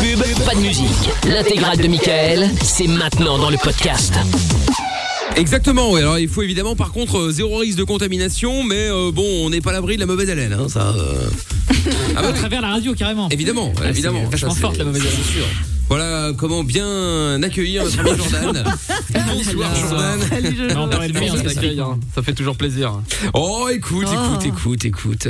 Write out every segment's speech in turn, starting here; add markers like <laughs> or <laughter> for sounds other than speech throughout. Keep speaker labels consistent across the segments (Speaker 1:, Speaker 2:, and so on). Speaker 1: pub, pas de musique. L'intégrale de Michael, c'est maintenant dans le podcast.
Speaker 2: Exactement, oui. Alors il faut évidemment par contre euh, zéro risque de contamination, mais euh, bon, on n'est pas à l'abri de la mauvaise haleine, hein, ça. euh,
Speaker 3: Ah, à travers la radio carrément.
Speaker 2: évidemment, évidemment.
Speaker 3: Vachement
Speaker 2: Ça, c'est-
Speaker 3: forte la mauvaise haleine.
Speaker 2: sûr. Voilà comment bien accueillir notre ami Jordan. Bonsoir Jordan.
Speaker 3: Non, on parlait de lui, hein, c'est vrai.
Speaker 4: Ça fait toujours plaisir.
Speaker 2: Oh, écoute, écoute, écoute, écoute.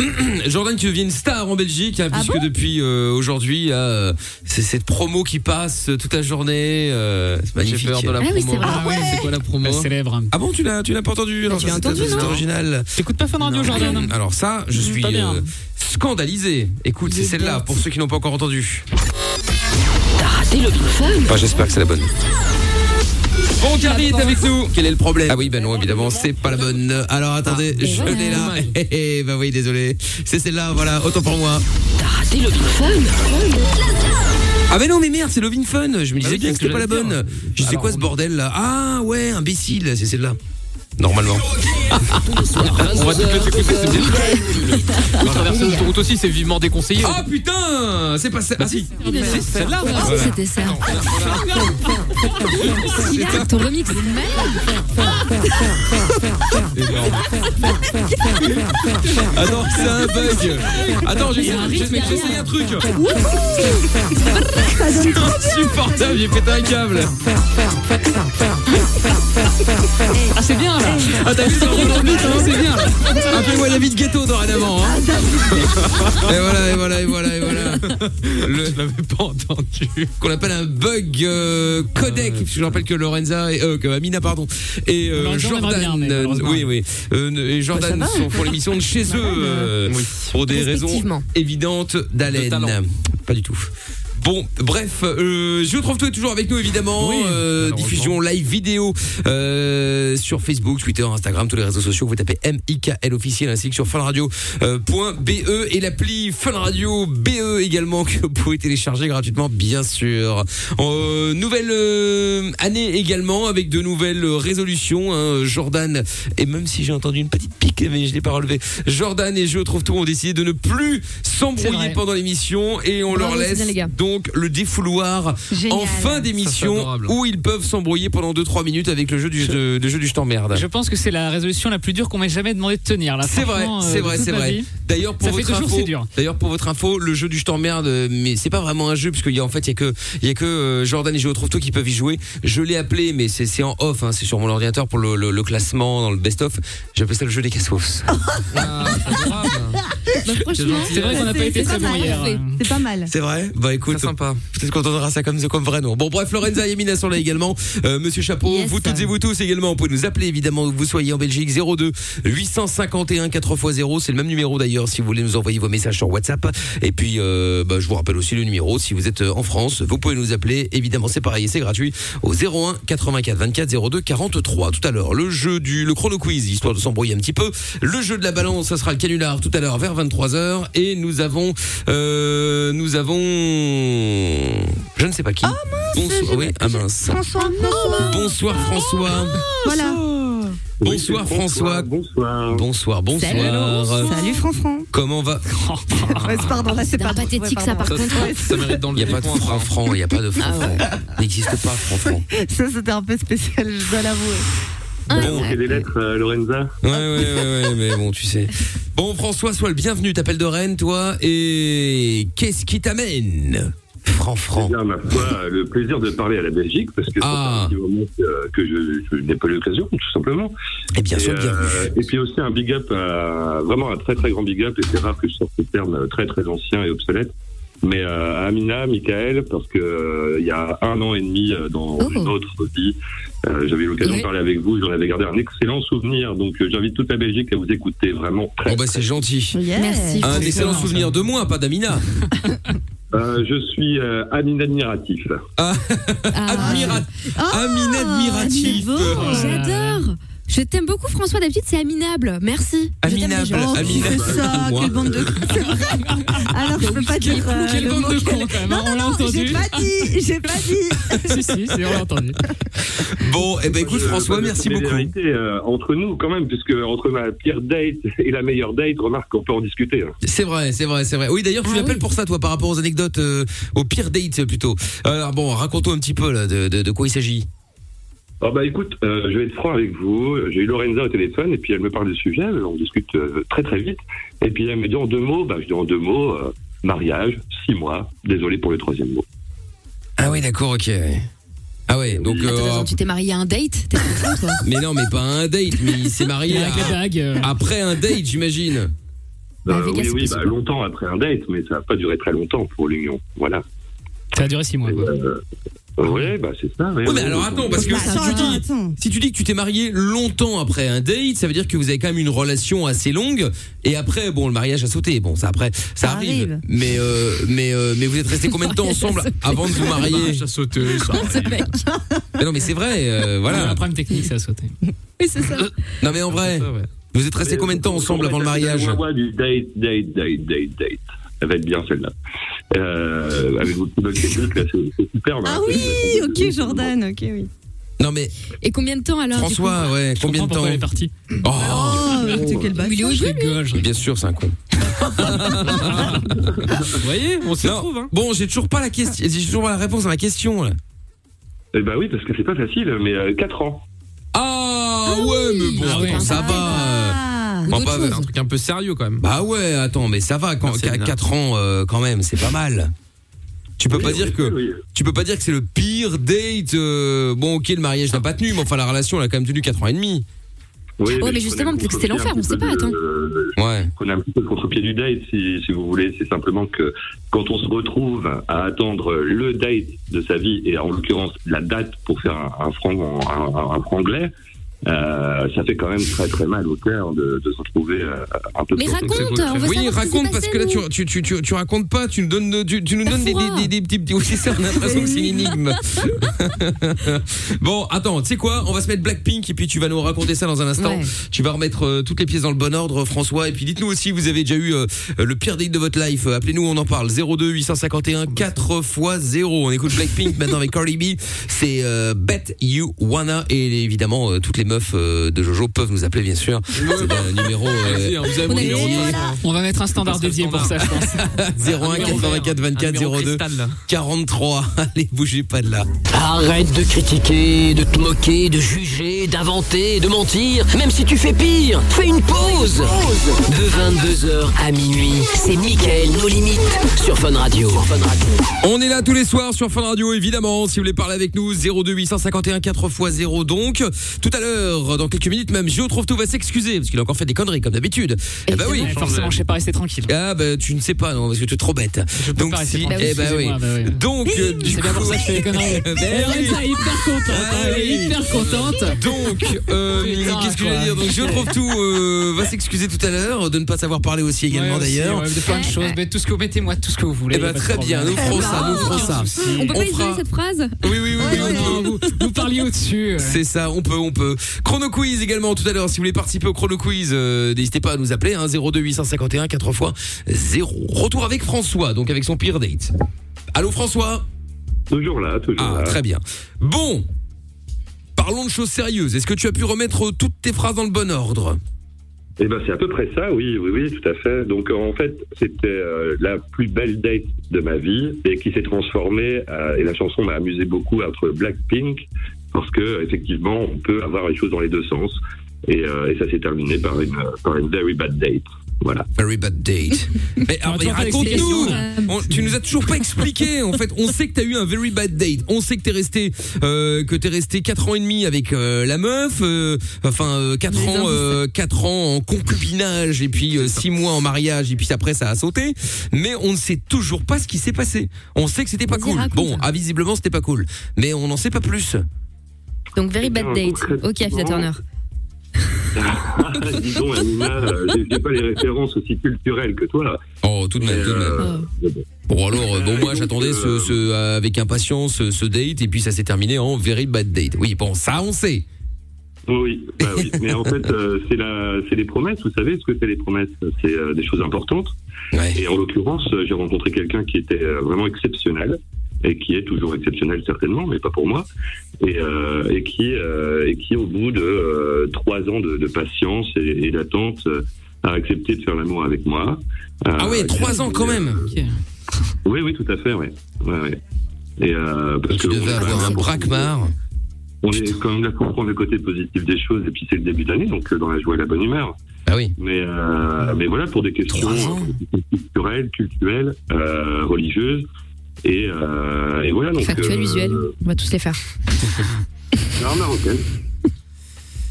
Speaker 2: <clears throat> Jordan, tu deviens une star en Belgique, hein, puisque depuis euh, aujourd'hui, euh, c'est cette promo qui passe toute la journée. euh, c'est magnifique.
Speaker 4: J'ai peur de la
Speaker 5: Ah oui,
Speaker 4: promo.
Speaker 5: c'est vrai.
Speaker 4: Ah oui, c'est quoi la promo
Speaker 3: La célèbre.
Speaker 2: Ah bon, tu l'as, tu l'as pas entendu Non,
Speaker 5: tu
Speaker 2: ça,
Speaker 5: l'as
Speaker 2: c'est-
Speaker 5: entendu,
Speaker 2: c'est
Speaker 5: non
Speaker 2: original.
Speaker 3: T'écoutes pas Fun Radio, Jordan
Speaker 2: Alors ça, je suis
Speaker 3: Mm, Pas bien.
Speaker 2: euh, scandalisé. Écoute, c'est celle-là pour ceux qui n'ont pas encore entendu.
Speaker 1: T'as raté le Big Fun
Speaker 2: J'espère que c'est la bonne. Bon, Carrie est avec nous. Quel est le problème Ah oui, ben non, évidemment, c'est pas la bonne. Alors attendez, je
Speaker 5: voilà.
Speaker 2: l'ai là. <laughs> Eh, eh, bah oui, désolé. C'est celle-là, voilà, autant pour moi.
Speaker 1: T'as raté le Big Fun
Speaker 2: Ah mais non mais merde c'est Lovin Fun Je me disais
Speaker 4: oui, c'est
Speaker 2: bien que
Speaker 4: ce
Speaker 2: c'était pas
Speaker 4: que
Speaker 2: la
Speaker 4: j'allais
Speaker 2: bonne
Speaker 4: dire.
Speaker 2: Je sais
Speaker 4: Alors,
Speaker 2: quoi ce
Speaker 4: on-
Speaker 2: bordel là Ah ouais imbécile c'est celle-là Normalement
Speaker 4: On va toutes les écouter, c'est bien. On va traverser
Speaker 5: Voilà.
Speaker 4: l'autoroute aussi, c'est vivement déconseillé.
Speaker 2: Ah putain C'est pas celle Ah si C'est celle-là
Speaker 5: Ah oui, c'était ça. C'était ton remix.
Speaker 2: Attends c'est un
Speaker 3: <laughs>
Speaker 2: bug Attends j'ai essayé un truc C'est <laughs> insupportable j'ai pété un câble
Speaker 3: Ah, c'est bien là
Speaker 2: Ah t'as vu ça roule en bite, hein, c'est bien Appelez-moi David Ghetto dorénavant
Speaker 3: <laughs>
Speaker 2: hein. Et voilà et voilà et voilà et voilà Le-
Speaker 4: Je l'avais pas entendu.
Speaker 2: qu'on appelle un bug euh, codec. Parce que je rappelle que Lorenza et euh, que Amina pardon et euh,
Speaker 3: Lorenza, on aimerait
Speaker 2: Jordan,
Speaker 3: bien, mais
Speaker 2: euh,
Speaker 3: malheureusement.
Speaker 2: oui oui, euh, ne- et Jordan
Speaker 3: hein.
Speaker 5: Bah, ça va.
Speaker 2: sont, font l'émission de chez eux euh,
Speaker 4: Oui.
Speaker 6: Ah,
Speaker 2: pour des raisons
Speaker 5: Respectivement.
Speaker 2: évidentes
Speaker 4: De talent.
Speaker 2: d'haleine. Pas du tout. Bon, bref, euh, je trouve toi toujours avec nous évidemment.
Speaker 4: Oui,
Speaker 2: Euh,
Speaker 4: malheureusement.
Speaker 2: diffusion live vidéo euh, sur Facebook, Twitter, Instagram, tous les réseaux sociaux. Vous tapez MIKL officiel ainsi que sur euh, funradio.be E et l'appli Fun Radio BE également <laughs> que vous pouvez télécharger gratuitement bien sûr. Euh, nouvelle euh, année également avec de nouvelles euh, résolutions. hein. Jordan et même si j'ai entendu une petite pique mais je l'ai pas relevé. Jordan et je trouve tout ont décidé de ne plus
Speaker 3: C'est
Speaker 2: s'embrouiller
Speaker 3: vrai.
Speaker 2: pendant l'émission et on
Speaker 5: Bravo,
Speaker 2: leur
Speaker 5: c'est
Speaker 2: laisse
Speaker 5: bien, les gars.
Speaker 2: donc le défouloir
Speaker 5: Génial.
Speaker 2: en fin
Speaker 4: Ça, c'est
Speaker 2: d'émission
Speaker 4: adorable.
Speaker 2: où ils peuvent s'embrouiller pendant 2-3 minutes avec le jeu du, de- de jeu du je t'emmerde.
Speaker 3: Je pense que c'est la résolution la plus dure qu'on m'ait jamais demandé de tenir là.
Speaker 2: Ah, C'est vrai,
Speaker 3: Franchement, euh,
Speaker 2: c'est vrai,
Speaker 3: de toute
Speaker 2: c'est
Speaker 3: ma
Speaker 2: vrai.
Speaker 3: vie.
Speaker 2: D'ailleurs pour
Speaker 3: Ça fait
Speaker 2: votre
Speaker 3: deux jours,
Speaker 2: info,
Speaker 3: c'est dur.
Speaker 2: d'ailleurs pour votre info, le jeu du je t'emmerde, euh, mais c'est pas vraiment un jeu puisque il y a en fait il y a que il y a que euh, Jordan et Géo Trouve-Tout qui peuvent y jouer. Je l'ai appelé, mais c'est c'est en off, hein, c'est sur mon ordinateur pour le, le- le classement dans le best-of. J'appelle ça le jeu des casse
Speaker 3: Bah, C'est vrai qu'on n'a pas été très bon hier.
Speaker 6: C'est pas mal.
Speaker 2: C'est vrai Bah écoute,
Speaker 4: Très sympa.
Speaker 2: peut-être qu'on entendra ça comme, comme vrai nom. Bon bref, Lorenza et Yamina sont là également. Euh, Monsieur Chapeau,
Speaker 5: Yes.
Speaker 2: vous toutes et vous tous également, vous pouvez nous appeler évidemment, où vous soyez en Belgique, 02 851 4x0, c'est le même numéro d'ailleurs si vous voulez nous envoyer vos messages sur WhatsApp. Et puis euh, bah, je vous rappelle aussi le numéro, si vous êtes euh, en France, vous pouvez nous appeler, évidemment c'est pareil, et c'est gratuit, au 01 84 24 02 43. Tout à l'heure, le jeu du le chrono quiz, histoire de s'embrouiller un petit peu. Le jeu de la balance, ça sera le canular tout à l'heure vers 23h. Et nous avons... Euh, nous avons... Je ne sais pas qui. Bonsoir, oui, ah mince.
Speaker 6: Bonsoir.
Speaker 2: Bonsoir François.
Speaker 6: Voilà.
Speaker 2: Bonsoir François.
Speaker 7: Bonsoir.
Speaker 2: Bonsoir,
Speaker 5: Salut,
Speaker 2: bonsoir.
Speaker 6: Salut Franfran.
Speaker 2: Comment va
Speaker 6: Ouais, c'est- pardon, là c'est
Speaker 5: D'un
Speaker 6: pas
Speaker 5: pathétique, ça, par
Speaker 4: Ça,
Speaker 5: contre.
Speaker 4: ça mérite dans
Speaker 2: Il
Speaker 4: le hein.
Speaker 2: n'y a pas de franc franc, il n'y a
Speaker 6: Ah
Speaker 2: pas de franc franc. N'existe pas franc
Speaker 6: <laughs>
Speaker 2: franc.
Speaker 6: Ça c'était un peu spécial, je dois l'avouer.
Speaker 2: Bon,
Speaker 7: Manquez des lettres, euh, Lorenza.
Speaker 2: Ouais, ouais, ouais, ouais, mais bon, tu sais. Bon, François, sois le bienvenu. T'appelles de Rennes, toi. Et qu'est-ce qui t'amène Franc, franc.
Speaker 7: Bien, ma foi, le plaisir de parler à la Belgique, parce que
Speaker 2: Ah.
Speaker 7: c'est un petit moment que, que je, je n'ai pas eu l'occasion, tout simplement.
Speaker 2: Eh bien, sois
Speaker 7: et,
Speaker 2: le bienvenu.
Speaker 7: euh, et puis aussi un big up, à- vraiment un très très grand big up, et c'est rare que je sorte ce terme euh, très très ancien et obsolète. Mais euh, à Amina, Michael, parce que euh, il y a un an et demi euh, dans
Speaker 5: Oh.
Speaker 7: une autre vie, euh, j'avais eu l'occasion
Speaker 5: Oui.
Speaker 7: de parler avec vous, j'en avais gardé un excellent souvenir, donc euh, j'invite toute la Belgique à vous écouter vraiment très
Speaker 2: Oh, bah, c'est gentil.
Speaker 6: Yeah.
Speaker 5: Merci.
Speaker 2: Un
Speaker 3: c'est
Speaker 2: excellent
Speaker 3: excellent,
Speaker 2: souvenir de moi, pas d'Amina.
Speaker 7: Euh, je suis euh, un inadmiratif.
Speaker 5: Ah,
Speaker 6: Oh, ah,
Speaker 3: ah,
Speaker 2: Admira... Amina admiratif.
Speaker 5: J'adore Je t'aime beaucoup, François. D'habitude, c'est aminable. Merci.
Speaker 2: Aminable, aminable.
Speaker 6: C'est ça,
Speaker 2: Moi.
Speaker 6: quelle bande de C'est vrai
Speaker 3: <laughs>
Speaker 6: Alors, je peux pas dire. euh,
Speaker 3: Quelle
Speaker 6: le
Speaker 3: bande
Speaker 6: mot
Speaker 3: de
Speaker 6: qu'elle-
Speaker 3: cons, quand même,
Speaker 6: Non,
Speaker 3: hein, on
Speaker 6: non,
Speaker 3: l'a
Speaker 6: non, j'ai
Speaker 3: entendu.
Speaker 6: pas dit. J'ai pas dit.
Speaker 3: si, si, c'est- on l'a entendu.
Speaker 2: Bon, eh ben écoute
Speaker 7: Euh,
Speaker 2: François,
Speaker 7: bah,
Speaker 2: merci
Speaker 7: mais
Speaker 2: beaucoup.
Speaker 7: vérité, euh, entre nous, quand même, puisque entre ma pire date et la meilleure date, remarque qu'on peut en discuter. hein.
Speaker 2: C'est vrai, c'est vrai, c'est vrai. Oui, d'ailleurs, tu m'appelles pour ça, toi, par rapport aux anecdotes, euh, aux pires dates euh, plutôt. Alors bon, raconte-nous un petit peu là, de, de- de quoi il s'agit.
Speaker 7: Alors bah écoute, euh, je vais être franc avec vous. J'ai eu Lorenza au téléphone et puis elle me parle du sujet. On discute euh, très très vite. Et puis elle me dit en deux mots, bah je dis en deux mots, euh, mariage, six mois. Désolé pour le troisième mot.
Speaker 2: Ah oui, d'accord, ok. ouais. Ah ouais, donc.
Speaker 5: Attends,
Speaker 2: euh,
Speaker 5: attends, tu t'es marié à un date T'es pas con, toi
Speaker 2: <laughs> mais non, mais pas un date, mais il s'est
Speaker 3: Il
Speaker 2: marié
Speaker 3: est avec la
Speaker 2: à-
Speaker 3: bague. euh,
Speaker 2: après un date, j'imagine.
Speaker 5: Bah,
Speaker 7: Euh,
Speaker 5: Vegas,
Speaker 7: oui
Speaker 5: c'est
Speaker 7: oui,
Speaker 5: possible.
Speaker 7: bah, longtemps après un date, mais ça n'a pas duré très longtemps pour l'union. Voilà.
Speaker 3: Ça a duré 6 mois. quoi.
Speaker 7: Euh, ouais, bah c'est ça. ouais.
Speaker 2: Ouais, mais alors attends, parce que si
Speaker 6: Attends,
Speaker 2: tu
Speaker 6: Bah, attends,
Speaker 2: dis.
Speaker 6: attends.
Speaker 2: Si tu dis que tu t'es marié longtemps après un date, ça veut dire que vous avez quand même une relation assez longue. Et après, bon, le mariage a sauté. Bon, ça après, ça,
Speaker 6: Ça
Speaker 2: arrive.
Speaker 6: arrive.
Speaker 2: Mais euh, mais euh, mais vous êtes restés combien de temps
Speaker 5: Le mariage a
Speaker 2: ensemble
Speaker 5: sauté.
Speaker 2: avant de vous marier
Speaker 4: ça sauté, ça.
Speaker 5: ce mec.
Speaker 2: Mais Non, mais c'est vrai. euh,
Speaker 3: Il y a
Speaker 2: voilà.
Speaker 3: Un problème technique, ça a sauté.
Speaker 5: Oui, c'est ça.
Speaker 2: Non, mais en vrai, vous êtes restés combien de temps ensemble avant le mariage
Speaker 7: Ouais, ouais, du date, date, date, date, date. Elle va être bien celle-là. Euh, avec votre bonne technique, là, c'est c'est super.
Speaker 6: Ah oui,
Speaker 3: Oh,
Speaker 6: ok, Jordan, ok, oui.
Speaker 2: Non, mais
Speaker 5: Et combien de temps alors du coup
Speaker 2: François, ouais,
Speaker 3: Je
Speaker 2: combien
Speaker 3: comprends
Speaker 2: de temps
Speaker 3: pourquoi elle est partie.
Speaker 2: Oh,
Speaker 6: Oh, c'est quel bac.
Speaker 5: Il est au
Speaker 3: Ah, Je
Speaker 5: jeu, lui.
Speaker 3: rigole, je rigole.
Speaker 2: Bien sûr, c'est un
Speaker 3: <laughs>
Speaker 2: con.
Speaker 3: Vous voyez, on s'y
Speaker 2: Non,
Speaker 3: retrouve. Hein.
Speaker 2: Bon, j'ai toujours pas la question, j'ai toujours pas la réponse à ma question. Là.
Speaker 7: Eh bah oui, parce que c'est pas facile, mais 4 ans.
Speaker 2: Ah, ouais,
Speaker 5: oui.
Speaker 2: mais bon,
Speaker 3: Ah ouais.
Speaker 2: attends, ça va.
Speaker 3: eh ben.
Speaker 2: euh,
Speaker 6: Ah,
Speaker 5: Ou
Speaker 2: Bon,
Speaker 5: d'autres
Speaker 2: bah,
Speaker 5: choses.
Speaker 4: Un truc un peu sérieux quand même.
Speaker 2: Bah ouais, attends, mais ça va quand
Speaker 4: Non, c'est bien.
Speaker 2: 4 ans euh, quand même, c'est pas mal. Tu peux
Speaker 7: Oui,
Speaker 2: pas
Speaker 7: oui,
Speaker 2: dire que
Speaker 7: oui.
Speaker 2: tu peux pas dire que c'est le pire date. euh, bon, ok, le mariage n'a pas tenu, mais enfin la relation elle a quand même tenu 4 ans et demi.
Speaker 7: Oui,
Speaker 5: mais
Speaker 7: je
Speaker 5: justement,
Speaker 7: prenais
Speaker 5: peut-être que c'était
Speaker 7: le
Speaker 5: l'enfer, on sait
Speaker 7: contre-pied
Speaker 5: pas,
Speaker 7: un petit
Speaker 5: attends.
Speaker 7: peu de- euh,
Speaker 2: Ouais.
Speaker 7: je prenais un petit peu le contre-pied du date, si, si vous voulez. C'est simplement que quand on se retrouve à attendre le date de sa vie, et en l'occurrence la date pour faire un, un, franc, un, un- un franglais, euh, ça fait quand même très très mal au cœur de, de se retrouver euh, un peu
Speaker 5: Mais
Speaker 7: sur-
Speaker 5: raconte, on veut savoir
Speaker 2: Oui,
Speaker 5: ce qui s'est
Speaker 2: raconte parce
Speaker 5: passé,
Speaker 2: que là tu,
Speaker 5: nous.
Speaker 2: tu, tu, tu, tu racontes pas, tu nous donnes tu, tu nous
Speaker 5: La
Speaker 2: donnes des, des,
Speaker 5: fourrure.
Speaker 2: des, des petits petits. Oui, c'est ça, on a l'impression que c'est une
Speaker 5: <laughs>
Speaker 2: énigme. bon, attends, tu sais quoi On va se mettre Blackpink et puis tu vas nous raconter ça dans un instant.
Speaker 5: Ouais.
Speaker 2: Tu vas remettre euh, toutes les pièces dans le bon ordre, François. Et puis dites-nous aussi, vous avez déjà eu euh, le pire date de votre life. Euh, Appelez-nous, on en parle. 02 851 4 x 0. On écoute Blackpink maintenant avec Cardi B. C'est euh, Bet You Wanna. Et évidemment, euh, toutes les meufs euh, de Jojo peuvent nous appeler, bien sûr. C'est un numéro euh,
Speaker 4: Vas-y, hein, vous avez
Speaker 5: On
Speaker 4: mon
Speaker 5: a
Speaker 2: Et
Speaker 4: numéro
Speaker 2: on
Speaker 5: dit,
Speaker 2: dit-
Speaker 5: voilà.
Speaker 3: On va mettre un standard
Speaker 4: On passe le
Speaker 3: dédié pour ça, je pense.
Speaker 2: 01 84 24 02 43. <laughs> Allez, bougez pas de là.
Speaker 1: Arrête de critiquer, de te moquer, de juger, d'inventer, de mentir. Même si tu fais pire, fais une pause. De 22h à minuit, c'est Mickaël, nos limites, sur Fun Radio.
Speaker 2: On est là tous les soirs sur Fun Radio, évidemment. Si vous voulez parler avec nous, 02851 4x0 donc. Tout à l'heure, dans quelques minutes même, Gio trouve tout va s'excuser parce qu'il a encore fait des conneries comme d'habitude. Eh ben oui.
Speaker 3: Eh, Forcément, je sais pas rester tranquille.
Speaker 2: Ah ben tu ne sais pas non parce que tu es trop bête.
Speaker 3: peux
Speaker 2: Donc
Speaker 3: pas
Speaker 2: si,
Speaker 3: rester tranquille,
Speaker 2: eh ben oui.
Speaker 3: excusez-moi, bah oui.
Speaker 2: Donc euh, du
Speaker 3: C'est bien pour
Speaker 2: coup-
Speaker 3: ça que je fais des conneries.
Speaker 2: <laughs>
Speaker 3: Eh,
Speaker 2: Ben
Speaker 3: Elle
Speaker 2: oui.
Speaker 3: est hyper contente. hein,
Speaker 2: Ah
Speaker 3: Elle
Speaker 2: oui.
Speaker 3: est hyper contente.
Speaker 2: Donc,
Speaker 3: <laughs>
Speaker 2: euh,
Speaker 3: Putain,
Speaker 2: qu'est-ce que je veux
Speaker 3: quoi.
Speaker 2: dire Donc, je trouve tout euh, va s'excuser tout à l'heure de ne pas savoir parler aussi également
Speaker 3: Ouais, aussi,
Speaker 2: d'ailleurs.
Speaker 3: ouais, de plein de choses. Mais tout ce que vous mettez-moi, tout ce que vous voulez.
Speaker 2: Eh ben,
Speaker 3: y a pas de
Speaker 2: très bien,
Speaker 3: problème. Eh ben,
Speaker 2: nous ferons ça, nous ferons ça.
Speaker 5: On peut
Speaker 2: On
Speaker 5: pas
Speaker 2: fera-
Speaker 5: isoler cette phrase
Speaker 2: Oui, oui, oui, oui,
Speaker 3: Non,
Speaker 2: on peut.
Speaker 3: non, vous, <laughs> vous parliez au-dessus.
Speaker 2: C'est ça, on peut, on peut. Chrono quiz également tout à l'heure. Si vous voulez participer au chrono quiz, euh, n'hésitez pas à nous appeler hein, 02 851 4 x 0. Retour avec François, donc avec son pire date. Allô François
Speaker 7: Toujours là, toujours
Speaker 2: Ah,
Speaker 7: là.
Speaker 2: très bien. Bon, parlons de choses sérieuses. Est-ce que tu as pu remettre toutes tes phrases dans le bon ordre
Speaker 7: Eh ben, c'est à peu près ça, oui, oui, oui, tout à fait. Donc, euh, en fait, c'était euh, la plus belle date de ma vie et qui s'est transformée, euh, et la chanson m'a amusé beaucoup entre Blackpink, parce que, euh, effectivement, on peut avoir les choses dans les deux sens. Et, euh, et ça s'est terminé par une, euh, par une very bad date. Voilà.
Speaker 2: Very bad date. Mais, alors, mais
Speaker 3: toujours pas
Speaker 2: raconte-nous
Speaker 3: d'explication,
Speaker 5: là.
Speaker 2: On- Tu nous as toujours pas expliqué. En fait, on sait que t'as eu un very bad date. On sait que t'es resté, euh, que t'es resté quatre ans et demi avec euh, la meuf. euh, enfin, euh, quatre
Speaker 5: Les
Speaker 2: ans,
Speaker 5: indices.
Speaker 2: euh, quatre ans en concubinage et puis euh, six mois en mariage et puis après ça a sauté. Mais on ne sait toujours pas ce qui s'est passé. On sait que c'était pas
Speaker 5: Vas-y,
Speaker 2: cool.
Speaker 5: raconte.
Speaker 2: Bon, ah, visiblement c'était pas cool. Mais on n'en sait pas plus.
Speaker 5: Donc, very bad
Speaker 7: Eh bien,
Speaker 5: date. Ok, Afida Turner.
Speaker 7: Ah, Dis donc, Amina, euh, j'ai- j'ai pas les références aussi culturelles que toi.
Speaker 2: Oh, tout de même.
Speaker 7: Mais,
Speaker 2: tout de même.
Speaker 7: euh,
Speaker 2: Bon alors, euh, bon
Speaker 7: Euh,
Speaker 2: moi
Speaker 7: donc,
Speaker 2: j'attendais ce,
Speaker 7: euh,
Speaker 2: ce euh, avec impatience ce, ce date et puis ça s'est terminé en very bad date. Oui, bon ça on sait.
Speaker 7: Oui, oui, bah oui. mais en fait, euh, c'est la, c'est les promesses. Vous savez ce que c'est les promesses C'est euh, des choses importantes. Et en l'occurrence, euh, j'ai rencontré quelqu'un qui était euh, vraiment exceptionnel et qui est toujours exceptionnel certainement, mais pas pour moi, et, euh, et qui, euh, et qui au bout de euh, trois ans de, de patience et, et d'attente, euh, a accepté de faire l'amour avec moi. Euh,
Speaker 2: Ah oui, trois ans quand même.
Speaker 7: Oui, oui, tout à fait, oui. Ouais, ouais. Et euh, parce que on
Speaker 2: devait
Speaker 7: est quand même
Speaker 2: avoir
Speaker 7: là
Speaker 2: un
Speaker 7: pour-
Speaker 2: braquemar.
Speaker 7: On est quand même là pour prendre le côté positif des choses, et puis c'est le début d'année, donc euh, dans la joie et la bonne humeur.
Speaker 2: Ah oui.
Speaker 7: Mais, euh, mais voilà, pour des questions euh, culturelles, culturelles, euh, religieuses, et, euh, et voilà. Donc,
Speaker 5: Factuel,
Speaker 7: euh,
Speaker 5: visuel. On va tous les faire.
Speaker 7: Non, marocaine.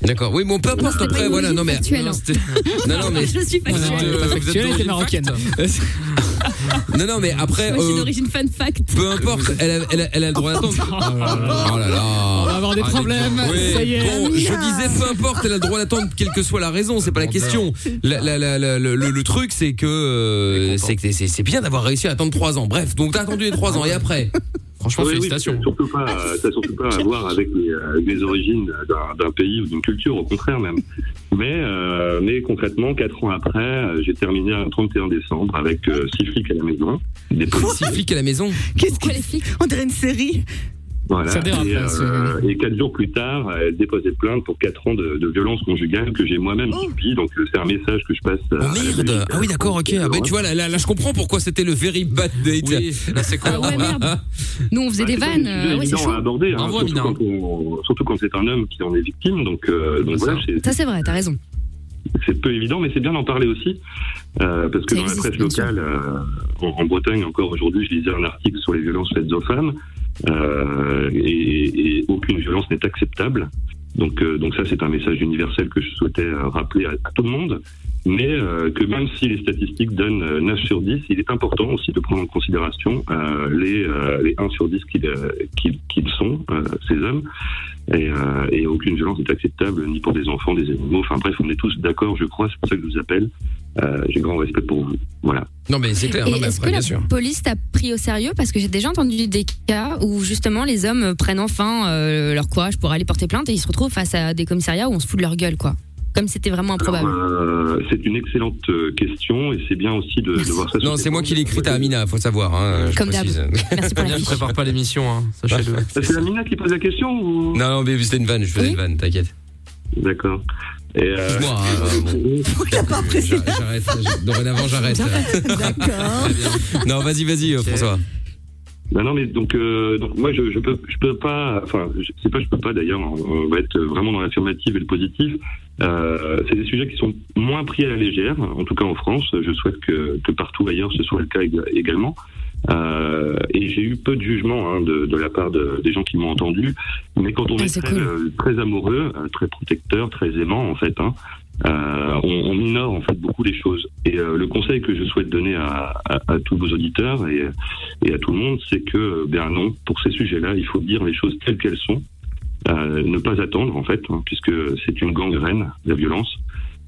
Speaker 2: D'accord. Oui, mon peu importe
Speaker 5: c'est pas
Speaker 2: après.
Speaker 5: une
Speaker 2: Voilà,
Speaker 5: origine
Speaker 2: non mais
Speaker 5: factuelle,
Speaker 2: non,
Speaker 5: hein. <laughs>
Speaker 2: c'était- non, non mais
Speaker 5: Je suis
Speaker 2: vous êtes,
Speaker 5: factuelle.
Speaker 2: euh, vous êtes
Speaker 3: Factuelle, t'es
Speaker 2: d'origine
Speaker 3: marocaine. <laughs>
Speaker 2: fact. Non, non mais après,
Speaker 5: Moi, je suis
Speaker 2: euh,
Speaker 5: Ah d'origine fun fact.
Speaker 2: peu importe, elle a, elle a- elle a le droit
Speaker 3: Ah,
Speaker 2: d'attendre. Oh là là.
Speaker 3: On va avoir des
Speaker 2: Ah,
Speaker 3: problèmes.
Speaker 2: Oui,
Speaker 3: Ça y est.
Speaker 2: Bon, je disais peu importe, elle a le droit d'attendre quelle que soit la raison, c'est pas la question. La- la- la- la- le, le- le truc c'est que euh, c'est que c'est c'est bien d'avoir réussi à attendre 3 ans. Bref, donc t'as attendu les 3 ans et après. <laughs> Franchement,
Speaker 7: Oui, oui,
Speaker 2: félicitations.
Speaker 7: t'as surtout pas,
Speaker 5: Ah,
Speaker 7: euh, t'as surtout pas à voir avec les, euh, les origines d'un- d'un pays ou d'une culture, au contraire même. Mais, euh, mais concrètement, quatre ans après, euh, j'ai terminé un 31 décembre avec euh, six flics à la maison, des policiers.
Speaker 2: Six flics à la maison.
Speaker 6: Qu'est-ce que
Speaker 5: Pourquoi les flics
Speaker 6: on dirait une série
Speaker 7: Voilà.
Speaker 3: Ça dérape,
Speaker 7: et,
Speaker 2: hein,
Speaker 3: là,
Speaker 7: euh, et quatre jours plus tard, elle déposait plainte pour quatre ans de, de violence conjugale que j'ai moi-même
Speaker 5: Oh.
Speaker 7: subi. Donc euh, c'est un message que je passe. euh,
Speaker 2: Oh
Speaker 7: à la
Speaker 2: merde
Speaker 7: Belgique.
Speaker 2: Ah oui d'accord ok ah, bah, tu vois là, là, là, je comprends pourquoi c'était le very bad date
Speaker 4: Oui, là c'est
Speaker 5: Ah
Speaker 4: quoi
Speaker 5: ouais, merde. Nous, on
Speaker 2: Ah,
Speaker 5: faisait
Speaker 7: Bah,
Speaker 5: des
Speaker 7: c'est pas
Speaker 5: vannes.
Speaker 7: un
Speaker 5: euh,
Speaker 7: sujet
Speaker 5: ouais, c'est
Speaker 7: évident à
Speaker 5: chaud.
Speaker 7: aborder, hein,
Speaker 4: Bravo,
Speaker 7: surtout,
Speaker 4: Amina.
Speaker 7: quand on, surtout quand c'est un homme qui en est victime. Donc, euh, donc
Speaker 4: C'est
Speaker 7: voilà,
Speaker 4: ça.
Speaker 7: c'est-
Speaker 5: Ça, c'est vrai, t'as raison.
Speaker 7: c'est peu évident, mais c'est bien d'en parler aussi, euh, parce que
Speaker 5: Ça
Speaker 7: dans la
Speaker 5: existe,
Speaker 7: presse
Speaker 5: bien sûr.
Speaker 7: locale, euh, en, en Bretagne encore aujourd'hui, je lisais un article sur les violences faites aux femmes, euh, et, et aucune violence n'est acceptable. Donc, euh, donc ça, c'est un message universel que je souhaitais euh, rappeler à, à tout le monde, mais euh, que même si les statistiques donnent euh, 9 sur 10, il est important aussi de prendre en considération euh, les, euh, les 1 sur 10 qu'ils euh, qu'ils- qu'ils sont, euh, ces hommes, et, euh, et aucune violence n'est acceptable, ni pour des enfants, des animaux. Enfin bref, on est tous d'accord, je crois, c'est pour ça que je vous appelle. Euh, J'ai grand respect pour
Speaker 2: Oh,
Speaker 7: vous. Voilà.
Speaker 2: Non mais c'est clair,
Speaker 5: Et
Speaker 2: Ah, non, mais
Speaker 5: est-ce
Speaker 2: après,
Speaker 5: que
Speaker 2: bien
Speaker 5: la
Speaker 2: sûr.
Speaker 5: police t'a pris au sérieux Parce que j'ai déjà entendu des cas où justement les hommes prennent enfin euh, leur courage pour aller porter plainte et ils se retrouvent face à des commissariats où on se fout de leur gueule, quoi. Comme c'était vraiment
Speaker 2: Ah,
Speaker 7: Alors,
Speaker 2: bah
Speaker 5: improbable.
Speaker 7: euh, c'est une excellente euh, question et c'est bien aussi de, de
Speaker 2: <laughs>
Speaker 7: voir ça. sur
Speaker 2: Non
Speaker 7: les
Speaker 2: c'est moi
Speaker 7: bancs.
Speaker 2: qui l'ai écrite à Amina, faut savoir. Hein, je
Speaker 5: Comme d'hab.
Speaker 2: précise. <laughs>
Speaker 5: Merci pour la
Speaker 4: Amina ne
Speaker 5: vie.
Speaker 4: prépare pas l'émission, hein, sachez-le.
Speaker 3: <laughs>
Speaker 7: Ah, C'est Amina qui pose la question ou...
Speaker 2: Non non mais c'était une vanne, je faisais
Speaker 5: Oui.
Speaker 2: une vanne, t'inquiète.
Speaker 7: D'accord. Et, euh,
Speaker 2: Moi, euh, bon.
Speaker 6: T'as pas apprécié
Speaker 2: J'arrête, j'arrête, dorénavant j'arrête.
Speaker 6: D'accord.
Speaker 2: Non, vas-y, vas-y, euh, François.
Speaker 7: Non, non, mais donc, euh, donc moi, je, je peux, je peux pas. Enfin, je sais pas, je peux pas. D'ailleurs, on, on va être vraiment dans l'affirmative et le positif. Euh, c'est des sujets qui sont moins pris à la légère, en tout cas en France. Je souhaite que, que partout ailleurs ce soit le cas ég- également. Euh, et j'ai eu peu de jugements hein, de, de la part de- des gens qui m'ont entendu, mais quand on
Speaker 5: Ah,
Speaker 7: est
Speaker 5: c'est
Speaker 7: très,
Speaker 5: cool.
Speaker 7: euh, très amoureux, euh, très protecteur, très aimant en fait, hein, euh, on, on ignore en fait beaucoup les choses. Et euh, le conseil que je souhaite donner à, à- à tous vos auditeurs et, et à tout le monde, c'est que euh, ben non, pour ces sujets-là, il faut dire les choses telles qu'elles sont, euh, ne pas attendre en fait, hein, puisque c'est une gangrène la violence.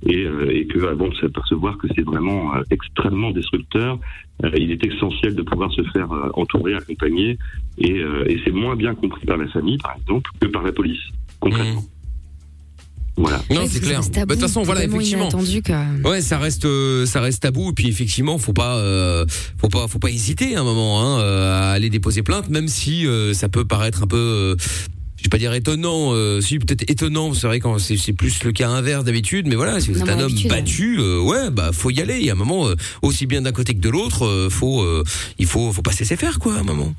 Speaker 7: Et, euh, et que avant de s'apercevoir que c'est vraiment euh, extrêmement destructeur, euh, il est essentiel de pouvoir se faire euh, entourer, accompagner, et, euh, et c'est moins bien compris par la famille, par exemple, que par la police, concrètement. Voilà.
Speaker 2: Non,
Speaker 5: Ouais,
Speaker 2: c'est
Speaker 5: parce que
Speaker 2: clair.
Speaker 5: c'est
Speaker 2: Bah, De
Speaker 5: tabou,
Speaker 2: toute façon, voilà,
Speaker 5: tellement
Speaker 2: effectivement.
Speaker 5: inattendu que.
Speaker 2: Ouais, ça reste, euh, ça reste tabou. Et puis effectivement, faut pas, euh, faut pas, faut pas hésiter à un moment hein, euh, à aller déposer plainte, même si euh, ça peut paraître un peu. euh, je vais pas dire étonnant, euh, si peut-être étonnant, c'est vrai quand c'est c'est plus le cas inverse d'habitude, mais voilà, si vous
Speaker 5: Non,
Speaker 2: êtes
Speaker 5: mais
Speaker 2: un homme
Speaker 5: d'habitude, ouais.
Speaker 2: battu, euh, ouais, bah faut y aller. Et à un moment, euh, aussi bien d'un côté que de l'autre, euh, faut, euh, il faut, faut pas se laisser faire quoi, à un moment.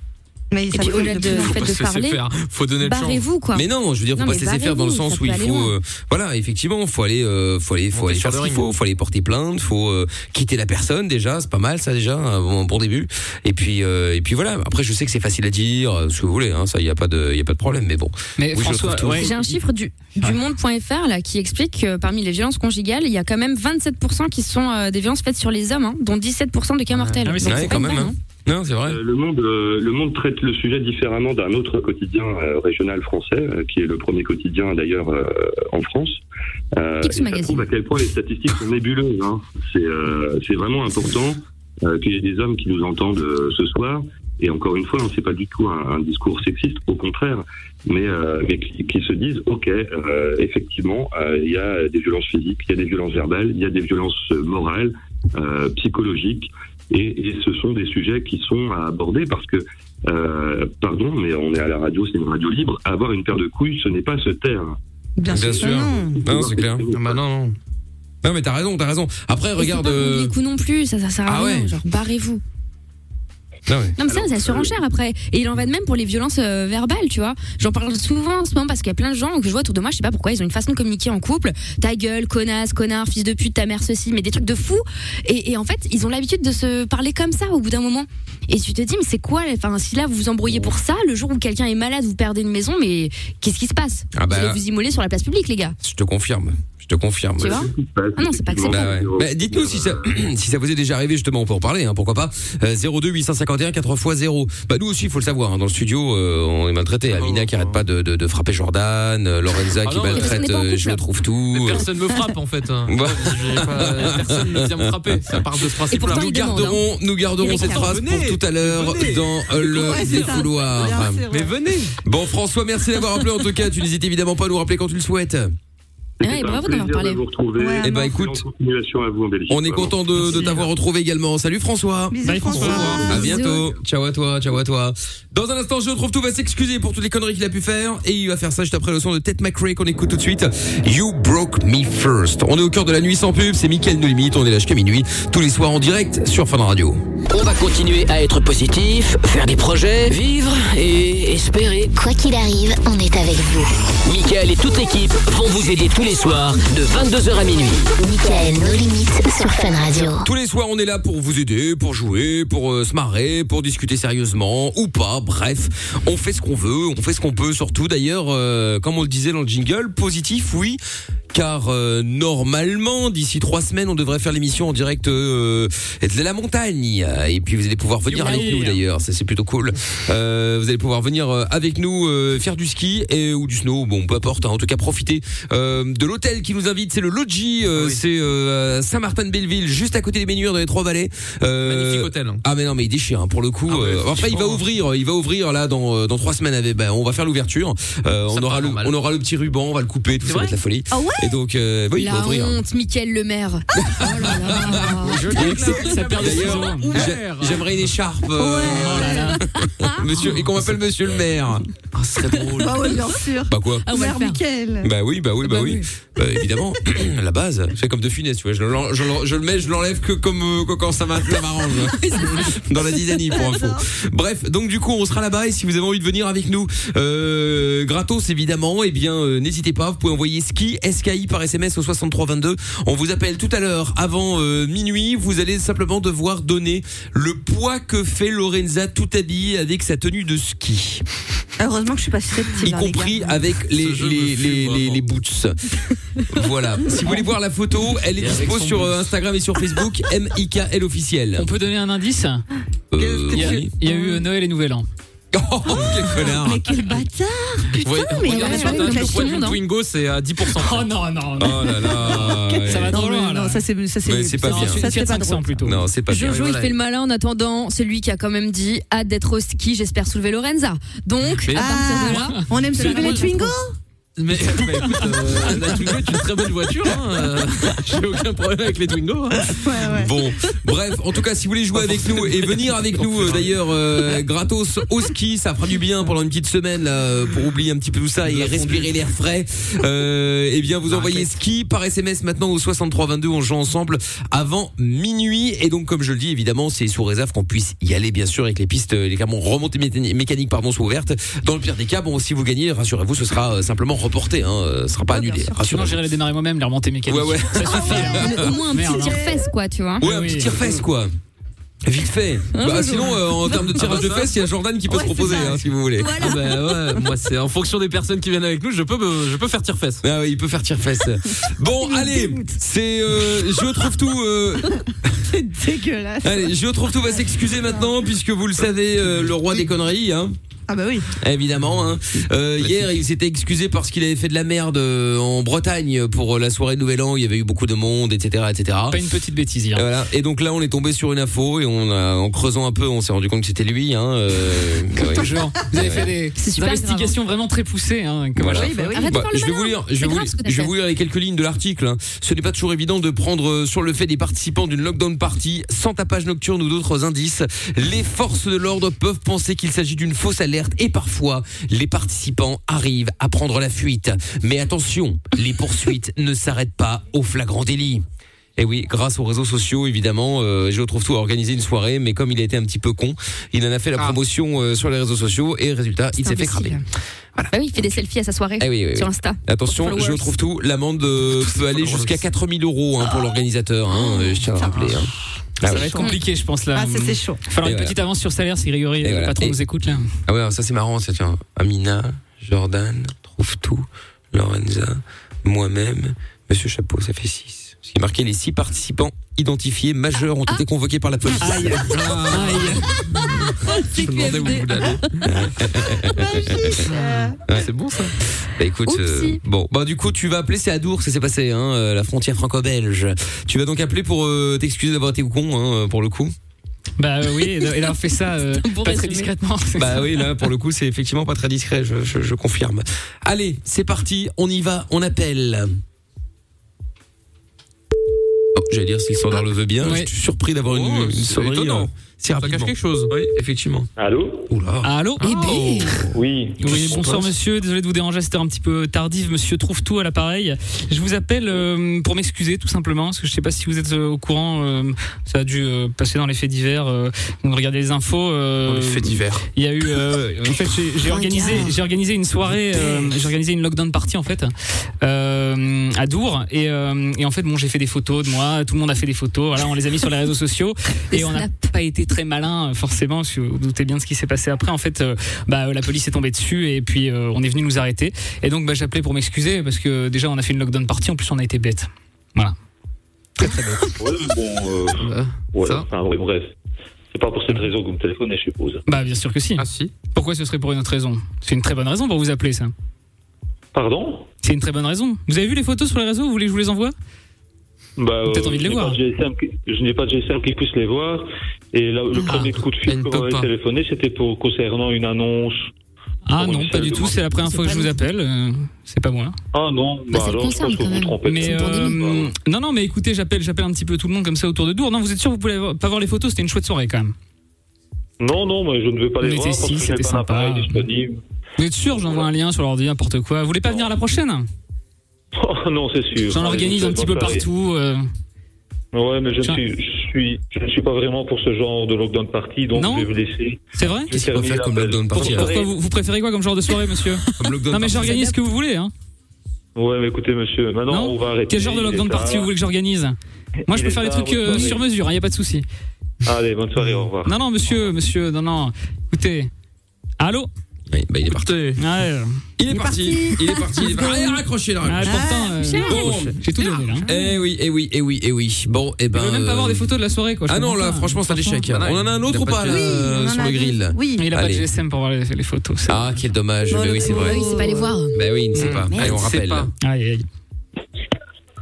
Speaker 6: Mais
Speaker 5: Et
Speaker 6: ça
Speaker 5: puis
Speaker 6: peut
Speaker 5: au-delà
Speaker 6: être
Speaker 5: de-
Speaker 6: plus
Speaker 5: du
Speaker 6: en
Speaker 5: fait
Speaker 6: plus.
Speaker 5: de
Speaker 4: se laisser
Speaker 5: parler,
Speaker 4: faire. Faut donner le champ.
Speaker 5: Barrez-vous, quoi.
Speaker 2: Mais non, je veux dire, faut
Speaker 5: Non,
Speaker 2: pas
Speaker 5: mais
Speaker 2: se laisser faire dans le
Speaker 5: barrez-vous,
Speaker 2: sens
Speaker 5: ça
Speaker 2: où il
Speaker 5: peut aller
Speaker 2: faut,
Speaker 5: loin.
Speaker 2: euh, voilà, effectivement, faut aller, euh, faut aller, faut
Speaker 4: Monter
Speaker 2: aller
Speaker 4: sur
Speaker 2: faire ce
Speaker 4: le
Speaker 2: qu'il
Speaker 4: ring.
Speaker 2: faut, faut aller porter plainte, faut euh, quitter la personne déjà, c'est pas mal ça déjà, un bon, bon début. Et puis, euh, et puis voilà. Après, je sais que c'est facile à dire, euh, ce que vous voulez, hein, ça, y a pas de, y a pas de problème, mais bon.
Speaker 3: Mais
Speaker 2: Oui, je
Speaker 3: François,
Speaker 2: trouve tout.
Speaker 3: ouais.
Speaker 5: J'ai un chiffre du, du monde.fr là qui explique que parmi les violences conjugales, il y a quand même 27% qui sont euh, des violences faites sur les hommes, hein, dont 17% de cas mortels.
Speaker 3: Ah oui, c'est
Speaker 5: Donc,
Speaker 2: Ouais,
Speaker 5: c'est pas
Speaker 2: quand
Speaker 5: une
Speaker 2: même.
Speaker 5: vanne,
Speaker 2: hein. Non, c'est vrai.
Speaker 7: Euh, le, monde, euh, le monde traite le sujet différemment d'un autre quotidien euh, régional français, euh, qui est le premier quotidien d'ailleurs euh, en France. Euh,
Speaker 5: Picsou
Speaker 7: et ça
Speaker 5: Magazine.
Speaker 7: prouve à quel point les statistiques sont nébuleuses. hein. C'est euh, c'est vraiment important. euh, qu'il y ait des hommes qui nous entendent euh, ce soir. Et encore une fois, hein, c'est pas du tout un, un discours sexiste, au contraire, mais, euh, mais qui, qui se disent, ok, euh, effectivement, euh, il y a des violences physiques, il y a des violences verbales, il y a des violences euh, morales, euh, psychologiques, et, et ce sont des sujets qui sont à aborder parce que, euh, pardon, mais on est à la radio, c'est une radio libre. Avoir une paire de couilles, ce n'est pas se taire.
Speaker 2: Bien
Speaker 3: Bah,
Speaker 2: sûr. Non,
Speaker 7: non.
Speaker 2: c'est clair. Non, bah non, non. Non, mais t'as raison, t'as raison. Après, regarde. euh,
Speaker 5: Du coup non plus, ça, ça sert à
Speaker 2: Ah
Speaker 5: rien.
Speaker 2: ouais.
Speaker 5: Genre, barrez-vous.
Speaker 2: Non, mais-
Speaker 5: Non, mais ça, ça surenchère après. Et il en va de même pour les violences euh, verbales, tu vois. J'en parle souvent en ce moment parce qu'il y a plein de gens que je vois autour de moi, je sais pas pourquoi, ils ont une façon de communiquer en couple. Ta gueule, connasse, connard, fils de pute, ta mère, ceci, mais des trucs de fou. Et, et en fait, ils ont l'habitude de se parler comme ça au bout d'un moment. Et tu te dis, mais c'est quoi Enfin, si là vous vous embrouillez pour ça, le jour où quelqu'un est malade, vous perdez une maison, mais qu'est-ce qui se passe
Speaker 2: Ah bah-
Speaker 5: Vous allez vous immoler sur la place publique, les gars.
Speaker 2: Je te confirme. Je te confirme.
Speaker 5: Tu vois Ah non, c'est pas acceptable.
Speaker 2: Bah ouais. Bah, dites-nous si ça, <clears throat> si ça vous est déjà arrivé justement, on peut en parler, hein, pourquoi pas. Euh, 02 851 4 x 0. Bah nous aussi, il faut le savoir. hein, dans le studio, euh, on est maltraité. Amina qui arrête pas de, de- de frapper Jordan, euh, Lorenza
Speaker 8: Ah
Speaker 2: qui
Speaker 8: non, mais-
Speaker 2: maltraite,
Speaker 8: Mais parce qu'on est pas en
Speaker 2: euh,
Speaker 8: couple,
Speaker 2: je
Speaker 8: là.
Speaker 2: trouve tout.
Speaker 8: Mais
Speaker 2: euh.
Speaker 8: personne me frappe en fait. hein.
Speaker 2: Bah.
Speaker 8: J'ai pas- Personne ne vient me frapper. Ça part de ce principe-là.
Speaker 2: nous
Speaker 5: hein.
Speaker 2: garderons,
Speaker 8: hein.
Speaker 2: nous garderons
Speaker 8: Eric
Speaker 2: cette
Speaker 8: Carrère.
Speaker 2: phrase pour tout à l'heure dans
Speaker 8: Ah,
Speaker 2: le
Speaker 8: Ouais, c'est ça.
Speaker 2: défouloir.
Speaker 8: Bien, c'est vrai. Mais
Speaker 2: venez. Bon François, merci d'avoir appelé en tout cas. Tu n'hésites évidemment pas à nous rappeler quand tu le souhaites.
Speaker 5: Ah Ouais, et bravo d'avoir parlé.
Speaker 2: eh ben écoute, on est content de, de t'avoir retrouvé également. Salut François.
Speaker 5: Bisous, Bye, François. François.
Speaker 2: À bientôt. Ciao à toi, ciao à toi. Dans un instant, je retrouve tout va s'excuser pour toutes les conneries qu'il a pu faire et il va faire ça juste après le son de Ted McRae qu'on écoute tout de suite. You broke me first. On est au cœur de la nuit sans pub, c'est Mickaël No Limite, on est là jusqu'à minuit tous les soirs en direct sur Fun Radio.
Speaker 1: On va continuer à être positif, faire des projets, vivre et espérer.
Speaker 9: Quoi qu'il arrive, on est avec vous.
Speaker 1: Michael et toute l'équipe vont vous aider tous les soirs de 22h à minuit.
Speaker 9: Michael, nos limites sur Fun Radio.
Speaker 2: Tous les soirs, on est là pour vous aider, pour jouer, pour euh, se marrer, pour discuter sérieusement ou pas. Bref, on fait ce qu'on veut, on fait ce qu'on peut. Surtout d'ailleurs, euh, comme on le disait dans le jingle, positif, oui. Car euh, normalement, d'ici trois semaines, on devrait faire l'émission en direct euh, de la montagne. Et puis vous allez pouvoir venir avec nous d'ailleurs, ça c'est plutôt cool. Euh, vous allez pouvoir venir euh, avec nous euh, faire du ski et ou du snow, bon peu importe. hein. en tout cas, profitez euh, de l'hôtel qui nous invite. C'est le Lodgy, euh, c'est euh, à Saint-Martin-de-Belleville, juste à côté des Ménuires, dans les Trois Vallées. Magnifique hôtel. Ah mais non, mais il déchire hein, pour le coup. euh, enfin, il va ouvrir, il va ouvrir là dans euh, dans trois semaines. Avec, ben, on va faire l'ouverture. Euh, on aura le, on aura le petit ruban, on va le couper, tout ça va être la folie.
Speaker 5: Ah ouais
Speaker 2: et donc, euh, bah, il va
Speaker 5: la
Speaker 2: ouvrir.
Speaker 5: honte, Mickaël le
Speaker 2: <laughs>
Speaker 5: maire. Oh là là.
Speaker 2: Ça perd d'ailleurs. j'a- J'aimerais une écharpe. euh, monsieur, et qu'on m'appelle Monsieur le maire. Ah, ce serait drôle.
Speaker 6: Bah ouais, bien sûr.
Speaker 2: Bah quoi
Speaker 6: Ah, Mère Michael.
Speaker 2: Bah oui, bah oui, bah, oui. Bah, évidemment, <clears throat> la base, c'est comme de finesse, tu vois. Je le, je le- je le mets, je l'enlève que comme euh, que quand ça m'a- ça <laughs> m'arrange. Dans la didanie, pour info. Bref, donc du coup, on sera là-bas et si vous avez envie de venir avec nous, euh, gratos évidemment, eh bien, euh, n'hésitez pas, vous pouvez envoyer ski, SKI par SMS au 6322. On vous appelle tout à l'heure avant euh, minuit. Vous allez simplement devoir donner le poids que fait Lorenza tout habillée avec sa tenue de ski
Speaker 6: Heureusement que je suis pas susceptible.
Speaker 2: y
Speaker 6: hein, les gars.
Speaker 2: compris avec les, les, les, les, les
Speaker 3: <laughs>
Speaker 2: boots. voilà. Si vous voulez voir la photo, elle est
Speaker 3: Et avec
Speaker 2: dispo
Speaker 3: son
Speaker 2: sur
Speaker 3: boot.
Speaker 2: euh, Instagram et sur
Speaker 6: <laughs>
Speaker 2: Facebook, MIKL officiel.
Speaker 3: On peut donner un indice
Speaker 2: Euh,
Speaker 3: Il y a-
Speaker 2: oui.
Speaker 3: il y a eu euh, Noël et Nouvel An.
Speaker 2: <laughs> Oh, quel connard
Speaker 6: Mais quel bâtard Putain,
Speaker 8: Oui,
Speaker 6: mais
Speaker 8: regardez
Speaker 6: il a
Speaker 8: sur
Speaker 6: pas
Speaker 8: Internet,
Speaker 6: eu
Speaker 8: le poids
Speaker 6: de
Speaker 8: d'une
Speaker 6: monde, hein.
Speaker 8: Twingo, c'est à 10%.
Speaker 3: Oh non, non, non.
Speaker 2: Oh là là.
Speaker 3: Ça va
Speaker 6: Ah Non,
Speaker 3: dans
Speaker 6: mais
Speaker 3: le
Speaker 6: non, <laughs> ça c'est ça
Speaker 2: Mais c'est pas
Speaker 6: ça,
Speaker 2: bien.
Speaker 6: Ça c'est pas
Speaker 3: 400
Speaker 6: drôle.
Speaker 3: plutôt.
Speaker 2: Non, c'est pas bien.
Speaker 5: Jojo, il fait le malin en attendant celui qui a quand même dit hâte d'être au ski, j'espère soulever Lorenza. Donc,
Speaker 8: Mais-
Speaker 5: à partir de là,
Speaker 6: Ah, on aime
Speaker 5: C'est
Speaker 6: soulever
Speaker 5: vraiment
Speaker 6: les
Speaker 5: le
Speaker 6: Twingo
Speaker 8: Mais <laughs> bah, écoute, euh, la Twingo est une très bonne voiture. hein, <laughs> euh, J'ai aucun problème avec les Twingo. hein.
Speaker 6: Ouais, ouais.
Speaker 2: Bon, bref, en tout cas, si vous voulez jouer avec nous et venir avec nous, euh, d'ailleurs, euh, gratos au ski, ça fera du bien pendant une petite semaine là, euh, pour oublier un petit peu tout ça et respirer l'air frais. Euh, eh bien, vous envoyez ski par SMS maintenant au 6322. On joue ensemble avant minuit. Et donc, comme je le dis, évidemment, c'est sous réserve qu'on puisse y aller, bien sûr, et que les pistes, euh, les camions remontées mécaniques, mécaniques, pardon, soient ouvertes. Dans le pire des cas, bon, si vous gagnez, rassurez-vous, ce sera euh, simplement reporté, hein, euh, ce sera pas annulé.
Speaker 3: Sinon,
Speaker 2: Rassurez-vous.
Speaker 3: j'irai les démarrer moi-même, les remonter mécaniques.
Speaker 2: Ouais, ouais. Ah,
Speaker 3: Ça suffit. hein.
Speaker 5: au moins un
Speaker 3: Merde,
Speaker 5: petit
Speaker 3: hein.
Speaker 5: tire-fesse, quoi, tu vois.
Speaker 2: Ouais, un
Speaker 3: Oui.
Speaker 2: petit tire-fesse, quoi. Vite fait.
Speaker 5: Un
Speaker 2: Bah,
Speaker 5: jour.
Speaker 2: sinon, euh, en termes de
Speaker 3: Ah,
Speaker 2: tirage
Speaker 3: bah,
Speaker 2: de fesses, il y a Jordan qui peut se proposer, hein, si vous voulez.
Speaker 8: Ah
Speaker 3: Euh,
Speaker 8: bah ouais, <laughs> moi c'est en fonction des personnes qui viennent avec nous, je peux, me- je peux faire tire-fesse.
Speaker 2: Ah oui, il peut faire
Speaker 3: <laughs>
Speaker 2: tire-fesse. Bon, allez, c'est euh, je trouve tout. euh,
Speaker 6: C'est dégueulasse.
Speaker 2: allez, je trouve tout va s'excuser maintenant puisque vous le savez, euh, le roi des conneries. Hein.
Speaker 6: Ah bah oui.
Speaker 2: Évidemment. hein. Euh, hier, il s'était excusé parce qu'il avait fait de la merde euh, en Bretagne pour euh, la soirée de Nouvel An. Il y avait eu beaucoup de monde, etc., etc. Pas
Speaker 3: une petite bêtise hier.
Speaker 2: Voilà. Et donc là, on est tombé sur une info et on a, en creusant un peu, on s'est rendu compte que c'était lui. Hein, euh, ouais.
Speaker 3: Toujours. Vous avez fait des
Speaker 2: C'est
Speaker 3: des
Speaker 2: super
Speaker 3: investigations vraiment très poussées. Hein, comme
Speaker 2: Voilà.
Speaker 3: à chaque fois.
Speaker 2: Bah, je vais vous lire, je vais vous,
Speaker 3: grave ce que t'as
Speaker 2: je vais
Speaker 3: fait.
Speaker 2: vous lire les quelques lignes de l'article. hein. Ce n'est pas toujours évident de prendre euh, sur le fait des participants d'une lockdown party sans tapage nocturne ou d'autres indices. Les forces de l'ordre peuvent penser qu'il s'agit d'une fausse alerte et parfois les participants arrivent à prendre la fuite. Mais attention, les poursuites <laughs> ne s'arrêtent pas au flagrant délit. Et oui, grâce aux réseaux sociaux, évidemment, euh, je retrouve tout à organiser une soirée, mais comme il a été un petit peu con, il en a fait la promotion euh, sur les réseaux sociaux et résultat, il s'est fait
Speaker 5: imbécile.
Speaker 2: cramer.
Speaker 5: Ah oui, il fait des selfies à sa soirée
Speaker 2: Eh oui, oui, oui.
Speaker 5: sur Insta.
Speaker 2: Attention,
Speaker 5: Followers.
Speaker 2: je trouve tout. L'amende euh, peut aller jusqu'à 4000 euros hein, pour l'organisateur. hein, euh, je tiens à le rappeler. hein. Ah
Speaker 3: Ça
Speaker 2: oui.
Speaker 3: va être compliqué, je pense là.
Speaker 2: Ah, ça, c'est chaud.
Speaker 3: Il falloir
Speaker 2: Et
Speaker 3: une
Speaker 2: voilà.
Speaker 3: petite avance sur salaire si Grégory, le
Speaker 2: voilà.
Speaker 3: patron,
Speaker 2: Et-
Speaker 3: nous écoute là.
Speaker 2: Ah ouais, alors ça c'est marrant, ça tiens. Amina, Jordan, trouve tout, Lorenza, moi-même, Monsieur Chapeau, ça fait 6. Ce qui est marqué, les 6 participants identifiés majeurs ont été convoqués par la police.
Speaker 4: Je me demandais où vous l'allez.
Speaker 3: <laughs>
Speaker 2: C'est bon ça. Bah écoute, euh,
Speaker 4: Oupsie.
Speaker 2: bon, bah du coup tu vas appeler, c'est à Dour que ça s'est passé, hein, euh, la frontière franco-belge. Tu vas donc appeler pour euh, t'excuser d'avoir été con, hein, pour le
Speaker 3: <laughs>
Speaker 2: coup.
Speaker 3: Bah euh, oui, et là- et là on fait ça euh,
Speaker 2: bon
Speaker 3: pas très
Speaker 2: résumé.
Speaker 3: discrètement. c'est
Speaker 2: Bah
Speaker 3: ça.
Speaker 2: oui, là pour le coup c'est effectivement pas très discret, je, je- je confirme. Allez, c'est parti, on y va, on appelle. Oh, J'allais dire si le standard le veut bien, je suis surpris d'avoir
Speaker 3: Oh,
Speaker 2: une, une sonnerie.
Speaker 8: étonnant.
Speaker 2: euh, si rapidement.
Speaker 8: quelque chose.
Speaker 2: Oui, effectivement.
Speaker 7: Allô
Speaker 2: Oula.
Speaker 3: Allô Eh ben.
Speaker 7: Oui.
Speaker 3: Oui, bonsoir monsieur, désolé de vous déranger, c'était un petit peu tardive, monsieur trouve tout à l'appareil. Je vous appelle euh, pour m'excuser tout simplement, parce que je sais pas si vous êtes euh, au courant, euh, ça a dû euh, passer dans les faits divers, euh, vous regardez les infos. euh,
Speaker 2: Dans les faits divers.
Speaker 3: Il y a eu, euh, en fait j'ai- j'ai organisé, j'ai organisé une soirée, euh, j'ai organisé une lockdown party en fait, euh, à Dour, et, euh, et en fait bon j'ai fait des photos de moi, tout le monde a fait des photos, voilà, on les a mis sur les réseaux sociaux, et on n'a pas été très malin euh, forcément, parce que vous vous doutez bien de ce qui s'est passé après, en fait euh, bah, euh, la police est tombée dessus, et puis euh, on est venu nous arrêter, et donc bah, j'appelais pour m'excuser, parce que déjà on a fait une lockdown party, en plus on a été bête.
Speaker 10: Ouais, bon, euh, ouais, enfin, ouais, bref. C'est pas pour cette raison que vous me téléphonez, je suppose.
Speaker 3: Bah bien sûr que si. Ah si Pourquoi ce serait pour une autre raison C'est une très bonne raison pour vous appeler ça.
Speaker 10: Pardon
Speaker 3: C'est une très bonne raison. Vous avez vu les photos sur les réseaux Vous voulez que je vous les envoie
Speaker 10: bah, euh,
Speaker 3: Peut-être envie de
Speaker 10: je n'ai
Speaker 3: les voir.
Speaker 10: pas de GSM qui- Je n'ai pas de GSM qui puisse les voir. Et là,
Speaker 3: Ah,
Speaker 10: le premier coup de fil que vous avez téléphoné, c'était pour concernant une annonce.
Speaker 3: Ah
Speaker 10: Pour
Speaker 3: non,
Speaker 10: une
Speaker 3: pas
Speaker 10: salle
Speaker 3: du
Speaker 10: de
Speaker 3: tout,
Speaker 10: marché.
Speaker 3: c'est la première fois que je vous appelle. euh, c'est pas moi.
Speaker 10: Ah non, bah, alors je pense que vous vous trompez.
Speaker 3: Mais euh, non, non, mais écoutez, j'appelle, j'appelle un petit peu tout le monde comme ça autour de Dour. Non, vous êtes sûr, vous pouvez avoir- pas voir les photos. C'était une chouette soirée quand même.
Speaker 10: Non, non, mais je ne veux pas
Speaker 3: On
Speaker 10: les
Speaker 3: était
Speaker 10: voir parce
Speaker 3: six,
Speaker 10: que je n'ai
Speaker 3: c'était
Speaker 10: pas
Speaker 3: sympa.
Speaker 10: d'appareil disponible. <laughs>
Speaker 3: Vous êtes sûr J'envoie un lien sur l'ordi, n'importe quoi. Vous voulez pas venir à la prochaine
Speaker 10: Oh non, c'est sûr.
Speaker 3: J'en organise un
Speaker 10: Allez,
Speaker 3: petit
Speaker 10: bonne
Speaker 3: peu
Speaker 10: soirée.
Speaker 3: partout. euh,
Speaker 10: Ouais, mais je ne
Speaker 3: Tiens.
Speaker 10: suis, je suis, je ne suis pas vraiment pour ce genre de lockdown party, donc
Speaker 3: Non
Speaker 10: je vais vous laisser.
Speaker 3: C'est vrai
Speaker 10: Je
Speaker 3: Qu'est-ce qu'il
Speaker 10: termine
Speaker 3: faut faire comme
Speaker 10: l'appel.
Speaker 3: lockdown
Speaker 2: party,
Speaker 10: Bonne
Speaker 2: alors
Speaker 10: soirée.
Speaker 3: Pourquoi vous, vous préférez quoi comme genre de
Speaker 10: <laughs>
Speaker 3: soirée, monsieur Non, mais j'organise ce que vous voulez. Hein.
Speaker 10: Ouais, mais écoutez, monsieur, maintenant
Speaker 3: Non
Speaker 10: on va arrêter.
Speaker 3: Quel genre de
Speaker 10: Il est
Speaker 3: lockdown
Speaker 10: tard.
Speaker 3: party vous voulez que j'organise Moi,
Speaker 10: Il
Speaker 3: je peux
Speaker 10: est
Speaker 3: faire des
Speaker 10: tard,
Speaker 3: trucs euh,
Speaker 10: bonne soirée.
Speaker 3: sur mesure. Il y a pas de souci.
Speaker 10: Allez, bonne soirée, au revoir.
Speaker 3: Non, non, monsieur, monsieur, non, non. Écoutez. Allô
Speaker 2: bah, il est parti.
Speaker 3: Il
Speaker 2: est parti. Il est parti. Il est parti. Allez, raccrochez là.
Speaker 3: Ah, pourtant, euh,
Speaker 2: Michel.
Speaker 3: bon, j'ai tout donné là. hein.
Speaker 2: Eh oui, eh oui, eh oui, eh oui. Bon, eh ben.
Speaker 3: Je veux même pas voir
Speaker 2: euh,
Speaker 3: des photos de la soirée quoi. je
Speaker 2: Ah non,
Speaker 3: comprends
Speaker 2: là,
Speaker 3: pas.
Speaker 2: franchement, c'est un échec.
Speaker 3: Franchement.
Speaker 2: On en a un autre ou pas, là, euh, sur le grill
Speaker 3: Mais Il a pas de
Speaker 2: Allez.
Speaker 3: GSM pour voir les, les photos. c'est
Speaker 2: Ah, quel dommage.
Speaker 3: Bon,
Speaker 2: mais
Speaker 3: le
Speaker 2: oui, c'est
Speaker 3: pauvre,
Speaker 2: vrai.
Speaker 3: il sait pas les voir.
Speaker 2: Bah oui, il ne sait pas. Allez, on
Speaker 3: il sait
Speaker 2: rappelle.
Speaker 3: pas. Aïe, aïe.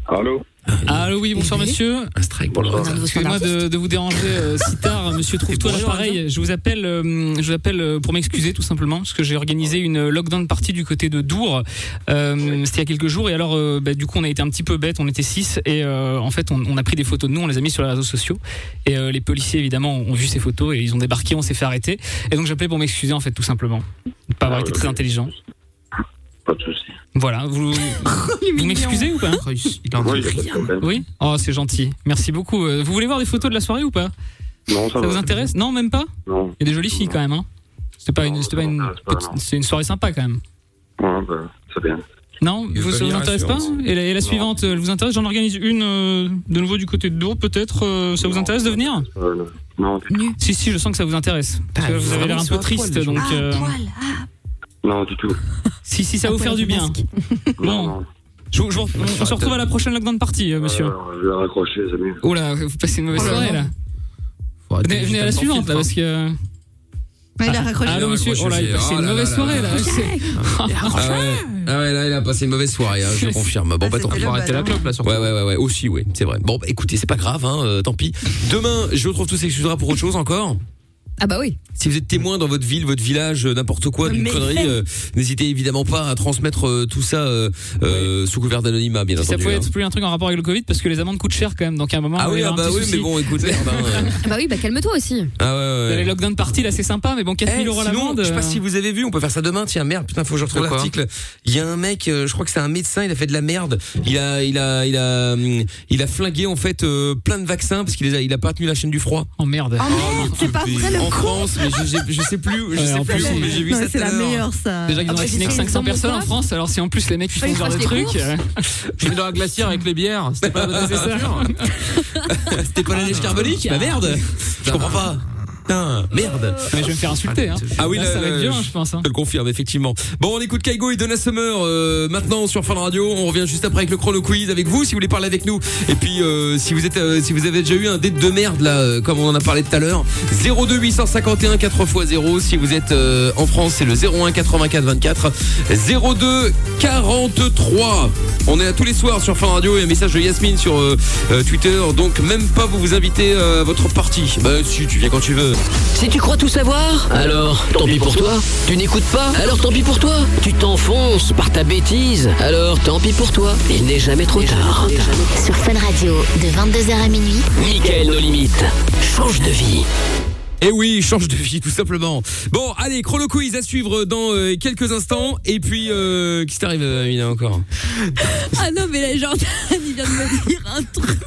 Speaker 7: Allô
Speaker 3: Allô, oui, bonsoir monsieur.
Speaker 2: Un strike pour le hasard.
Speaker 3: Excusez-moi de, de vous déranger euh, si tard, monsieur Trouve-toi
Speaker 10: hein.
Speaker 3: l'appareil. Je vous appelle, euh, je vous appelle euh, pour m'excuser tout simplement, parce que j'ai organisé une euh, lockdown party du côté de Dour. Euh, C'était il y a quelques jours, et alors euh, bah, du coup on a été un petit peu bête, on était six, et euh, en fait on, on a pris des photos de nous, on les a mis sur les réseaux sociaux, et euh, les policiers évidemment ont vu ces photos et ils ont débarqué, on s'est fait arrêter, et donc j'appelais pour m'excuser en fait tout simplement, de pas avoir été très intelligent.
Speaker 10: Ah, Pas de Oh, soucis.
Speaker 3: Voilà,
Speaker 10: <laughs>
Speaker 3: vous, vous m'excusez ou pas Oui Oh, c'est gentil. Merci beaucoup. Euh, Vous voulez voir des photos de la soirée ou pas
Speaker 10: Non, ça,
Speaker 3: Ça
Speaker 10: va.
Speaker 3: vous intéresse Non, même pas
Speaker 10: Non.
Speaker 3: Il y a des jolies filles quand même. Hein c'était pas une, c'était pas une, c'est une soirée sympa quand même.
Speaker 10: Ouais, bah, c'est bien.
Speaker 3: Non,
Speaker 10: Il veut
Speaker 3: vous,
Speaker 10: pas
Speaker 3: ça vous
Speaker 10: venir à la
Speaker 3: intéresse pas
Speaker 10: séance.
Speaker 3: Et la, et la suivante, elle vous intéresse J'en organise une euh, de nouveau du côté de Dour, peut-être. euh, ça vous intéresse de venir
Speaker 10: Euh, non. non, du-
Speaker 3: Si, si, je sens que ça vous intéresse. Parce que
Speaker 10: Ah,
Speaker 3: vous avez l'air
Speaker 10: vraiment,
Speaker 3: un
Speaker 10: ils
Speaker 3: peu
Speaker 10: sont à poil,
Speaker 3: triste,
Speaker 10: les gens.
Speaker 3: donc.
Speaker 10: Ah, à
Speaker 3: euh,
Speaker 10: non, du tout.
Speaker 3: si, si, ça va vous faire du bien. Bon. Je, vous- je vous- on se retrouve à la prochaine lockdown party, euh, monsieur.
Speaker 10: Alors, je vais raccrocher, les amis. hein.
Speaker 3: Oh là, vous passez une mauvaise soirée là. Venez, venez à la suivante là, parce que.
Speaker 6: Ouais, Bah, il a raccroché.
Speaker 3: Ah non, monsieur, oh là, il passait
Speaker 2: Oh
Speaker 3: une
Speaker 2: là
Speaker 3: mauvaise
Speaker 2: là
Speaker 3: soirée,
Speaker 2: là
Speaker 3: là.
Speaker 2: là.
Speaker 3: c'est-
Speaker 2: Ah ouais. Ah ouais, là, il a passé une mauvaise soirée, hein, je confirme. Bon, bah tant pis.
Speaker 8: Faut arrêter la
Speaker 2: clope, là, surtout. Ouais, ouais, ouais, ouais, aussi, ouais, c'est vrai. Bon, bah, écoutez, c'est pas grave, hein, euh, tant pis. Demain, je retrouve tous ces sujets pour autre chose encore.
Speaker 5: Ah bah oui.
Speaker 2: Si vous êtes témoin dans votre ville, votre village, euh, n'importe quoi, d'une
Speaker 5: Mais-
Speaker 2: connerie, euh, n'hésitez évidemment pas à transmettre euh, tout ça euh, euh, sous couvert d'anonymat, bien
Speaker 3: Si ça
Speaker 2: entendu.
Speaker 3: pouvait
Speaker 2: hein.
Speaker 3: être plus un truc en rapport avec le Covid parce que les amendes coûtent cher quand même donc à un moment
Speaker 2: Ah
Speaker 3: il va
Speaker 2: oui,
Speaker 3: y
Speaker 2: ah
Speaker 3: avoir un
Speaker 2: bah
Speaker 3: petit
Speaker 2: oui, mais
Speaker 3: souci.
Speaker 2: bon, écoute, merde, hein, euh.
Speaker 5: Ah bah oui, bah calme-toi aussi.
Speaker 2: Ah ouais, ouais.
Speaker 3: les lockdowns parties là c'est sympa mais bon 4000
Speaker 2: Eh,
Speaker 3: euros
Speaker 2: sinon,
Speaker 3: l'amende
Speaker 2: Je sais
Speaker 3: euh,
Speaker 2: pas si vous avez vu, on peut faire ça demain. Tiens, merde, putain, faut que je retrouve
Speaker 8: De quoi
Speaker 2: l'article. Il y a un mec, euh, je crois que c'est un médecin, il a fait de la merde. Il a, il a, il a, hum, il a flingué en fait euh, plein de vaccins parce qu'il les a, il a pas tenu la chaîne du froid.
Speaker 3: Oh merde.
Speaker 2: c'est pas vrai
Speaker 6: le
Speaker 2: En
Speaker 6: con.
Speaker 2: France, mais je, je- je sais plus, je
Speaker 3: Ouais,
Speaker 2: sais
Speaker 3: en
Speaker 2: plus,
Speaker 3: plus,
Speaker 2: où, mais j'ai vu
Speaker 6: Ouais,
Speaker 2: ça
Speaker 6: c'est
Speaker 2: tout à
Speaker 6: la
Speaker 2: l'heure.
Speaker 6: meilleure, ça.
Speaker 3: Déjà qu'ils ont
Speaker 2: Ah, bah,
Speaker 3: vacciné
Speaker 2: c'est
Speaker 3: que
Speaker 2: ça,
Speaker 3: 500
Speaker 2: ils ont
Speaker 3: personnes en
Speaker 2: montré.
Speaker 3: France, alors si en plus les mecs ils
Speaker 2: Ils
Speaker 3: font ce genre de
Speaker 2: fassent les
Speaker 3: truc.
Speaker 2: courses.
Speaker 8: Je vais dans la glacière avec les bières.
Speaker 2: <laughs>
Speaker 8: C'était pas la bonne température.
Speaker 2: C'était pas la neige carbonique Bah merde Je comprends pas. Putain, merde.
Speaker 3: Mais je vais me faire insulter. Hein.
Speaker 2: Ah oui,
Speaker 3: Là,
Speaker 2: là,
Speaker 3: ça va
Speaker 2: là,
Speaker 3: être dur,
Speaker 2: je-
Speaker 3: je pense. hein.
Speaker 2: Je te le confirme, effectivement. Bon, on écoute Kaigo et Donna Summer euh, maintenant sur Fan Radio. On revient juste après avec le chrono quiz avec vous si vous voulez parler avec nous. Et puis, euh, si vous êtes, euh, si vous avez déjà eu un date de merde là, euh, comme on en a parlé tout à l'heure, 02 851 4 x 0. Si vous êtes euh, en France, c'est le 01 84 24 02 43. On est là tous les soirs sur Fan Radio. Il y a un message de Yasmine sur euh, euh, Twitter. Donc même pas vous vous invitez euh, à votre partie. Bah si, tu viens quand tu veux.
Speaker 1: Si tu crois tout savoir, alors tant pis pour toi. Tu n'écoutes pas, alors tant pis pour toi. Tu t'enfonces par ta bêtise, alors tant pis pour toi. Il n'est jamais trop tard.
Speaker 9: Sur Fun Radio, de 22h à minuit.
Speaker 1: Mickaël nos limites. Change de vie.
Speaker 2: Et Eh oui, change de vie tout simplement. Bon, allez, chrono quiz à suivre dans euh, quelques instants. Et puis, euh, qu'est-ce qui t'arrive, euh, Amina, encore
Speaker 5: Ah non, mais là, Jordan, il vient de me dire un truc.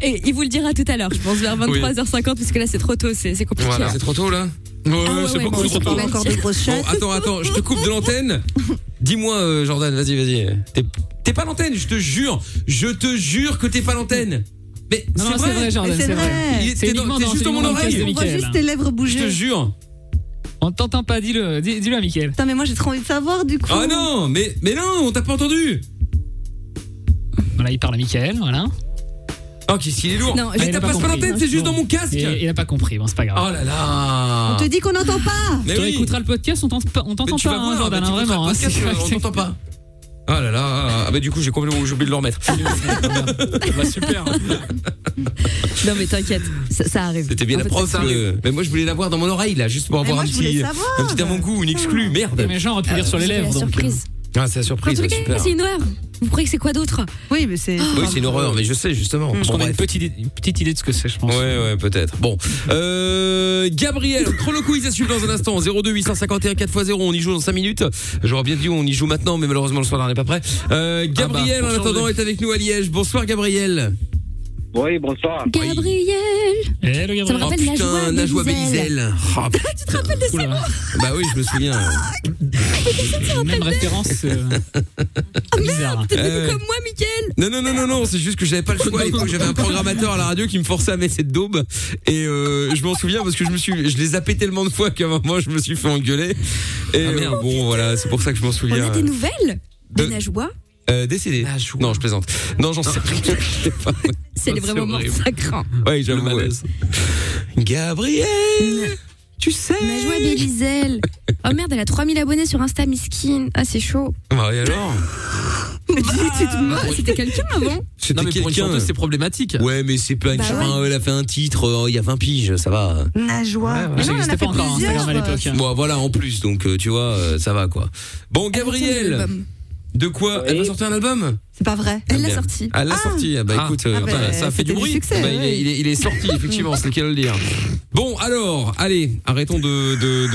Speaker 5: Et il vous le dira tout à l'heure, je pense, vers 23h50, parce que là, c'est trop tôt, c'est c'est compliqué.
Speaker 2: Voilà, c'est trop tôt là
Speaker 3: Ah
Speaker 2: Ouais,
Speaker 5: ouais, ouais, bon,
Speaker 6: Oh,
Speaker 5: surtout qu'on a encore des grosses
Speaker 2: Bon,
Speaker 5: chaises.
Speaker 2: attends, attends, je te coupe de
Speaker 3: <laughs>
Speaker 2: l'antenne. Dis-moi, euh, Jordan, vas-y, vas-y. T'es- T'es pas à l'antenne, je te jure. Je te jure que t'es pas à l'antenne. Mais
Speaker 3: Non, non,
Speaker 2: c'est
Speaker 3: c'est vrai, Jordan,
Speaker 2: Mais
Speaker 3: c'est vrai.
Speaker 2: Il est-
Speaker 3: C'est
Speaker 2: t'es dans-
Speaker 3: uniquement
Speaker 2: t'es
Speaker 3: dans-
Speaker 2: juste
Speaker 3: c'est
Speaker 2: dans mon
Speaker 3: uniquement dans le casque
Speaker 2: oreille.
Speaker 3: de
Speaker 6: On voit
Speaker 3: Michael.
Speaker 6: Oh, juste tes lèvres bouger.
Speaker 2: Je te jure.
Speaker 3: On ne t'entend pas, dis-le, dis- dis-le à Mickaël.
Speaker 6: Putain, mais moi j'ai trop envie de savoir du coup.
Speaker 2: Oh non, mais, mais non, on t'a pas entendu.
Speaker 3: Voilà, il parle à Mickaël, voilà.
Speaker 2: Oh, qu'est-ce qu'il est lourd.
Speaker 6: Non,
Speaker 2: mais
Speaker 3: il
Speaker 2: t'as
Speaker 3: a
Speaker 2: pas pas
Speaker 3: compris.
Speaker 2: l'antenne, c'est juste dans mon casque.
Speaker 3: Et- Il n'a pas compris, bon, c'est pas grave.
Speaker 2: Oh là là.
Speaker 6: On te dit qu'on n'entend pas.
Speaker 2: Mais
Speaker 3: tu
Speaker 2: oui.
Speaker 3: réécouteras le podcast, on t'entend pas, on t'entend
Speaker 2: Mais tu
Speaker 3: pas,
Speaker 2: vas
Speaker 3: hein,
Speaker 2: voir,
Speaker 3: Jordan,
Speaker 2: bah, tu
Speaker 3: hein,
Speaker 2: écouteras le
Speaker 3: vraiment. hein,
Speaker 2: podcast,
Speaker 3: c'est-
Speaker 2: euh, on t'entend pas. Ah là là, ah bah du coup j'ai complètement j'ai oublié de le remettre.
Speaker 3: Ah
Speaker 8: Bah, super.
Speaker 5: Non, mais t'inquiète, ça, ça arrive.
Speaker 2: C'était bien
Speaker 5: En
Speaker 2: la
Speaker 5: fait,
Speaker 2: preuve.
Speaker 5: ça arrive.
Speaker 2: mais moi je voulais l'avoir dans mon oreille là, juste pour
Speaker 6: Mais
Speaker 2: avoir
Speaker 6: moi,
Speaker 2: un
Speaker 6: je voulais
Speaker 2: petit,
Speaker 6: savoir.
Speaker 2: un petit avant-goût, une exclue, merde.
Speaker 3: Mais genre, tu lire sur les
Speaker 5: C'est la
Speaker 3: lèvres. donc. euh,
Speaker 5: surprise.
Speaker 2: Ah c'est la
Speaker 5: En
Speaker 2: surprise,
Speaker 5: tout
Speaker 2: ouais,
Speaker 5: cas,
Speaker 2: super.
Speaker 5: c'est une horreur. Vous croyez que c'est quoi d'autre
Speaker 6: Oui, mais
Speaker 8: Oh.
Speaker 6: c'est.
Speaker 2: Oui c'est une horreur, mais je sais justement.
Speaker 3: Je pense
Speaker 2: Bon,
Speaker 3: qu'on a une
Speaker 2: bref.
Speaker 3: petite, idée- une petite idée de ce que c'est, je pense.
Speaker 2: Ouais ouais peut-être. Bon, euh, Gabriel, Chrono Quiz à suivre dans un instant. 02 851 4x0, on y joue dans 5 minutes. J'aurais bien dit on y joue maintenant, mais malheureusement le soir n'est pas prêt. Euh, Gabriel
Speaker 8: Ah bah,
Speaker 2: en attendant
Speaker 8: changer.
Speaker 2: est avec nous à Liège. Bonsoir Gabriel.
Speaker 11: Oui, bonsoir.
Speaker 5: Gabriel
Speaker 3: Hello,
Speaker 5: Ça me
Speaker 3: Gabriel.
Speaker 5: rappelle
Speaker 2: oh putain,
Speaker 5: la joie
Speaker 2: Najwa
Speaker 5: Belizel. <laughs>
Speaker 2: Belizel. Oh,
Speaker 5: Tu te rappelles de ça
Speaker 3: Oula,
Speaker 2: Bah oui, je me
Speaker 5: <laughs>
Speaker 2: souviens.
Speaker 3: hein. Même référence. euh, Bizarre.
Speaker 5: T'es
Speaker 2: Euh,
Speaker 5: venu comme moi, Mickaël
Speaker 2: Non, non, non, non, non, c'est juste que j'avais pas le choix
Speaker 5: <laughs>
Speaker 2: à l'époque. J'avais un programmateur à la radio qui me forçait à mettre cette daube. Et euh, je m'en souviens parce que je me suis, je les zappé tellement de fois qu'à un moment je me suis fait engueuler. Et euh, bon, voilà, c'est pour ça que je m'en
Speaker 5: Ah, On
Speaker 2: souviens.
Speaker 5: a des nouvelles
Speaker 2: Euh,
Speaker 5: de Najwa
Speaker 2: Euh, décédé. Non, je plaisante. Non, j'en sais rien. Je sais pas.
Speaker 5: C'est vraiment mort,
Speaker 8: horrible.
Speaker 5: ça <laughs> craint.
Speaker 2: <laughs> Ouais, j'avoue. ouais.
Speaker 8: malaise.
Speaker 2: Gabriel,
Speaker 5: <laughs>
Speaker 2: tu sais.
Speaker 5: Najwa Belizel. Oh merde, elle a 3000 abonnés sur Insta, miskin. Ah, c'est chaud.
Speaker 2: Bah, et alors
Speaker 5: Mais dis, tu te moques, c'était quelqu'un <laughs> avant
Speaker 2: C'était
Speaker 8: Non, mais pour une
Speaker 2: quelqu'un. euh,
Speaker 8: chanteuse, c'est problématique.
Speaker 2: Ouais, mais c'est pas une
Speaker 5: Bah
Speaker 2: chanson.
Speaker 5: ouais.
Speaker 2: Ah, Elle a fait un titre euh, il y a 20 piges, ça va.
Speaker 6: Najwa.
Speaker 3: Mais
Speaker 6: Non,
Speaker 3: ça
Speaker 6: on en a
Speaker 3: n'existait
Speaker 6: fait
Speaker 3: pas encore hein, Instagram à
Speaker 6: plusieurs.
Speaker 3: l'époque.
Speaker 2: Bon, voilà, en plus, donc euh, tu vois, euh, ça va quoi. Bon,
Speaker 5: Elle
Speaker 2: Gabriel,
Speaker 5: a sorti
Speaker 2: de quoi Elle va
Speaker 11: Oui.
Speaker 2: sortir un album
Speaker 6: C'est pas vrai.
Speaker 5: Elle
Speaker 2: Ah,
Speaker 5: l'a
Speaker 2: bien.
Speaker 5: sorti.
Speaker 2: Ah, elle l'a sorti. Ah, bah
Speaker 8: Ah.
Speaker 2: écoute, euh,
Speaker 6: Ah, bah,
Speaker 2: bah, ça a fait
Speaker 6: c'était
Speaker 2: du
Speaker 6: du
Speaker 2: bruit.
Speaker 6: succès,
Speaker 2: Bah, il, est,
Speaker 6: oui.
Speaker 2: il est- il est <laughs> sorti, effectivement, c'est le cas de le dire. Bon, alors, allez, arrêtons de. de,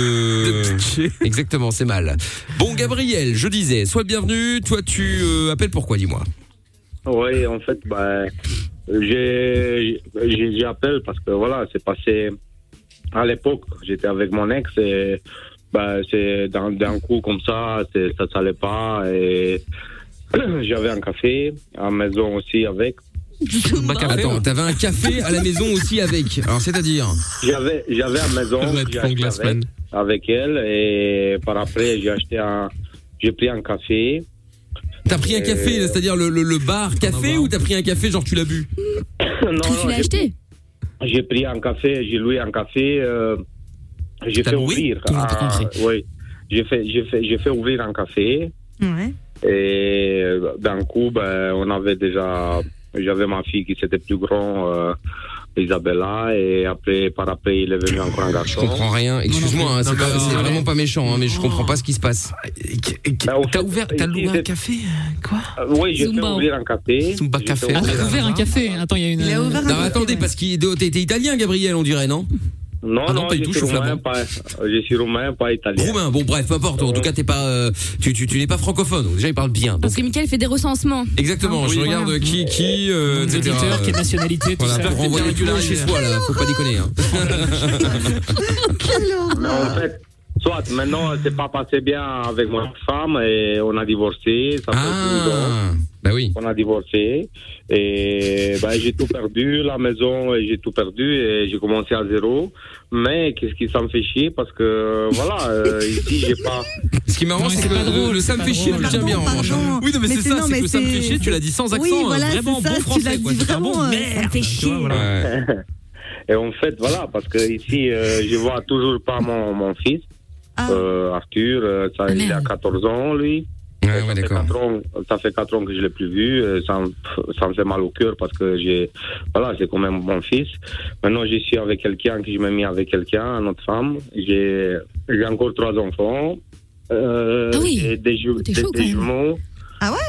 Speaker 2: de... Exactement, c'est mal. Bon, Gabriel, je disais, sois le bienvenu. Toi, tu euh, appelles pourquoi, dis-moi
Speaker 11: Oui, en fait, bah, j'ai- j'ai- j'appelle parce que voilà, c'est passé à l'époque, j'étais avec mon ex et bah, c'est d'un d'un coup comme ça, c'est- ça s'allait pas et <clears throat> j'avais un café à la maison aussi avec.
Speaker 2: Attends, t'avais un hein. café à la maison aussi avec. Alors, c'est-à-dire
Speaker 11: J'avais j'avais à la maison
Speaker 8: Ça doit être
Speaker 11: j'ai
Speaker 8: Frank
Speaker 11: acheté
Speaker 8: Glassman.
Speaker 11: avec, avec elle et par après j'ai acheté un j'ai pris un café.
Speaker 2: T'as pris un café, là, c'est-à-dire le, le- le bar café, ou t'as pris un café genre tu l'as bu
Speaker 11: Non,
Speaker 5: Tu
Speaker 11: non,
Speaker 5: l'as
Speaker 11: j'ai-
Speaker 5: acheté
Speaker 11: J'ai pris un café, j'ai loué un café euh, J'ai
Speaker 4: T'as
Speaker 11: fait
Speaker 4: loué
Speaker 11: ouvrir.
Speaker 4: Toujours pas
Speaker 11: à-
Speaker 4: compris.
Speaker 11: Oui. J'ai fait, j'ai fait, j'ai fait ouvrir un café.
Speaker 6: Ouais.
Speaker 11: Et euh, d'un coup, ben, on avait déjà. J'avais ma fille qui s'était plus grand, euh, Isabella, et après, par après, il est venu encore un garçon.
Speaker 2: Je comprends rien. Excuse-moi, hein, c'est pas- c'est vraiment pas méchant, hein, mais je comprends pas ce qui se passe.
Speaker 11: T'as ouvert,
Speaker 2: t'as loué un
Speaker 11: café Quoi Oui, j'ai fait
Speaker 3: Zumba.
Speaker 11: ouvrir un café. Zumba
Speaker 2: café. Ah, t'as
Speaker 3: ouvert un café. Attends, il y a une.
Speaker 2: Non, attendez, parce qu'il était italien, Gabriel, on dirait, non
Speaker 11: Non,
Speaker 2: Ah non,
Speaker 11: non,
Speaker 2: pas du
Speaker 11: je
Speaker 2: tout,
Speaker 11: suis
Speaker 2: je suis
Speaker 11: roumain,
Speaker 2: flamand.
Speaker 11: pas, je suis roumain, pas italien.
Speaker 2: Roumain, bon, bref, peu importe. En tout cas, t'es pas, euh, tu, tu, tu n'es pas francophone. Donc, déjà, il parle bien. Donc,
Speaker 5: Parce que Mickaël fait des recensements.
Speaker 2: Ah, exactement. je regarde qui, qui, euh,
Speaker 3: Des
Speaker 2: etc.
Speaker 3: auditeurs, quelle nationalité, tout
Speaker 2: Voilà,
Speaker 3: ça.
Speaker 2: pour renvoyer tout le monde chez soi, là. Faut pas déconner, <laughs> hein.
Speaker 11: Mais en fait, soit maintenant, c'est pas passé bien avec mon femme et on a divorcé.
Speaker 2: hein.
Speaker 11: Ça
Speaker 2: Ah.
Speaker 11: fait deux ans.
Speaker 2: Bah oui.
Speaker 11: On a divorcé et bah, j'ai tout perdu, la maison, et j'ai tout perdu et j'ai commencé à zéro. Mais qu'est-ce qui s'en fait chier parce que
Speaker 2: <laughs>
Speaker 11: voilà, euh, ici j'ai pas.
Speaker 2: Ce qui est marrant, c'est que le, le ça me fait chier, le tien bien, en revanche. Oui, non, mais c'est ça, c'est que ça me fait chier, tu l'as dit sans accent.
Speaker 6: Oui, voilà,
Speaker 2: hein,
Speaker 6: c'est
Speaker 2: vraiment, bon
Speaker 6: ça, tu l'as
Speaker 2: français, quoi.
Speaker 6: dit
Speaker 2: Tu fais un bon
Speaker 6: vraiment, euh,
Speaker 2: merde.
Speaker 6: ça me fait chier.
Speaker 11: Et en fait, voilà, parce que ici, euh, je vois toujours pas mon, mon fils,
Speaker 2: Ah.
Speaker 11: euh, Arthur. euh, ça, il a 14 ans, lui.
Speaker 2: ça,
Speaker 11: fait 4 ans, ça fait 4 ans que je l'ai plus vu. euh, Ça, me- ça me fait mal au cœur parce que j'ai, voilà, j'ai quand même mon fils. Maintenant, je suis avec quelqu'un, que je me mis avec quelqu'un, une autre femme. J'ai, j'ai encore trois enfants. Euh,
Speaker 2: Ah
Speaker 11: et des,
Speaker 2: Oh,
Speaker 11: ju- des- des jumeaux.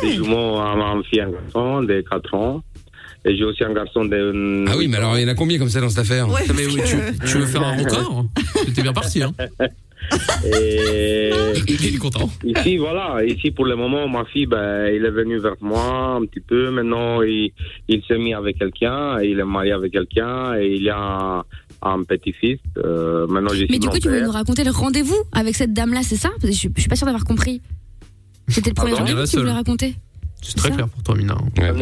Speaker 11: Des jumeaux à ma fille, un garçon de 4 ans. Et j'ai aussi un garçon de.
Speaker 2: Ah oui, mais alors, il y en a combien comme ça dans cette affaire
Speaker 11: Ouais,
Speaker 2: Non, mais oui,
Speaker 11: parce
Speaker 2: tu,
Speaker 11: que-
Speaker 2: tu veux faire un record T'es bien parti, hein.
Speaker 11: Et
Speaker 2: il est content.
Speaker 11: Ici, voilà, ici pour le moment, ma fille, ben, il est venu vers moi un petit peu. Maintenant, il, il s'est mis avec quelqu'un, il est marié avec quelqu'un et il a un petit-fils. Euh, maintenant, je suis
Speaker 5: Mais du coup, tu voulais
Speaker 11: grand-père.
Speaker 5: nous raconter le rendez-vous avec cette dame-là, c'est ça Parce que Je je suis pas sûre d'avoir compris. C'était le premier
Speaker 11: Pardon
Speaker 5: rendez-vous que tu voulais raconter
Speaker 8: C'est très clair pour toi, Mina.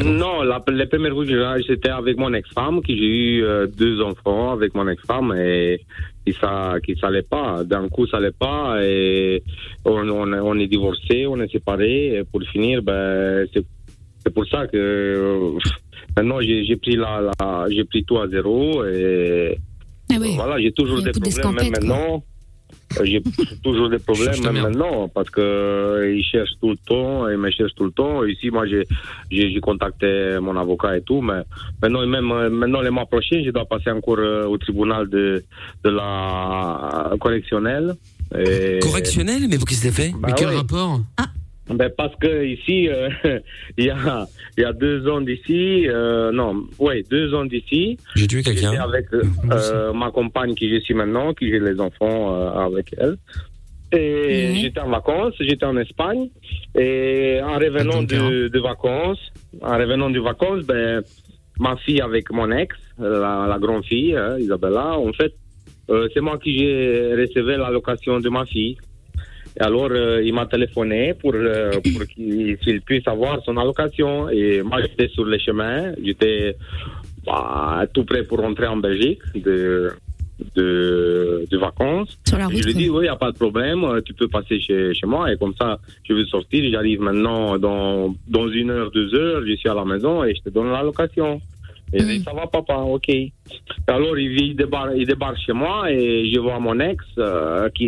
Speaker 11: Non, la, les premières fois que j'ai- j'étais avec mon ex-femme, que j'ai eu euh, deux enfants avec mon ex-femme et qui ça, qui ça allait pas. D'un coup, ça allait pas et on, on, on est divorcé, on est séparés. Et pour finir, ben, c'est, c'est pour ça que euh, maintenant j'ai, j'ai pris la, la- j'ai pris tout à zéro et
Speaker 5: Ah
Speaker 2: Ah
Speaker 11: voilà, j'ai toujours des problèmes même
Speaker 4: d'escampette, quoi.
Speaker 11: maintenant. Euh, J'ai <laughs> toujours des problèmes même maintenant parce que euh, ils cherchent tout le temps, ils me cherchent tout le temps. Ici, moi, j'ai- j'ai j'ai contacté mon avocat et tout, mais maintenant, et même euh, maintenant, les mois prochains, je dois passer encore euh, au tribunal de, de la correctionnelle. Et-
Speaker 2: Correctionnel Mais qu'est-ce que t'as fait
Speaker 11: Bah ouais.
Speaker 2: rapport
Speaker 11: ben parce que ici, euh, <laughs> il y, a, il y a deux ans d'ici, euh, non, ouais, deux ans d'ici.
Speaker 2: J'ai tué quelqu'un.
Speaker 11: j'étais avec euh, euh, ma compagne qui je suis maintenant, qui j'ai les enfants euh, avec elle. Et j'étais en vacances, j'étais en Espagne. Et en revenant de, de vacances, en revenant de vacances, ben, ma fille avec mon ex, euh, la, la grande fille, hein, Isabella, en fait, euh, c'est moi qui j'ai recevé l'allocation de ma fille. Et alors, euh, il m'a téléphoné pour, euh, pour qu'il s'il puisse avoir son allocation. Et moi, j'étais sur le chemin. J'étais bah, tout prêt pour rentrer en Belgique de, de, de vacances. je lui ai dit, oui, il n'y a pas de problème. euh, Tu peux passer chez, chez moi. Et comme ça, je vais sortir. J'arrive maintenant dans, dans une heure, deux heures. Je suis à la maison et je te donne l'allocation. Et il dit, ça va, papa, ok. Alors, il, il, débarque, il débarque chez moi et je vois mon ex euh, qui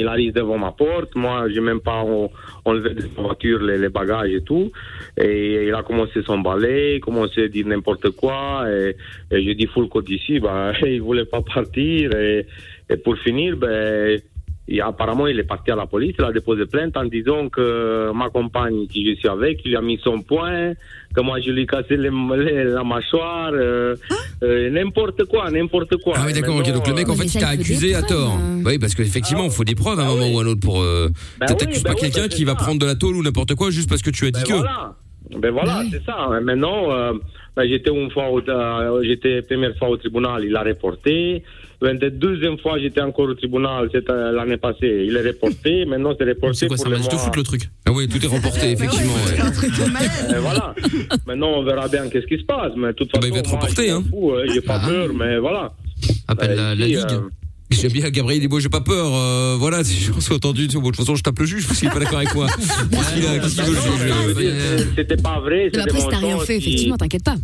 Speaker 11: il arrive devant ma porte. Moi, je n'ai même pas en- enlevé de la voiture les, les bagages et tout. Et il a commencé à s'emballer, commencé à dire n'importe quoi. Et, et je dis, full code d'ici, bah, <laughs> il ne voulait pas partir. Et, et pour finir, ben, et apparemment, il est parti à la police, il a déposé plainte en disant que ma compagne, qui je suis avec, il a mis son poing, que moi je lui ai cassé les- les- la mâchoire, euh, euh, n'importe quoi, n'importe quoi.
Speaker 2: Ah oui, d'accord, ok. Donc le mec, en fait, il t'a accusé à tort. Oui, parce
Speaker 11: Ah
Speaker 2: qu'effectivement, il faut des preuves à un moment ou à un autre pour. euh,
Speaker 11: Bah
Speaker 2: t'a-
Speaker 11: oui,
Speaker 2: T'accuses
Speaker 11: bah
Speaker 2: pas
Speaker 11: oui,
Speaker 2: quelqu'un
Speaker 11: bah
Speaker 2: qui va prendre de la tôle ou n'importe quoi juste parce que tu as dit
Speaker 11: Ben
Speaker 2: que.
Speaker 11: voilà. Ben voilà, c'est ça. Et Maintenant, euh, ben j'étais une fois, au- euh, j'étais première fois au tribunal, il a reporté. Ben, de- deuxième fois, j'étais encore au tribunal, c'était l'année passée, il est reporté. Maintenant, c'est reporté
Speaker 8: Quoi,
Speaker 11: pour
Speaker 8: c'est un
Speaker 11: le
Speaker 8: match de
Speaker 11: mois-
Speaker 8: foot, le truc
Speaker 2: Ah oui, tout est remporté, effectivement. ouais.
Speaker 8: <laughs>
Speaker 11: Et voilà. Maintenant, on verra bien qu'est-ce qui se
Speaker 8: Ah bah,
Speaker 11: euh, passe. Mais de toute façon, il va être reporté. Hein. J'ai pas peur, mais voilà.
Speaker 8: Appelle
Speaker 11: Euh,
Speaker 8: Ah. la, la
Speaker 11: ici,
Speaker 8: Ligue.
Speaker 11: euh,
Speaker 2: J'aime bien Gabriel Debo, j'ai pas peur. euh, voilà, <laughs> si j'en suis entendu, de toute façon, je tape le juge parce qu'il est pas d'accord
Speaker 11: <laughs>
Speaker 2: avec moi. Qu'est-ce qu'il a- qu'est-ce qu'il veut le juge euh,
Speaker 11: C'était pas vrai.
Speaker 5: Mais
Speaker 11: c'était
Speaker 5: Bah, après, si
Speaker 11: mon
Speaker 5: t'as rien
Speaker 11: sens
Speaker 5: fait,
Speaker 11: qui-
Speaker 5: effectivement, t'inquiète pas.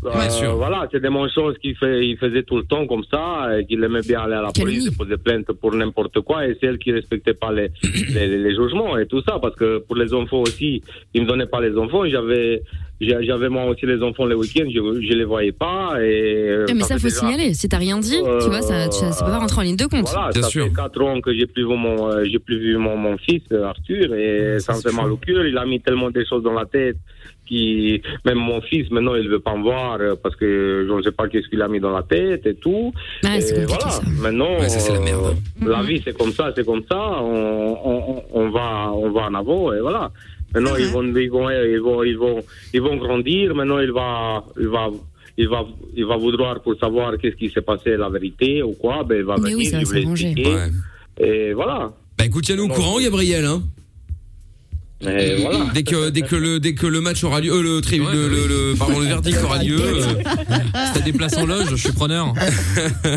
Speaker 11: Euh, Voilà, c'est des mensonges qu'il fait, il faisait tout le temps comme ça, et qu'il aimait bien aller à la police, déposer plainte pour n'importe quoi, et c'est elle qui respectait
Speaker 8: <coughs>
Speaker 11: pas les, les, les- les jugements et tout ça, parce que pour les enfants aussi, ils me donnaient pas les enfants, j'avais, j'a- j'avais moi aussi les enfants les week-ends, je, je les voyais pas, et. euh,
Speaker 5: Ah, mais ça,
Speaker 11: fait
Speaker 5: faut
Speaker 11: déjà-
Speaker 5: signaler. Si t'as rien dit, tu vois, ça, ça, ça peut pas rentrer en ligne de compte.
Speaker 11: Euh, Voilà, ça fait 4 ans que j'ai plus vu mon, euh, j'ai plus vu mon, mon fils euh, Arthur et ça me fait mal au cœur. Il a mis tellement des choses dans la tête qui, même mon fils maintenant il veut pas me voir euh, parce que je ne sais pas qu'est-ce qu'il a mis dans la tête et tout.
Speaker 5: Ouais, Ah, c'est
Speaker 11: Et
Speaker 5: compliqué,
Speaker 11: voilà, maintenant euh, la,
Speaker 5: Mhm.
Speaker 11: vie c'est comme ça, c'est comme ça. On, on, on va, on va en avant et voilà. Maintenant ils vont, ils vont, ils vont, ils vont, ils vont grandir. Maintenant il va, il va. Il va, il va vouloir pour savoir qu'est-ce qui s'est passé, la vérité ou quoi, ben il va
Speaker 5: Mais
Speaker 11: venir,
Speaker 5: oui, ça va
Speaker 11: je vais
Speaker 5: s'arranger.
Speaker 11: expliquer. Et voilà.
Speaker 2: Bah écoute, tiens-nous au courant, Gabriel, hein.
Speaker 12: <laughs>
Speaker 2: Dès que dès que le dès que le match aura lieu, euh, le, tri- le, le, le- pardon, le verdict aura lieu, euh, si t'as des places en loge, je suis preneur.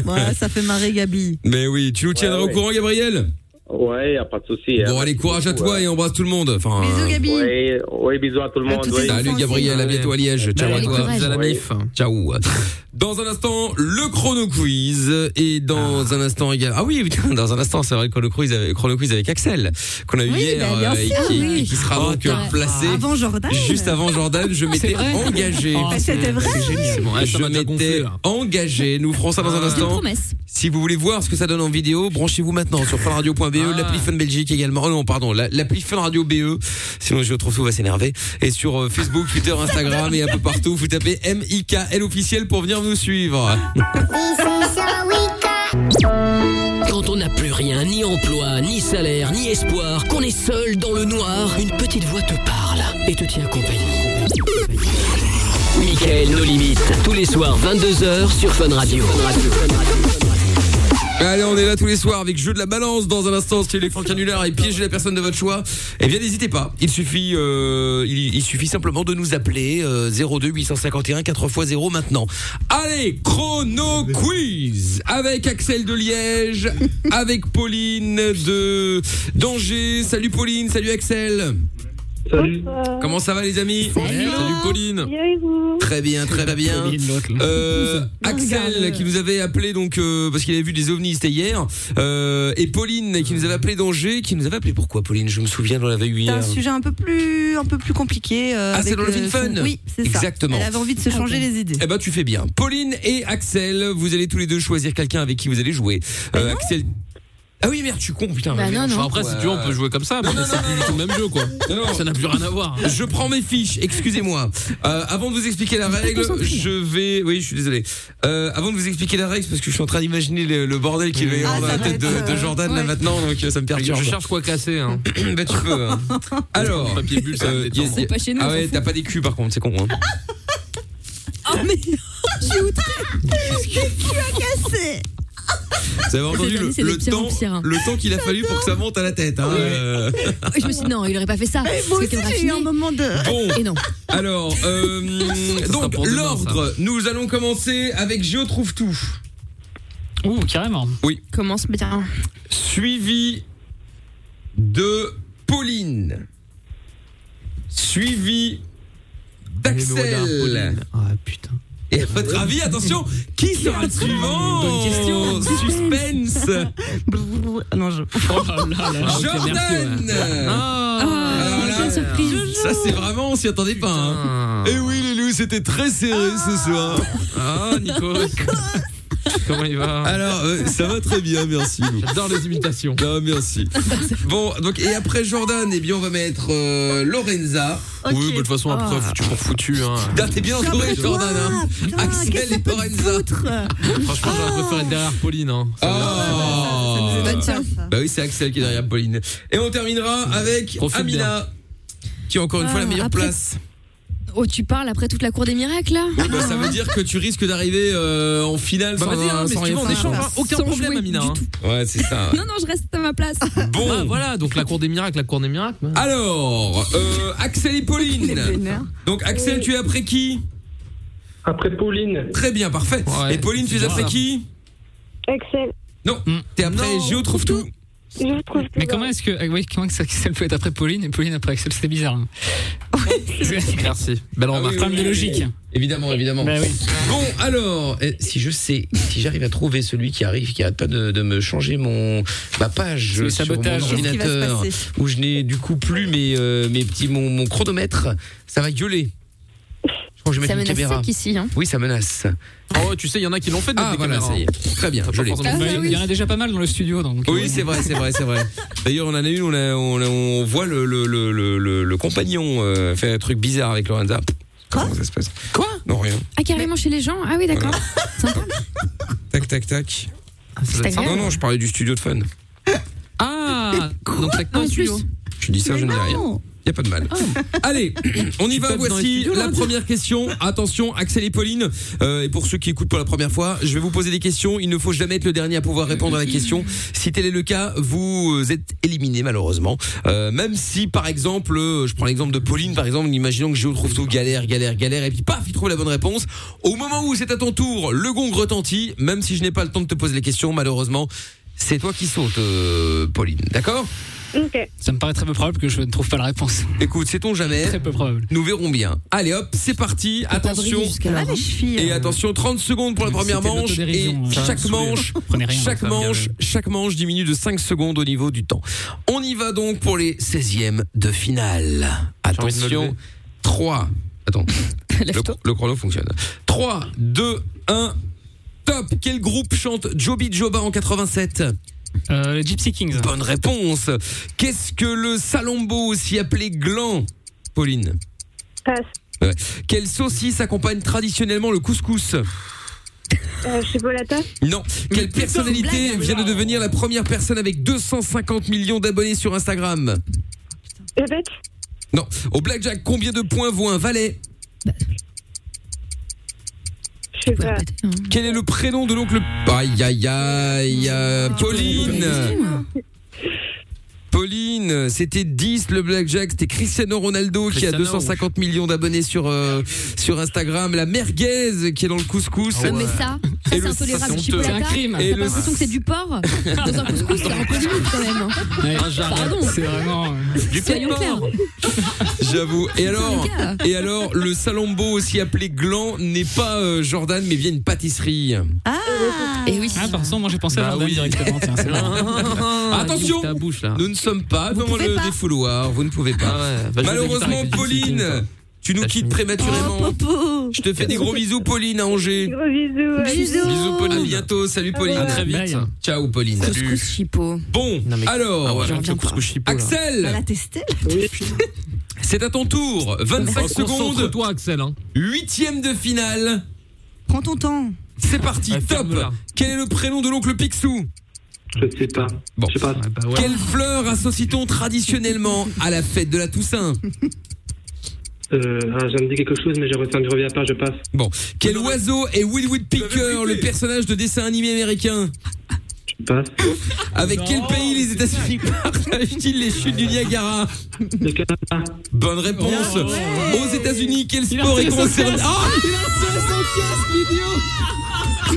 Speaker 6: Voilà, ça fait marrer Gabi.
Speaker 2: Mais oui, tu nous tiendras au courant, Gabriel.
Speaker 11: Ouais, y a pas de souci. hein.
Speaker 2: Bon, allez, courage à toi et embrasse tout le monde. Enfin, euh,
Speaker 11: Oui, oui, bisous à tout le monde. oui.
Speaker 2: Salut Gabriel, à bientôt à Liège. Ciao à
Speaker 11: Allez,
Speaker 2: toi.
Speaker 11: courage. Ouais.
Speaker 2: Ciao. Dans un instant, le chrono quiz et dans un instant également. Ah oui, <laughs> putain, dans un instant, c'est vrai le chrono quiz, avec, chrono quiz avec Axel qu'on a eu
Speaker 6: Oui,
Speaker 2: hier
Speaker 6: bah, bien
Speaker 2: euh, et
Speaker 6: sûr.
Speaker 2: qui,
Speaker 6: Ah oui.
Speaker 2: et qui sera
Speaker 6: Oh,
Speaker 2: donc
Speaker 6: t'as-
Speaker 2: placé
Speaker 6: Avant Jordan.
Speaker 2: juste avant Jordan.
Speaker 6: <laughs>
Speaker 2: Je m'étais
Speaker 6: vrai.
Speaker 2: engagé.
Speaker 6: Oh, c'est- C'était vrai. c'est génial.
Speaker 2: C'est bon, ah, ça
Speaker 8: Je
Speaker 2: m'a déjà gonflé, là. engagé. Nous ferons ça dans un
Speaker 5: C'est une
Speaker 2: instant.
Speaker 5: promesse.
Speaker 2: Si vous voulez voir ce que ça donne en vidéo, branchez-vous maintenant sur funradio.be, E, l'appli Fun Belgique également. Oh non, pardon, la- l'appli Fun Radio BE. Sinon, je trouve va s'énerver. Et sur euh, Facebook, Twitter, Instagram et un peu partout, vous tapez MIKL officiel pour venir nous suivre.
Speaker 1: Quand on n'a plus rien, ni emploi, ni salaire, ni espoir, qu'on est seul dans le noir, une petite voix te parle et te tient compagnie. Michael, nos limites, tous les soirs 22h sur Fun Radio.
Speaker 2: Bah, Allez, on est là tous les soirs avec jeu de la balance. Dans un instant, c'est l'écran canular et piégez la personne de votre choix. Eh bien, n'hésitez pas. Il suffit, euh, il, il suffit simplement de nous appeler euh, 02 851 4x0 maintenant. Allez, chrono quiz avec Axel de Liège, avec Pauline de d'Angers. Salut Pauline, salut Axel. Salut. Comment ça va les amis Salut, Pauline. Très bien, très très bien. Euh, Axel qui nous avait appelé donc euh, parce qu'il avait vu des ovnis c'était hier Euh, et Pauline qui nous avait appelé d'Angers qui nous avait appelé pourquoi Pauline je me souviens on l'avait eu
Speaker 6: C'est
Speaker 2: hier.
Speaker 6: un sujet un peu plus, un peu plus compliqué. euh,
Speaker 2: Ah c'est
Speaker 6: avec,
Speaker 2: dans le
Speaker 6: euh,
Speaker 2: film fun.
Speaker 6: son- Oui, c'est ça.
Speaker 2: Exactement.
Speaker 6: Elle avait envie de se changer les idées.
Speaker 2: Eh ben tu fais bien. Pauline et Axel, vous allez tous les deux choisir quelqu'un avec qui vous allez jouer. Euh, Axel Ah oui merde, je suis con putain.
Speaker 8: Bah
Speaker 2: mais
Speaker 8: non,
Speaker 2: merde.
Speaker 8: non. Après, si tu veux, on peut jouer comme ça, mais c'est plus du tout le même jeu, quoi. Ça n'a plus rien à voir.
Speaker 2: Je prends mes fiches, excusez-moi. Euh, avant de vous expliquer la règle, je vais oui, je suis désolé. Euh, avant de vous expliquer la règle c'est parce que je suis en train d'imaginer le, le bordel qui va
Speaker 5: Ah,
Speaker 2: y avoir dans la tête de,
Speaker 5: euh,
Speaker 2: de Jordan là maintenant donc euh, ça me perturbe.
Speaker 8: Je cherche quoi casser, hein.
Speaker 2: <clears throat> bah tu peux. hein. Alors, papier bulle, ça
Speaker 5: C'est pas chez nous,
Speaker 2: Ah
Speaker 5: on
Speaker 2: ouais,
Speaker 5: s'en
Speaker 2: t'as pas des culs par contre, c'est con. Hein.
Speaker 5: Oh, mais je suis outré. Tu as cassé.
Speaker 2: Vous avez entendu
Speaker 5: <laughs> Cette
Speaker 2: le,
Speaker 5: année, c'est
Speaker 2: le
Speaker 5: de pire en
Speaker 2: temps,
Speaker 5: pire, hein.
Speaker 2: le temps qu'il a fallu pour que ça monte à la tête. Hein. Euh,
Speaker 5: Je me suis dit, non, il aurait pas fait ça. Moi aussi, j'ai eu un moment de.
Speaker 2: Bon.
Speaker 5: Et non.
Speaker 2: Alors, euh, donc l'ordre, nous allons commencer avec Géo trouve tout.
Speaker 3: Ouh, carrément.
Speaker 8: <laughs>
Speaker 2: Oui.
Speaker 5: Commence bien.
Speaker 2: Suivi de Pauline. Suivi d'Axel. Ah putain. Et à votre avis, attention, qui sera le suivant Bonne question. Suspense.
Speaker 6: non, je.
Speaker 8: Oh
Speaker 4: ok,
Speaker 2: Jordan.
Speaker 4: merci,
Speaker 2: Ah.
Speaker 5: Ah,
Speaker 2: Alors là, Ça, c'est vraiment, on s'y attendait pas. hein. Eh oui, les loups, c'était très serré ce soir. Ah, Nico.
Speaker 8: <laughs>
Speaker 2: Comment il va Alors, euh, ça va très bien, merci. J'adore les imitations. Ah,
Speaker 8: <laughs>
Speaker 2: merci. Bon, donc, et après Jordan, eh bien, on va mettre euh, Lorenza.
Speaker 8: Oui, mais de toute façon, après,
Speaker 3: Ah.
Speaker 8: foutu pour foutu, hein.
Speaker 2: Putain, t'es bien entouré, Jordan. hein. Axel et Lorenza.
Speaker 8: Franchement,
Speaker 3: Ah.
Speaker 8: j'aurais préféré être derrière Pauline, hein.
Speaker 2: Oh.
Speaker 8: Bonne chance.
Speaker 2: Bah oui, c'est Axel qui est derrière Pauline. Et on terminera avec
Speaker 8: Profite
Speaker 2: Amina, qui a encore une
Speaker 5: Ah,
Speaker 2: fois la meilleure
Speaker 5: après-
Speaker 2: place.
Speaker 5: Oh, tu parles après toute la cour des miracles, là
Speaker 2: Oui, bah, ça veut dire que tu risques d'arriver euh, en finale
Speaker 8: Bah,
Speaker 2: sans,
Speaker 8: vas-y, hein, mais
Speaker 2: sans
Speaker 8: si tu
Speaker 2: rien
Speaker 8: veux, on
Speaker 2: faire.
Speaker 8: échange, hein. Aucun
Speaker 5: Sans
Speaker 8: problème,
Speaker 5: jouer
Speaker 8: Amina.
Speaker 5: du
Speaker 8: hein.
Speaker 2: Ouais,
Speaker 8: <laughs>
Speaker 2: c'est ça.
Speaker 5: Non, non, je reste à ma place.
Speaker 2: Bon.
Speaker 8: Ah, voilà, donc la cour des miracles, la cour des miracles. hein.
Speaker 2: Alors, euh, Axel
Speaker 8: <laughs>
Speaker 2: et Pauline. Donc Axel, tu es après qui Après Pauline. Très bien, parfait. et Pauline, tu es
Speaker 8: bien
Speaker 2: après
Speaker 8: ça.
Speaker 2: qui
Speaker 13: Axel.
Speaker 2: Non,
Speaker 8: Hmm.
Speaker 2: t'es après Géo trouve tout.
Speaker 3: Mais comment est-ce que, ah oui, comment est-ce que ça peut être après Pauline et Pauline après Axel C'était bizarre. hein.
Speaker 8: Merci. Belle
Speaker 2: Ah
Speaker 8: remarque.
Speaker 3: Problème de logique.
Speaker 2: Évidemment, évidemment.
Speaker 3: Bah oui.
Speaker 2: Bon, alors, eh, si je sais, si j'arrive à trouver celui qui arrive, qui arrête pas de, de me changer mon ma page
Speaker 3: C'est le
Speaker 2: sur mon
Speaker 3: sabotage. Qu'est-ce qui va se
Speaker 2: ordinateur,
Speaker 3: passer
Speaker 2: où je n'ai du coup plus mes euh, mes petits mon, mon chronomètre, ça va gueuler. Je crois que je vais
Speaker 5: Ça
Speaker 2: mettre une
Speaker 5: menace
Speaker 2: caméra.
Speaker 5: sec ici. Hein.
Speaker 2: Oui, ça menace.
Speaker 8: Oh, tu sais, il y en a qui l'ont fait de
Speaker 2: Ah, voilà, ça y
Speaker 8: hein.
Speaker 2: est. Très bien, je l'ai.
Speaker 8: Ah
Speaker 3: Bah, Il y en a déjà pas mal dans le studio. Donc, euh,
Speaker 2: Oui, c'est vrai, c'est vrai, c'est vrai. D'ailleurs, on en a une, on, a- on, a- on voit le, le, le, le, le- le compagnon euh, faire un truc bizarre avec Lorenza. Quoi Comment ça se passe Quoi Non, rien.
Speaker 5: Ah, carrément chez les gens Ah oui, d'accord.
Speaker 2: Tac, tac, tac.
Speaker 5: doit être
Speaker 2: non,
Speaker 5: agréable.
Speaker 2: non, je parlais du studio de fun.
Speaker 8: Ah, donc ça
Speaker 2: Non,
Speaker 8: compte studio.
Speaker 2: Je dis ça, je ne dis rien. Il a pas de mal. <laughs>
Speaker 8: <coughs>
Speaker 2: Allez, on y
Speaker 8: Tu
Speaker 2: va.
Speaker 8: tapes Ah. dans les
Speaker 2: Voici
Speaker 8: studios, là,
Speaker 2: la
Speaker 8: tu-
Speaker 2: première question. Attention, Axel et Pauline. euh, et pour ceux qui écoutent pour la première fois, je vais vous poser des questions. Il ne faut jamais être le dernier à pouvoir répondre à la question. Si tel est le cas, vous êtes éliminé malheureusement. Euh, même si, par exemple, euh, je prends l'exemple de Pauline. Par exemple, imaginons que Géo trouve tout galère, galère, galère, et puis paf, il trouve la bonne réponse. Au moment où c'est à ton tour, le gong retentit. Même si je n'ai pas le temps de te poser les questions, malheureusement, c'est toi qui saute, euh, Pauline. D'accord
Speaker 3: Ok. Ça me paraît très peu probable que je ne trouve pas la réponse. <laughs>
Speaker 2: Écoute, sait-on jamais
Speaker 3: Très peu probable.
Speaker 2: Nous verrons bien. Allez hop, c'est parti. Attention. Et attention, 30 secondes pour la
Speaker 3: C'était
Speaker 2: première
Speaker 3: de
Speaker 2: manche. Et
Speaker 3: l'autodérision, hein. Ça
Speaker 2: chaque
Speaker 3: me saoulait.
Speaker 2: manche,
Speaker 3: Prenez rien,
Speaker 2: chaque
Speaker 3: ça me
Speaker 2: manche,
Speaker 3: gavait.
Speaker 2: chaque manche diminue de 5 secondes au niveau du temps. On y va donc pour les 16e de finale.
Speaker 8: J'ai envie de me
Speaker 2: Attention.
Speaker 8: lever.
Speaker 2: 3.
Speaker 3: <laughs>
Speaker 2: Attends. le, le chrono fonctionne. 3, 2, 1. Top. Quel groupe chante Joby Joba en 87
Speaker 3: Euh, les Gypsy Kings.
Speaker 2: Bonne réponse. Qu'est-ce que le salambo, aussi appelé gland Pauline
Speaker 13: Passe.
Speaker 2: Ouais. Quelle saucisse accompagne traditionnellement le couscous
Speaker 13: Euh, chocolata.
Speaker 2: Non. Quelle personnalité vient de devenir la première personne avec 250 millions d'abonnés sur Instagram
Speaker 13: Bébête.
Speaker 2: Non. Au blackjack, combien de points vaut un valet
Speaker 13: Je sais pas.
Speaker 2: Quel est le prénom de l'oncle Aïe aïe aïe euh, Pauline Pauline, c'était 10 le blackjack, c'était Cristiano Ronaldo qui a
Speaker 8: Cristiano,
Speaker 2: 250 millions d'abonnés sur euh, sur Instagram, la merguez qui est dans le couscous.
Speaker 5: Ah, mais ça, ça,
Speaker 2: Et
Speaker 5: c'est
Speaker 2: le-
Speaker 5: intolérable.
Speaker 2: c'est
Speaker 5: Le chocolata,
Speaker 2: honteux.
Speaker 5: T'as pas
Speaker 2: Et le-
Speaker 5: l'impression que c'est du
Speaker 2: <laughs>
Speaker 5: porc dans un couscous, c'est un peu limite quand même. hein. Pardon.
Speaker 3: Ah, C'est vraiment. euh,
Speaker 2: Du
Speaker 5: Soyons clairs.
Speaker 2: Euh, J'avoue. Et alors,
Speaker 5: C'est un gars.
Speaker 2: et alors, le salambo aussi appelé gland n'est pas euh, Jordan, mais via une pâtisserie.
Speaker 3: Ah
Speaker 5: Et Eh oui.
Speaker 3: Ah, par contre, moi j'ai pensé à
Speaker 2: Bah
Speaker 3: Jordan
Speaker 2: oui.
Speaker 3: directement. tiens, c'est marrant. <laughs>
Speaker 2: Attention, nous ne sommes pas dans le défouloir. Vous ne pouvez pas.
Speaker 3: Ah
Speaker 8: Bah, je vais
Speaker 2: Malheureusement,
Speaker 8: vous inviter,
Speaker 2: Pauline, tu nous quittes
Speaker 5: Oh,
Speaker 2: prématurément. Je te fais des gros bisous, Pauline, à Angers.
Speaker 13: Gros bisous.
Speaker 2: Bisous, Pauline. À bientôt. Salut, Pauline.
Speaker 13: revoir.
Speaker 2: À très vite.
Speaker 3: Bye.
Speaker 2: Ciao, Pauline.
Speaker 5: Couscous chipot.
Speaker 2: Bon, alors,
Speaker 8: Ah ouais, j'en reviens pas.
Speaker 2: Axel.
Speaker 6: Elle a testé.
Speaker 2: c'est à ton tour. 25
Speaker 8: Oh,
Speaker 2: secondes.
Speaker 8: Concentre-toi, Axel. Hein.
Speaker 2: Huitième de finale.
Speaker 6: Prends ton <laughs> temps.
Speaker 2: C'est parti, top Quel est le prénom de l'oncle Picsou
Speaker 7: Je sais pas.
Speaker 2: Bon.
Speaker 7: Je sais pas.
Speaker 3: bah
Speaker 2: Quelle fleur associe-t-on traditionnellement à la fête de la Toussaint
Speaker 7: Euh, ah, ça me dit quelque chose, mais je retiens, je reviens pas, je passe.
Speaker 2: Bon. Quel oiseau est Woodwood Picker, le personnage de dessin animé américain
Speaker 7: Je passe.
Speaker 2: Avec quel pays les
Speaker 4: <laughs>
Speaker 2: États-Unis partagent-ils les chutes du Niagara Bonne réponse. Aux États-Unis, quel
Speaker 4: Il a
Speaker 2: sport est
Speaker 4: retiré son
Speaker 2: concerné
Speaker 4: casque.
Speaker 2: Ah
Speaker 4: Il a retiré son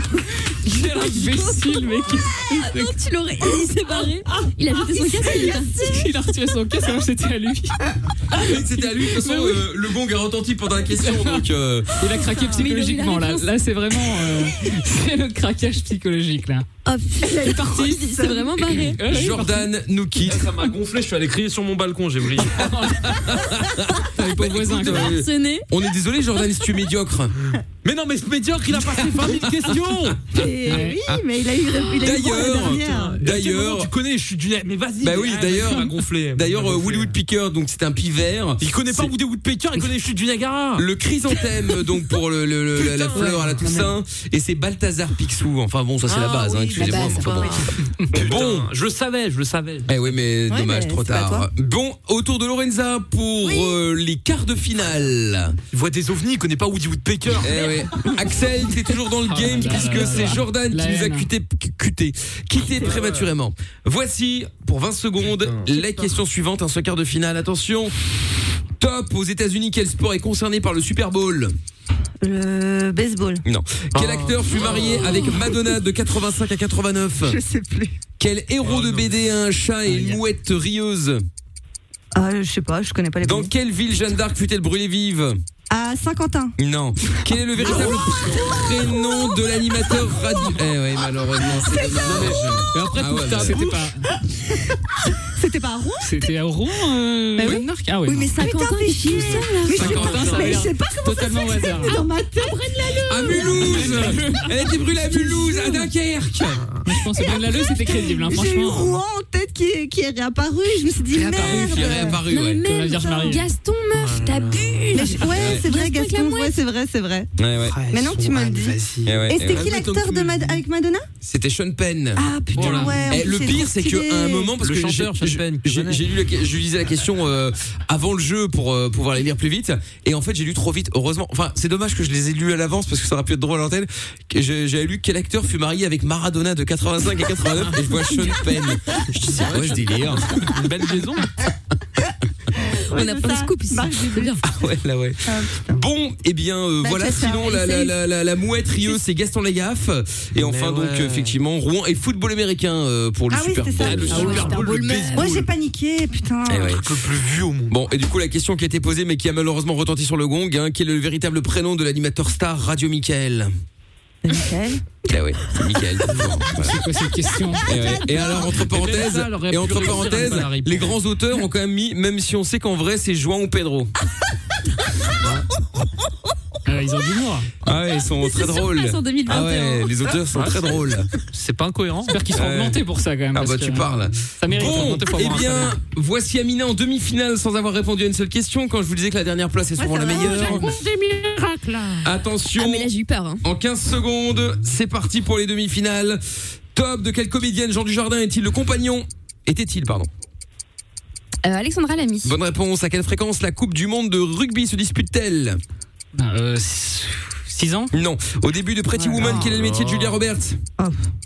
Speaker 4: casque, l'idiot
Speaker 3: <laughs> Quel imbécile, mec
Speaker 5: Non, tu l'aurais. Il s'est barré.
Speaker 2: Ah.
Speaker 5: Il a jeté son casque.
Speaker 3: Il a retiré son casque alors que c'était à lui.
Speaker 2: C'était à lui, de
Speaker 4: <laughs>
Speaker 2: toute façon, euh, le gong a retenti pendant la question, donc... euh,
Speaker 3: Il a craqué psychologiquement là. Là, c'est vraiment. euh, <laughs> c'est le craquage psychologique là.
Speaker 5: Hop, il est parti. Il s'est vraiment barré.
Speaker 3: Ouais, ouais,
Speaker 2: Jordan nous quitte.
Speaker 8: Ça m'a gonflé, je suis allé crier sur mon balcon, j'ai
Speaker 2: <laughs>
Speaker 8: brillé.
Speaker 3: T'avais pas voisin quoi.
Speaker 2: euh,
Speaker 5: Sonné.
Speaker 2: on est désolé, Jordan, si tu es médiocre.
Speaker 8: Mais non, mais ce médiocre, il a passé 20 000 questions
Speaker 6: Et oui, mais il a eu, il a eu droit à la
Speaker 2: <laughs> D'ailleurs,
Speaker 6: dernière.
Speaker 2: D'ailleurs-
Speaker 8: Tu connais, je suis du. Mais vas-y
Speaker 2: Bah oui,
Speaker 8: mais-
Speaker 2: d'ailleurs-
Speaker 8: Il m'a gonflé.
Speaker 2: D'ailleurs,
Speaker 8: Il m'a
Speaker 2: euh,
Speaker 8: gonflé.
Speaker 2: Woodwood Picker, donc c'est un pivert.
Speaker 8: Il connaît pas Woody Woodpecker, il connaît les chutes du Niagara
Speaker 2: Le
Speaker 3: <laughs>
Speaker 2: chrysanthème, donc pour le, le- le- la, la
Speaker 8: Putain,
Speaker 2: fleur à la Toussaint, et c'est Balthazar Picsou. Enfin bon, ça c'est la
Speaker 3: Ah
Speaker 2: base, hein, excusez-moi.
Speaker 3: bah,
Speaker 2: mais enfin bon.
Speaker 8: Bon, je le savais, je le savais.
Speaker 2: Eh oui, mais
Speaker 6: Ouais,
Speaker 2: dommage,
Speaker 6: mais
Speaker 2: trop
Speaker 6: c'est pas
Speaker 2: tard.
Speaker 6: toi.
Speaker 2: Bon, autour de Lorenza pour euh, les quarts de finale.
Speaker 8: Il voit des ovnis, il connaît pas Woody Woodpecker.
Speaker 2: Eh ouais. Axel, t'es toujours dans le
Speaker 3: Ah
Speaker 2: game
Speaker 3: là
Speaker 2: puisque
Speaker 3: là là
Speaker 2: c'est
Speaker 3: là.
Speaker 2: Jordan
Speaker 3: La
Speaker 2: qui nous a
Speaker 3: haine.
Speaker 2: quitté, quitté, quitté prématurément. Voici pour 20 secondes la question suivante, un ce quart de finale. Attention. Top aux États-Unis, quel sport est concerné par le Super Bowl
Speaker 6: Le baseball.
Speaker 2: Non. Quel acteur fut marié avec Madonna de 85 à 89
Speaker 6: Je sais plus.
Speaker 2: Quel héros de BD a un chat et une mouette rieuse
Speaker 6: Ah, je sais pas, je connais pas les
Speaker 2: Dans
Speaker 6: BD.
Speaker 2: quelle ville Jeanne d'Arc fut-elle brûlée vive
Speaker 6: À Ah, Saint-Quentin.
Speaker 2: Non. Quel est le véritable prénom de l'animateur radio Eh ouais, malheureusement, c'est dommage.
Speaker 3: Et après,
Speaker 2: Ah
Speaker 3: tout
Speaker 2: ouais,
Speaker 3: ça,
Speaker 2: mais-
Speaker 3: c'était pas.
Speaker 6: C'était pas à Rouen
Speaker 3: C'était à Rouen, euh,
Speaker 6: Bah oui.
Speaker 3: Jeanne d'Arc Ah ouais.
Speaker 6: Oui, mais
Speaker 3: non.
Speaker 6: Saint-Quentin, je suis seule, là. Mais je sais
Speaker 3: Saint-Quentin,
Speaker 6: pas-
Speaker 3: ça
Speaker 6: mais
Speaker 3: avait
Speaker 6: je sais
Speaker 3: l'air
Speaker 6: pas comment ça
Speaker 3: totalement au
Speaker 6: se fait que
Speaker 3: hasard.
Speaker 6: c'était dans ma tête.
Speaker 2: À Mulhouse Elle a été brûlée à Mulhouse, à Dunkerque
Speaker 3: Je pense que Brune Lalleux, c'était crédible, hein,
Speaker 6: J'ai eu
Speaker 3: franchement.
Speaker 6: Rouen en tête qui est, qui est réapparu. Je me suis dit, merde.
Speaker 2: qui est réapparu,
Speaker 6: Non,
Speaker 2: ouais.
Speaker 6: mais
Speaker 3: Comme la
Speaker 6: merde,
Speaker 3: Vierge
Speaker 6: putain.
Speaker 3: Marie.
Speaker 5: Gaston, meuf, t'as bu.
Speaker 6: Mais je- Ouais, c'est vrai,
Speaker 5: avec la
Speaker 6: Gaston.
Speaker 5: mouette.
Speaker 6: Ouais, c'est vrai, c'est vrai.
Speaker 2: Ouais, ouais.
Speaker 6: Maintenant que tu me le dis.
Speaker 2: Eh ouais,
Speaker 6: Et
Speaker 2: eh
Speaker 6: c'était
Speaker 2: ouais.
Speaker 6: qui l'acteur de Mad- avec Madonna
Speaker 2: C'était Sean Penn.
Speaker 6: Ah, putain, ouais, en
Speaker 2: Eh,
Speaker 6: plus,
Speaker 2: le
Speaker 6: c'est
Speaker 2: pire,
Speaker 6: trop
Speaker 2: c'est
Speaker 6: stylé.
Speaker 2: qu'à un moment, parce
Speaker 6: Le
Speaker 2: que
Speaker 6: chanteur
Speaker 2: j'ai- j'ai j'ai lu, la- je lisais la question euh, avant le jeu pour euh, pouvoir les lire plus vite, et en fait, j'ai lu trop vite. Heureusement, enfin, c'est dommage que je les ai lus à l'avance parce que ça aurait pu être drôle à l'antenne. que j'ai- J'avais lu quel acteur fut marié avec Maradona de 85 à 89, et je vois Sean Penn. Je dis c'est quoi ce délire <laughs> Une belle maison.
Speaker 5: On a pas de scoop ici. C'est bien. Ah
Speaker 2: Ouais, là, ouais.
Speaker 6: Ah,
Speaker 2: Bon, eh bien, euh,
Speaker 5: Bah,
Speaker 2: voilà,
Speaker 5: c'est ça,
Speaker 2: sinon, la, la,
Speaker 5: essaye.
Speaker 2: la, la, la mouette rieuse, c'est Gaston Lagaffe. Et enfin, donc,
Speaker 8: ouais.
Speaker 2: euh, effectivement, Rouen et football américain euh, pour le
Speaker 6: Ah oui,
Speaker 2: Super
Speaker 6: c'était
Speaker 2: Bowl.
Speaker 6: ça. Ah ouais, Super Bowl, merde. Ouais, j'ai paniqué, putain.
Speaker 2: Eh ouais. Bon, et du coup, la question qui a été posée, mais qui a malheureusement retenti sur le gong, hein, quel est le véritable prénom de l'animateur star Radio Michael
Speaker 6: Michael
Speaker 3: Eh
Speaker 2: Ah oui, c'est <laughs> Michael.
Speaker 3: C'est quoi cette question
Speaker 2: Et, ouais. Et alors entre parenthèses,
Speaker 3: ça, Eh ben, elle aurait
Speaker 2: et
Speaker 3: pu
Speaker 2: entre
Speaker 3: réussir,
Speaker 2: parenthèses,
Speaker 3: elle n'a pas répondu.
Speaker 2: les grands auteurs ont quand même mis, même si on sait qu'en vrai c'est Joan ou Pedro.
Speaker 3: ils ont du l'humour.
Speaker 2: Ah ouais, ils sont très
Speaker 3: surface
Speaker 2: drôles.
Speaker 3: en 2021.
Speaker 2: Ah ouais, les auteurs sont
Speaker 3: Ouais.
Speaker 2: très drôles. C'est pas incohérent.
Speaker 3: J'espère qu'ils seront augmentés pour ça, quand même.
Speaker 2: Ah
Speaker 3: parce
Speaker 2: bah
Speaker 3: que-
Speaker 2: tu parles.
Speaker 3: Ça mérite. d'être
Speaker 2: Bon,
Speaker 3: augmenté pour
Speaker 2: eh
Speaker 3: avoir un
Speaker 2: bien,
Speaker 3: salaire.
Speaker 2: voici Amina en demi-finale sans avoir répondu à une seule question. Quand je vous disais que la dernière place est souvent la meilleure.
Speaker 5: des miracles.
Speaker 2: Attention.
Speaker 5: Ah, mais là, j'ai eu peur. Hein.
Speaker 2: En 15 secondes, c'est parti pour les demi-finales. Top de quelle comédienne Jean Dujardin est-il le compagnon Était-il, pardon.
Speaker 5: Euh, Alexandra Lamy.
Speaker 2: Bonne réponse. À quelle fréquence la Coupe du Monde de rugby se dispute-t-elle
Speaker 3: 6 Ah, ans
Speaker 2: Non. Au début de Pretty Woman, quel est le métier de Julia Roberts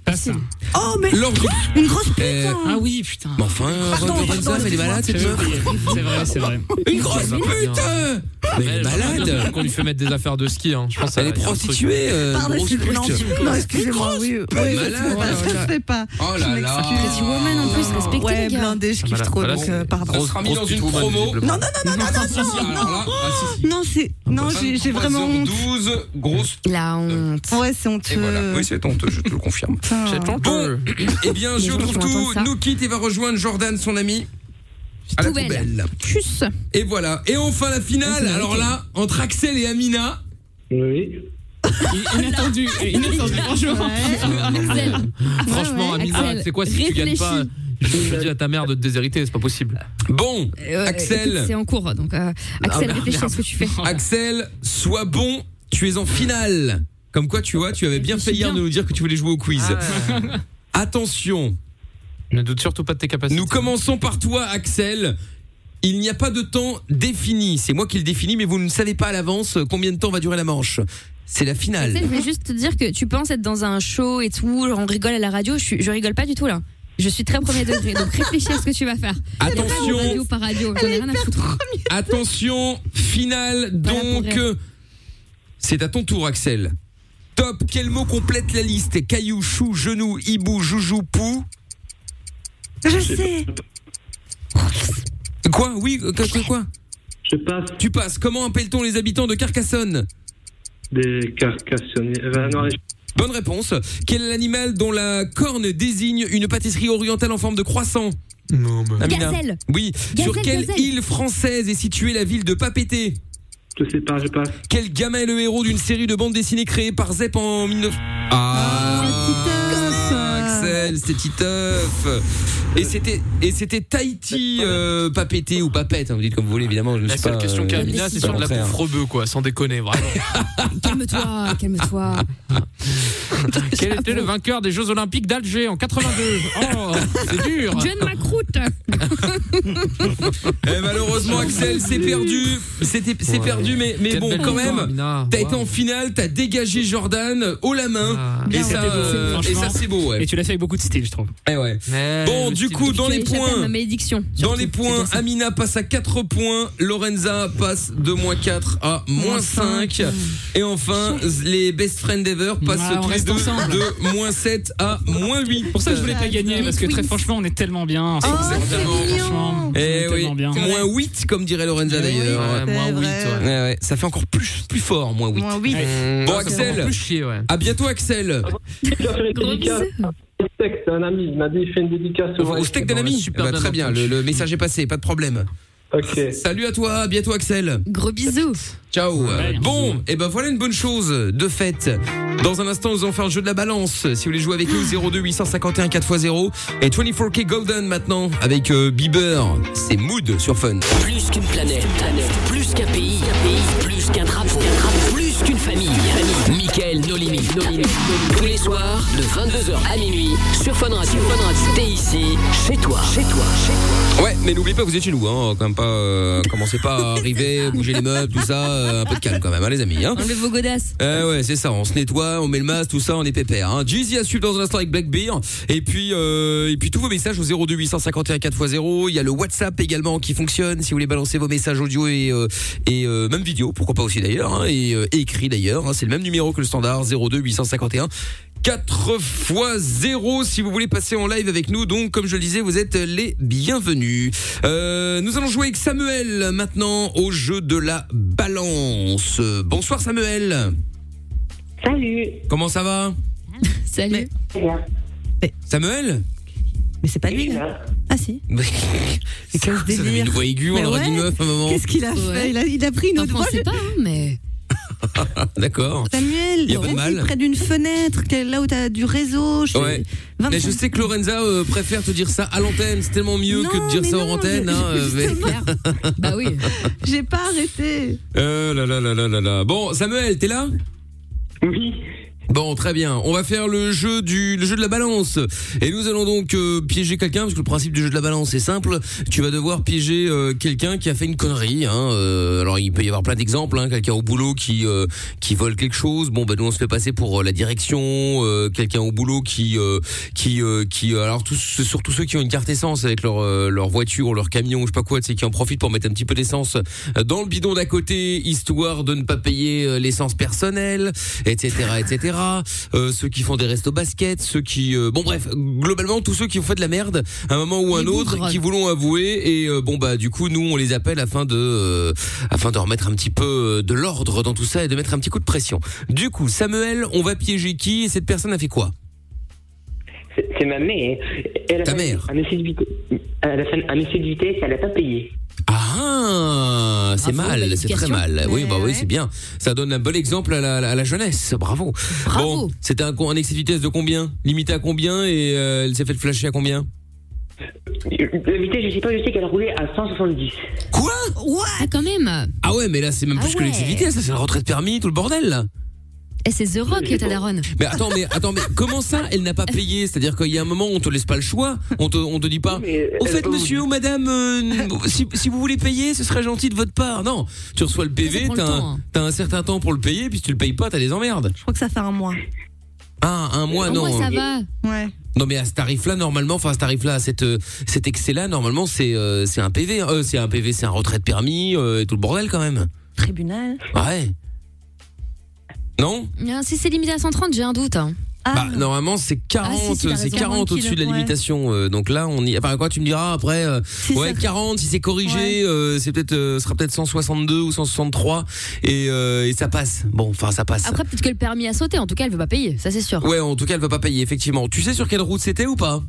Speaker 3: Passe.
Speaker 6: Oh, mais.
Speaker 2: Lors du-
Speaker 6: Une grosse pute hein.
Speaker 2: Euh,
Speaker 3: Ah oui, putain.
Speaker 2: Ah, mais enfin,
Speaker 3: Pardon,
Speaker 2: Roberts
Speaker 3: pardon,
Speaker 2: Benza, elle est malade cette
Speaker 3: j'avais
Speaker 2: meuf.
Speaker 3: oublié. C'est vrai, c'est vrai.
Speaker 2: Une grosse
Speaker 8: Elle va pas
Speaker 2: pute euh Mais elle est malade
Speaker 8: Qu'on lui fait mettre des affaires de ski, hein. Je pense
Speaker 2: Elle est prostituée euh,
Speaker 6: Pardon,
Speaker 2: grosse
Speaker 6: je suis
Speaker 2: pute.
Speaker 6: blanche. Non, excusez-moi, oui.
Speaker 2: Pas
Speaker 6: oui,
Speaker 2: malade,
Speaker 6: je sais pas,
Speaker 2: voilà.
Speaker 6: je sais pas.
Speaker 2: Oh là
Speaker 6: Je
Speaker 2: là. Ah,
Speaker 6: m'excuse.
Speaker 2: Pretty Woman, en plus, respectez,
Speaker 6: Ouais,
Speaker 5: les gars.
Speaker 6: blindé, je kiffe
Speaker 8: Voilà,
Speaker 6: trop,
Speaker 8: voilà,
Speaker 6: donc
Speaker 8: c'est-
Speaker 6: euh,
Speaker 2: On
Speaker 6: pardon.
Speaker 2: sera mis dans une
Speaker 8: Prostituée,
Speaker 2: promo.
Speaker 8: visiblement.
Speaker 6: Non, non, non, non, non, non, non,
Speaker 2: Alors là, ah, si, si.
Speaker 6: non, c'est. Non, j'ai j'ai vraiment honte.
Speaker 2: 12 grosse.
Speaker 5: La honte.
Speaker 6: Ouais, c'est honteux.
Speaker 2: Et voilà. Oui, c'est honteux, je te le confirme.
Speaker 6: Putain.
Speaker 2: Bon, <coughs> eh bien, je
Speaker 5: gens
Speaker 2: trouve
Speaker 5: qui vont entendre
Speaker 2: tout.
Speaker 5: ça.
Speaker 2: Nous quitte et va rejoindre Jordan, son ami. À la
Speaker 5: Poubelle. Ah,
Speaker 2: poubelle.
Speaker 5: Tchuss.
Speaker 2: Et voilà. Et enfin la
Speaker 5: Ah,
Speaker 2: finale. Alors là, entre Axel et Amina.
Speaker 10: Oui.
Speaker 3: Inattendu, inattendu, franchement.
Speaker 5: <laughs> Axel.
Speaker 8: Ah, Franchement,
Speaker 5: Ouais, ouais,
Speaker 8: Amina,
Speaker 5: Axel,
Speaker 8: c'est quoi si tu gagnes
Speaker 5: réfléchis.
Speaker 8: pas Je je dis à ta mère de te déshériter, c'est pas possible.
Speaker 2: Bon,
Speaker 5: Euh, ouais, écoute,
Speaker 2: Axel.
Speaker 5: C'est en cours, donc euh,
Speaker 8: bah,
Speaker 5: Axel,
Speaker 2: merde,
Speaker 5: réfléchis à
Speaker 2: merde.
Speaker 5: ce que tu fais.
Speaker 2: Axel, sois bon. Tu es en finale. Comme quoi, tu vois, tu avais bien fait hier de nous dire que tu voulais jouer au quiz.
Speaker 5: Ah.
Speaker 2: <laughs> Attention.
Speaker 8: Ne doute surtout pas de tes capacités.
Speaker 2: Nous commençons par toi, Axel. Il n'y a pas de temps défini. C'est moi qui le définis, mais vous ne savez pas à l'avance combien de temps va durer la manche. C'est la finale.
Speaker 5: Axel, je voulais juste te dire que tu penses être dans un show et tout, genre on rigole à la radio, je, suis- je rigole pas du tout là. Je suis très premier degré, donc réfléchis à ce que tu vas faire. Pas
Speaker 2: Attention.
Speaker 5: de radio par radio, j'en ai rien à foutre.
Speaker 2: Attention, finale
Speaker 5: Voilà pour
Speaker 2: donc.
Speaker 5: elle.
Speaker 2: euh, C'est à ton tour, Axel. Top, quel mot complète la liste Caillou, chou, genou, hibou, joujou, pou.
Speaker 6: Je sais.
Speaker 2: Quoi Oui, euh, quoi, quoi, quoi
Speaker 10: Je passe
Speaker 2: Tu passes. Comment appelle-t-on les habitants de Carcassonne
Speaker 10: des carcassonniers. Euh, non, je-
Speaker 2: Bonne réponse. Quel est l'animal dont la corne désigne une pâtisserie orientale en forme de croissant
Speaker 8: Non,
Speaker 2: Amina.
Speaker 5: Gazelle.
Speaker 2: Oui.
Speaker 5: Gazelle,
Speaker 2: Sur quelle
Speaker 5: gazelle.
Speaker 2: île française est située la ville de Papété
Speaker 10: je sais pas, je passe.
Speaker 2: Quel gamin est le héros d'une série de bandes dessinées créée par Zep en 19... Ah, Axel, c'est Titeuf. Et c'était et c'était Tahiti euh, Papété ou Papette, hein, vous dites comme vous voulez évidemment, je ne
Speaker 8: La
Speaker 2: suis pas
Speaker 8: seule question qu'a
Speaker 2: euh,
Speaker 8: Amina, c'est sur de la
Speaker 2: l'entrée, hein.
Speaker 8: bouffe rebeu, quoi, sans déconner,
Speaker 3: <laughs>
Speaker 8: vraiment.
Speaker 5: Calme-toi,
Speaker 2: <laughs>
Speaker 5: calme-toi.
Speaker 8: Quel était le vainqueur des Jeux Olympiques d'Alger en 82 Oh, c'est dur
Speaker 5: John Macroute.
Speaker 2: Eh,
Speaker 8: <laughs>
Speaker 2: malheureusement Axel, c'est perdu. C'était c'est perdu mais mais
Speaker 8: Quelle
Speaker 2: bon
Speaker 8: belle
Speaker 2: quand
Speaker 8: victoire,
Speaker 2: même.
Speaker 8: Mina.
Speaker 2: T'as été en finale, t'as dégagé Jordan haut la main
Speaker 8: Ah.
Speaker 2: et, ça, euh, et ça c'est beau ouais.
Speaker 3: Et tu l'as fait avec beaucoup de style, je trouve.
Speaker 2: Eh ouais. Bon, du coup, dans les
Speaker 5: à ma
Speaker 2: points,
Speaker 5: malédiction.
Speaker 2: dans les points, Amina passe à 4 points, Lorenza passe de moins 4 à moins 5. Et enfin, les best friends ever passent
Speaker 3: Ah, on
Speaker 2: tous les
Speaker 3: reste
Speaker 2: deux
Speaker 3: ensemble.
Speaker 2: de moins 7 à moins 8.
Speaker 3: Pour ça, je voulais pas gagner parce que très franchement, on est tellement bien. ensemble. Franchement,
Speaker 2: Eh
Speaker 3: on est
Speaker 2: oui,
Speaker 3: tellement bien.
Speaker 2: moins 8 comme dirait
Speaker 6: Eh
Speaker 2: Lorenza d'ailleurs.
Speaker 8: c'est moins
Speaker 2: huit, ouais. Ouais, ouais. Ça fait encore plus, plus fort, moins 8.
Speaker 8: Moins huit. Ouais,
Speaker 2: Bon
Speaker 8: ça fait encore
Speaker 2: Axel,
Speaker 8: plus chier, ouais.
Speaker 2: à bientôt Axel.
Speaker 14: Au steak d'un ami, il m'a dit, il fait une dédicace
Speaker 2: Au steak d'un ami Eh ben, Très bien, le, le message est passé, pas de problème. Salut à toi, à bientôt Axel.
Speaker 5: Gros bisous.
Speaker 2: Ciao.
Speaker 5: Ouais,
Speaker 2: Euh, bon, et ben voilà une bonne chose de fait. Dans un instant, nous allons faire le jeu de la balance. Si vous voulez jouer
Speaker 5: <gasps>
Speaker 2: avec nous, 02 851 4x0 et 24K Golden maintenant avec euh, Bieber. C'est Mood sur Fun.
Speaker 1: Plus qu'une planète, plus qu'un pays, plus qu'un drapeau, plus qu'une famille. Mickaël, nos limites. Tous les soirs, de 22h à minuit, sur Fun Radio. T'es ici, chez toi. Chez toi.
Speaker 2: Ouais, mais n'oubliez pas, vous êtes chez nous, hein. Quand même pas, euh, commencez pas à arriver, bouger les meubles, tout ça, euh, un peu de calme quand même, hein, les amis, hein.
Speaker 5: Enlevez vos godasses.
Speaker 2: Eh ouais, c'est ça, on se nettoie, on met le masque, tout ça, on est pépère. Hein. Jeezy à suivre dans un instant avec Blackbeard. Et puis, euh, et puis tous vos messages au 02 851 4x0. Il y a le WhatsApp également qui fonctionne. Si vous voulez balancer vos messages audio et, euh, et euh, même vidéo, pourquoi pas aussi d'ailleurs, hein, et, euh, et écrit d'ailleurs. hein. c'est le même numéro que le standard 02 851. 4 x 0 si vous voulez passer en live avec nous donc comme je le disais vous êtes les bienvenus Euh, nous allons jouer avec Samuel maintenant au jeu de la balance bonsoir Samuel
Speaker 13: Salut.
Speaker 2: Comment ça va
Speaker 5: Salut.
Speaker 2: Samuel
Speaker 6: Mais c'est pas lui, là. Ah si.
Speaker 2: C'est
Speaker 6: quoi ce
Speaker 2: avait
Speaker 6: délire
Speaker 2: une voix aiguë, on
Speaker 6: Mais
Speaker 2: l'aurait dit
Speaker 6: ouais.
Speaker 2: meuf à un moment.
Speaker 6: Qu'est-ce qu'il a fait il a, il a pris une autre voix.
Speaker 5: pas, hein, mais.
Speaker 2: D'accord.
Speaker 6: Samuel,
Speaker 2: Il y a pas de
Speaker 6: reste
Speaker 2: mal.
Speaker 6: près d'une fenêtre, que- là où t'as du réseau. Je...
Speaker 2: Ouais. Mais je sais que Lorenza euh, préfère te dire ça à l'antenne, c'est tellement mieux que de dire ça hors antenne. hein, euh, mais- <laughs>
Speaker 5: Bah oui.
Speaker 6: J'ai pas arrêté.
Speaker 2: Euh, là, là, là, là, là, là. Bon, Samuel, t'es là Oui. Bon, très bien. On va faire le jeu du le jeu de la balance. Et nous allons donc euh, piéger quelqu'un parce que le principe du jeu de la balance est simple. Tu vas devoir piéger euh, quelqu'un qui a fait une connerie. Hein. Euh, alors il peut y avoir plein d'exemples. Hein. Quelqu'un au boulot qui euh, qui vole quelque chose. Bon, ben nous on se fait passer pour euh, la direction. Euh, quelqu'un au boulot qui euh, qui euh, qui euh, alors tous c'est surtout ceux qui ont une carte essence avec leur euh, leur voiture ou leur camion ou je sais pas quoi, tu sais qui en profitent pour mettre un petit peu d'essence euh, dans le bidon d'à côté histoire de ne pas payer euh, l'essence personnelle, etc. etc. Euh, ceux qui font des restos basket, ceux qui euh, bon bref globalement tous ceux qui ont fait de la merde à un moment ou un autre qui voulons avouer et euh, bon bah du coup nous on les appelle afin de euh, afin de remettre un petit peu euh, de l'ordre dans tout ça et de mettre un petit coup de pression. Du coup Samuel, on va piéger qui et cette personne a fait quoi
Speaker 12: C'est ma mère. Elle a
Speaker 2: Ta
Speaker 12: fait
Speaker 2: mère.
Speaker 12: Un essai de vitesse. Elle a fait un essai de vitesse, elle n'a pas payé.
Speaker 2: Ah, c'est mal, c'est très
Speaker 12: qualification.
Speaker 2: mal. Oui,
Speaker 12: Ouais,
Speaker 2: bah oui,
Speaker 12: ouais.
Speaker 2: c'est bien. Ça donne un bel exemple à la, à la jeunesse. Bravo. Bon, c'était un, con- un excès de vitesse de combien Limité à combien et euh, elle s'est fait flasher à combien
Speaker 12: La vitesse, je sais pas, je sais qu'elle roulait à 170.
Speaker 2: Quoi
Speaker 5: Ah, quand même.
Speaker 2: Ah ouais, mais là c'est même
Speaker 5: Ah
Speaker 2: plus que
Speaker 5: ouais.
Speaker 2: l'excès de vitesse, là, c'est la retraite permis, tout le bordel là.
Speaker 5: Et Eh, c'est The Rock, ta daronne.
Speaker 2: Mais attends, mais attends, mais comment ça Elle n'a pas payé C'est-à-dire qu'il y a un moment, on te laisse pas le choix, on te, on te dit pas. Bah,
Speaker 12: euh,
Speaker 2: Au fait, monsieur ou madame, euh, si, si vous voulez payer, ce serait gentil de votre part. Non, tu reçois le PV,
Speaker 6: prend le
Speaker 2: t'as
Speaker 6: temps, hein.
Speaker 2: un, t'as un certain temps pour le payer, puis si tu le payes pas, t'as des emmerdes.
Speaker 6: Je crois que ça fait un mois.
Speaker 2: Ah, un mois, non.
Speaker 6: Ouais.
Speaker 2: Non mais à ce tarif-là normalement, enfin à ce tarif-là, à cette, euh, cet excès-là normalement c'est euh, c'est un PV, hein. Euh, c'est un PV, c'est un retrait de permis euh, et tout le bordel quand même.
Speaker 6: Tribunal.
Speaker 2: Ouais. Non
Speaker 5: Ah, Si c'est limité à 130, j'ai un doute. hein.
Speaker 2: Bah normalement c'est 40,
Speaker 5: Ah, si, si, t'as
Speaker 2: c'est
Speaker 5: raison.
Speaker 2: 40 au-dessus de la
Speaker 5: Ouais.
Speaker 2: limitation. euh, donc là on y, enfin quoi tu me diras après, euh, ouais 40 si c'est corrigé, euh, c'est peut-être euh, sera peut-être 162 ou 163 et, euh, et ça passe. Bon enfin ça passe.
Speaker 5: Après, peut-être que le permis a sauté. En tout cas, elle veut pas payer. Ça, c'est sûr.
Speaker 2: Ouais en tout cas elle va pas payer effectivement. Tu sais sur quelle route c'était ou pas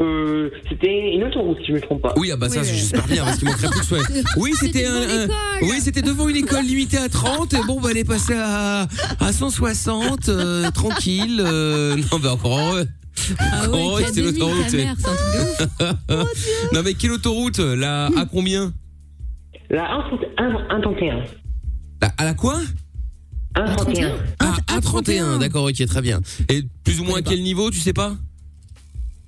Speaker 12: Euh, c'était une autoroute, si je me trompe pas.
Speaker 2: Oui, ah bah ça, j'espère bien, parce qu'il manquerait plus de
Speaker 5: <laughs>
Speaker 2: souhait. Oui, c'était un, un- oui, c'était devant une école limitée à 30, et bon, bah, elle est passée à, à 160, euh, tranquille, euh, non, bah, encore heureux.
Speaker 5: Ah
Speaker 2: Encore
Speaker 5: ouais,
Speaker 2: heureux que Oh, c'est
Speaker 5: académique,
Speaker 2: l'autoroute,
Speaker 5: ta
Speaker 2: c'est-
Speaker 5: mère, c'est un truc de ouf.
Speaker 2: non, mais quelle autoroute, là, à combien?
Speaker 12: La 131.
Speaker 2: Là, à la quoi?
Speaker 12: 131.
Speaker 2: Ah, à 31, d'accord, ok, très bien. Et plus ou moins à quel niveau, tu sais pas?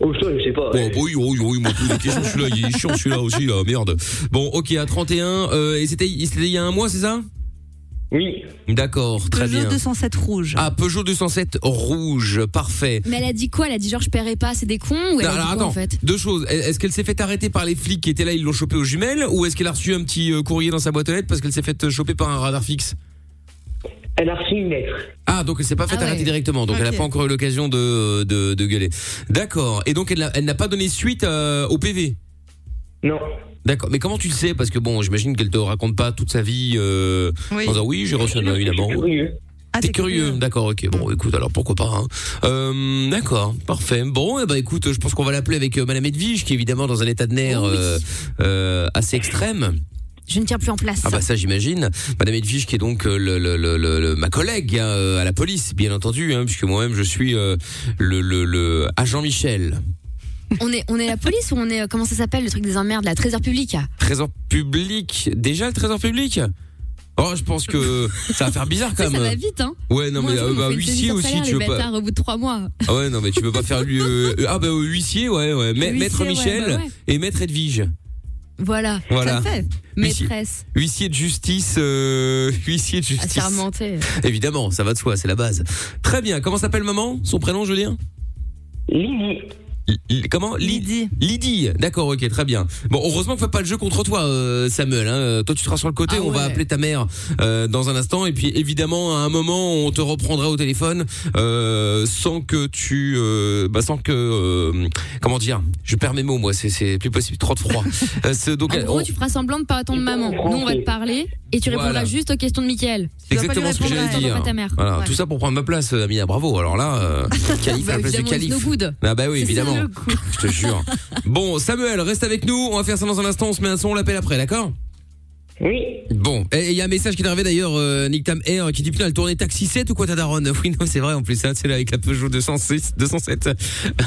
Speaker 12: Oh, ça, je sais pas.
Speaker 2: Bon, bah oui, oui, oui, moi, tous les questions, celui-là, il est chiant, celui-là aussi, là, merde. Bon, ok, à 31, euh, et c'était c'était il y a un mois, c'est ça
Speaker 12: Oui.
Speaker 2: D'accord, très
Speaker 5: Peugeot
Speaker 2: bien.
Speaker 5: 207 rouge.
Speaker 2: Ah, Peugeot 207 rouge, parfait.
Speaker 5: Mais elle a dit quoi Elle a dit genre je paierai pas, c'est des cons ou elle a dit
Speaker 2: Alors
Speaker 5: quoi,
Speaker 2: attends,
Speaker 5: en fait
Speaker 2: deux choses. Est-ce qu'elle s'est fait arrêter par les flics qui étaient là, ils l'ont chopée aux jumelles, ou est-ce qu'elle a reçu un petit euh, courrier dans sa boîte aux lettres parce qu'elle s'est fait choper par un radar fixe
Speaker 12: Elle a reçu une lettre.
Speaker 2: Ah, donc elle s'est pas faite arrêter directement, donc elle n'a
Speaker 12: Ok.
Speaker 2: pas encore eu l'occasion de, de, de gueuler. D'accord. Et donc elle n'a- elle n'a pas donné suite euh, au PV
Speaker 12: Non.
Speaker 2: D'accord. Mais comment tu le sais Parce que bon, j'imagine qu'elle te raconte pas toute sa vie euh,
Speaker 12: Oui.
Speaker 2: en disant oui, j'ai reçu un- une amende.
Speaker 6: Ah,
Speaker 2: T'es curieux, d'accord, ok. Bon, écoute, alors pourquoi pas. hein. Euh, d'accord, parfait. Bon, eh ben, écoute, je pense qu'on va l'appeler avec euh, Madame Edwige, qui est évidemment dans un état de
Speaker 12: Oh
Speaker 2: nerfs euh, euh, assez extrême.
Speaker 5: Je ne tiens plus en place.
Speaker 2: Ah bah ça j'imagine. Madame Edwige qui est donc euh, le, le- le- le- le- ma collègue hein, euh, à la police, bien entendu, hein, puisque moi-même je suis euh, le, le- le agent Michel.
Speaker 5: on est on est la police ou on est euh, comment ça s'appelle le truc des emmerdes, la trésor public ah
Speaker 2: Trésor public, déjà le trésor public Oh, je pense que ça va
Speaker 5: <laughs>
Speaker 2: faire bizarre quand
Speaker 5: Ça,
Speaker 2: même.
Speaker 5: ça va vite hein.
Speaker 2: Ouais, euh, non,
Speaker 5: Moi,
Speaker 2: mais
Speaker 5: un jour,
Speaker 2: euh,
Speaker 5: on
Speaker 2: bah,
Speaker 5: fait une
Speaker 2: huissier
Speaker 5: saisie sur
Speaker 2: aussi,
Speaker 5: salaire,
Speaker 2: tu veux
Speaker 5: les
Speaker 2: pas.
Speaker 5: bâtards, au bout de trois mois.
Speaker 2: Ah ouais, non, mais tu peux pas faire lui.
Speaker 5: <laughs>
Speaker 2: euh, euh, ah bah euh, huissier, ouais, ouais. Ma-
Speaker 5: Huissier,
Speaker 2: maître
Speaker 5: ouais,
Speaker 2: Michel
Speaker 5: bah ouais.
Speaker 2: et maître Edwige.
Speaker 5: Voilà.
Speaker 2: Voilà.
Speaker 5: Ça le fait.
Speaker 2: Huissier.
Speaker 5: Maîtresse.
Speaker 2: Huissier de justice, euh, <laughs> huissier
Speaker 5: Ah,
Speaker 2: de justice.
Speaker 5: Assermentée.
Speaker 2: Évidemment, ça va de soi, c'est la base. Très bien. Comment s'appelle maman Son prénom, je veux dire
Speaker 12: Lily.
Speaker 2: comment Lydie. Lydie, d'accord, ok, très bien. Bon, heureusement qu'on fait pas le jeu contre toi, euh, Samuel. hein. Toi, tu seras sur le
Speaker 5: Ah
Speaker 2: côté. on va appeler ta mère euh, dans un instant, et puis évidemment, à un moment, on te reprendra au téléphone euh, sans que tu, euh, bah, sans que, euh, comment dire Je perds mes mots, moi. C'est- C'est plus possible, trop de
Speaker 5: <laughs>
Speaker 2: froid. Euh, c'est- donc,
Speaker 5: En Ah, gros,
Speaker 2: on-
Speaker 5: tu feras semblant de pas attendre maman. Nous, on va te parler et tu répondras
Speaker 2: Voilà.
Speaker 5: juste aux questions de Mickaël. Tu vas pas lui
Speaker 2: Exactement ce que
Speaker 5: répondre à
Speaker 2: j'allais
Speaker 5: attendre
Speaker 2: dire.
Speaker 5: pas ta mère.
Speaker 2: Voilà,
Speaker 5: Ouais.
Speaker 2: tout ça pour prendre ma place, euh, Amina. Bravo. Alors là,
Speaker 5: <laughs>
Speaker 2: euh, calife à la
Speaker 5: Bah,
Speaker 2: place du
Speaker 5: évidemment,
Speaker 2: calife.
Speaker 5: it's no good.
Speaker 2: Ah bah oui,
Speaker 5: C'est
Speaker 2: évidemment.
Speaker 5: no good.
Speaker 2: Je te jure. Bon, Samuel, reste avec nous. On va faire ça dans un instant. On se met un son, on l'appelle après, d'accord
Speaker 12: Oui.
Speaker 2: Bon, et il y a un message qui est arrivé d'ailleurs, euh, Nick Tam Air, qui dit putain, elle tournait taxi 7 ou quoi ta daronne Oui, non, c'est vrai en plus, hein, c'est là avec la Peugeot 206, 207. <laughs>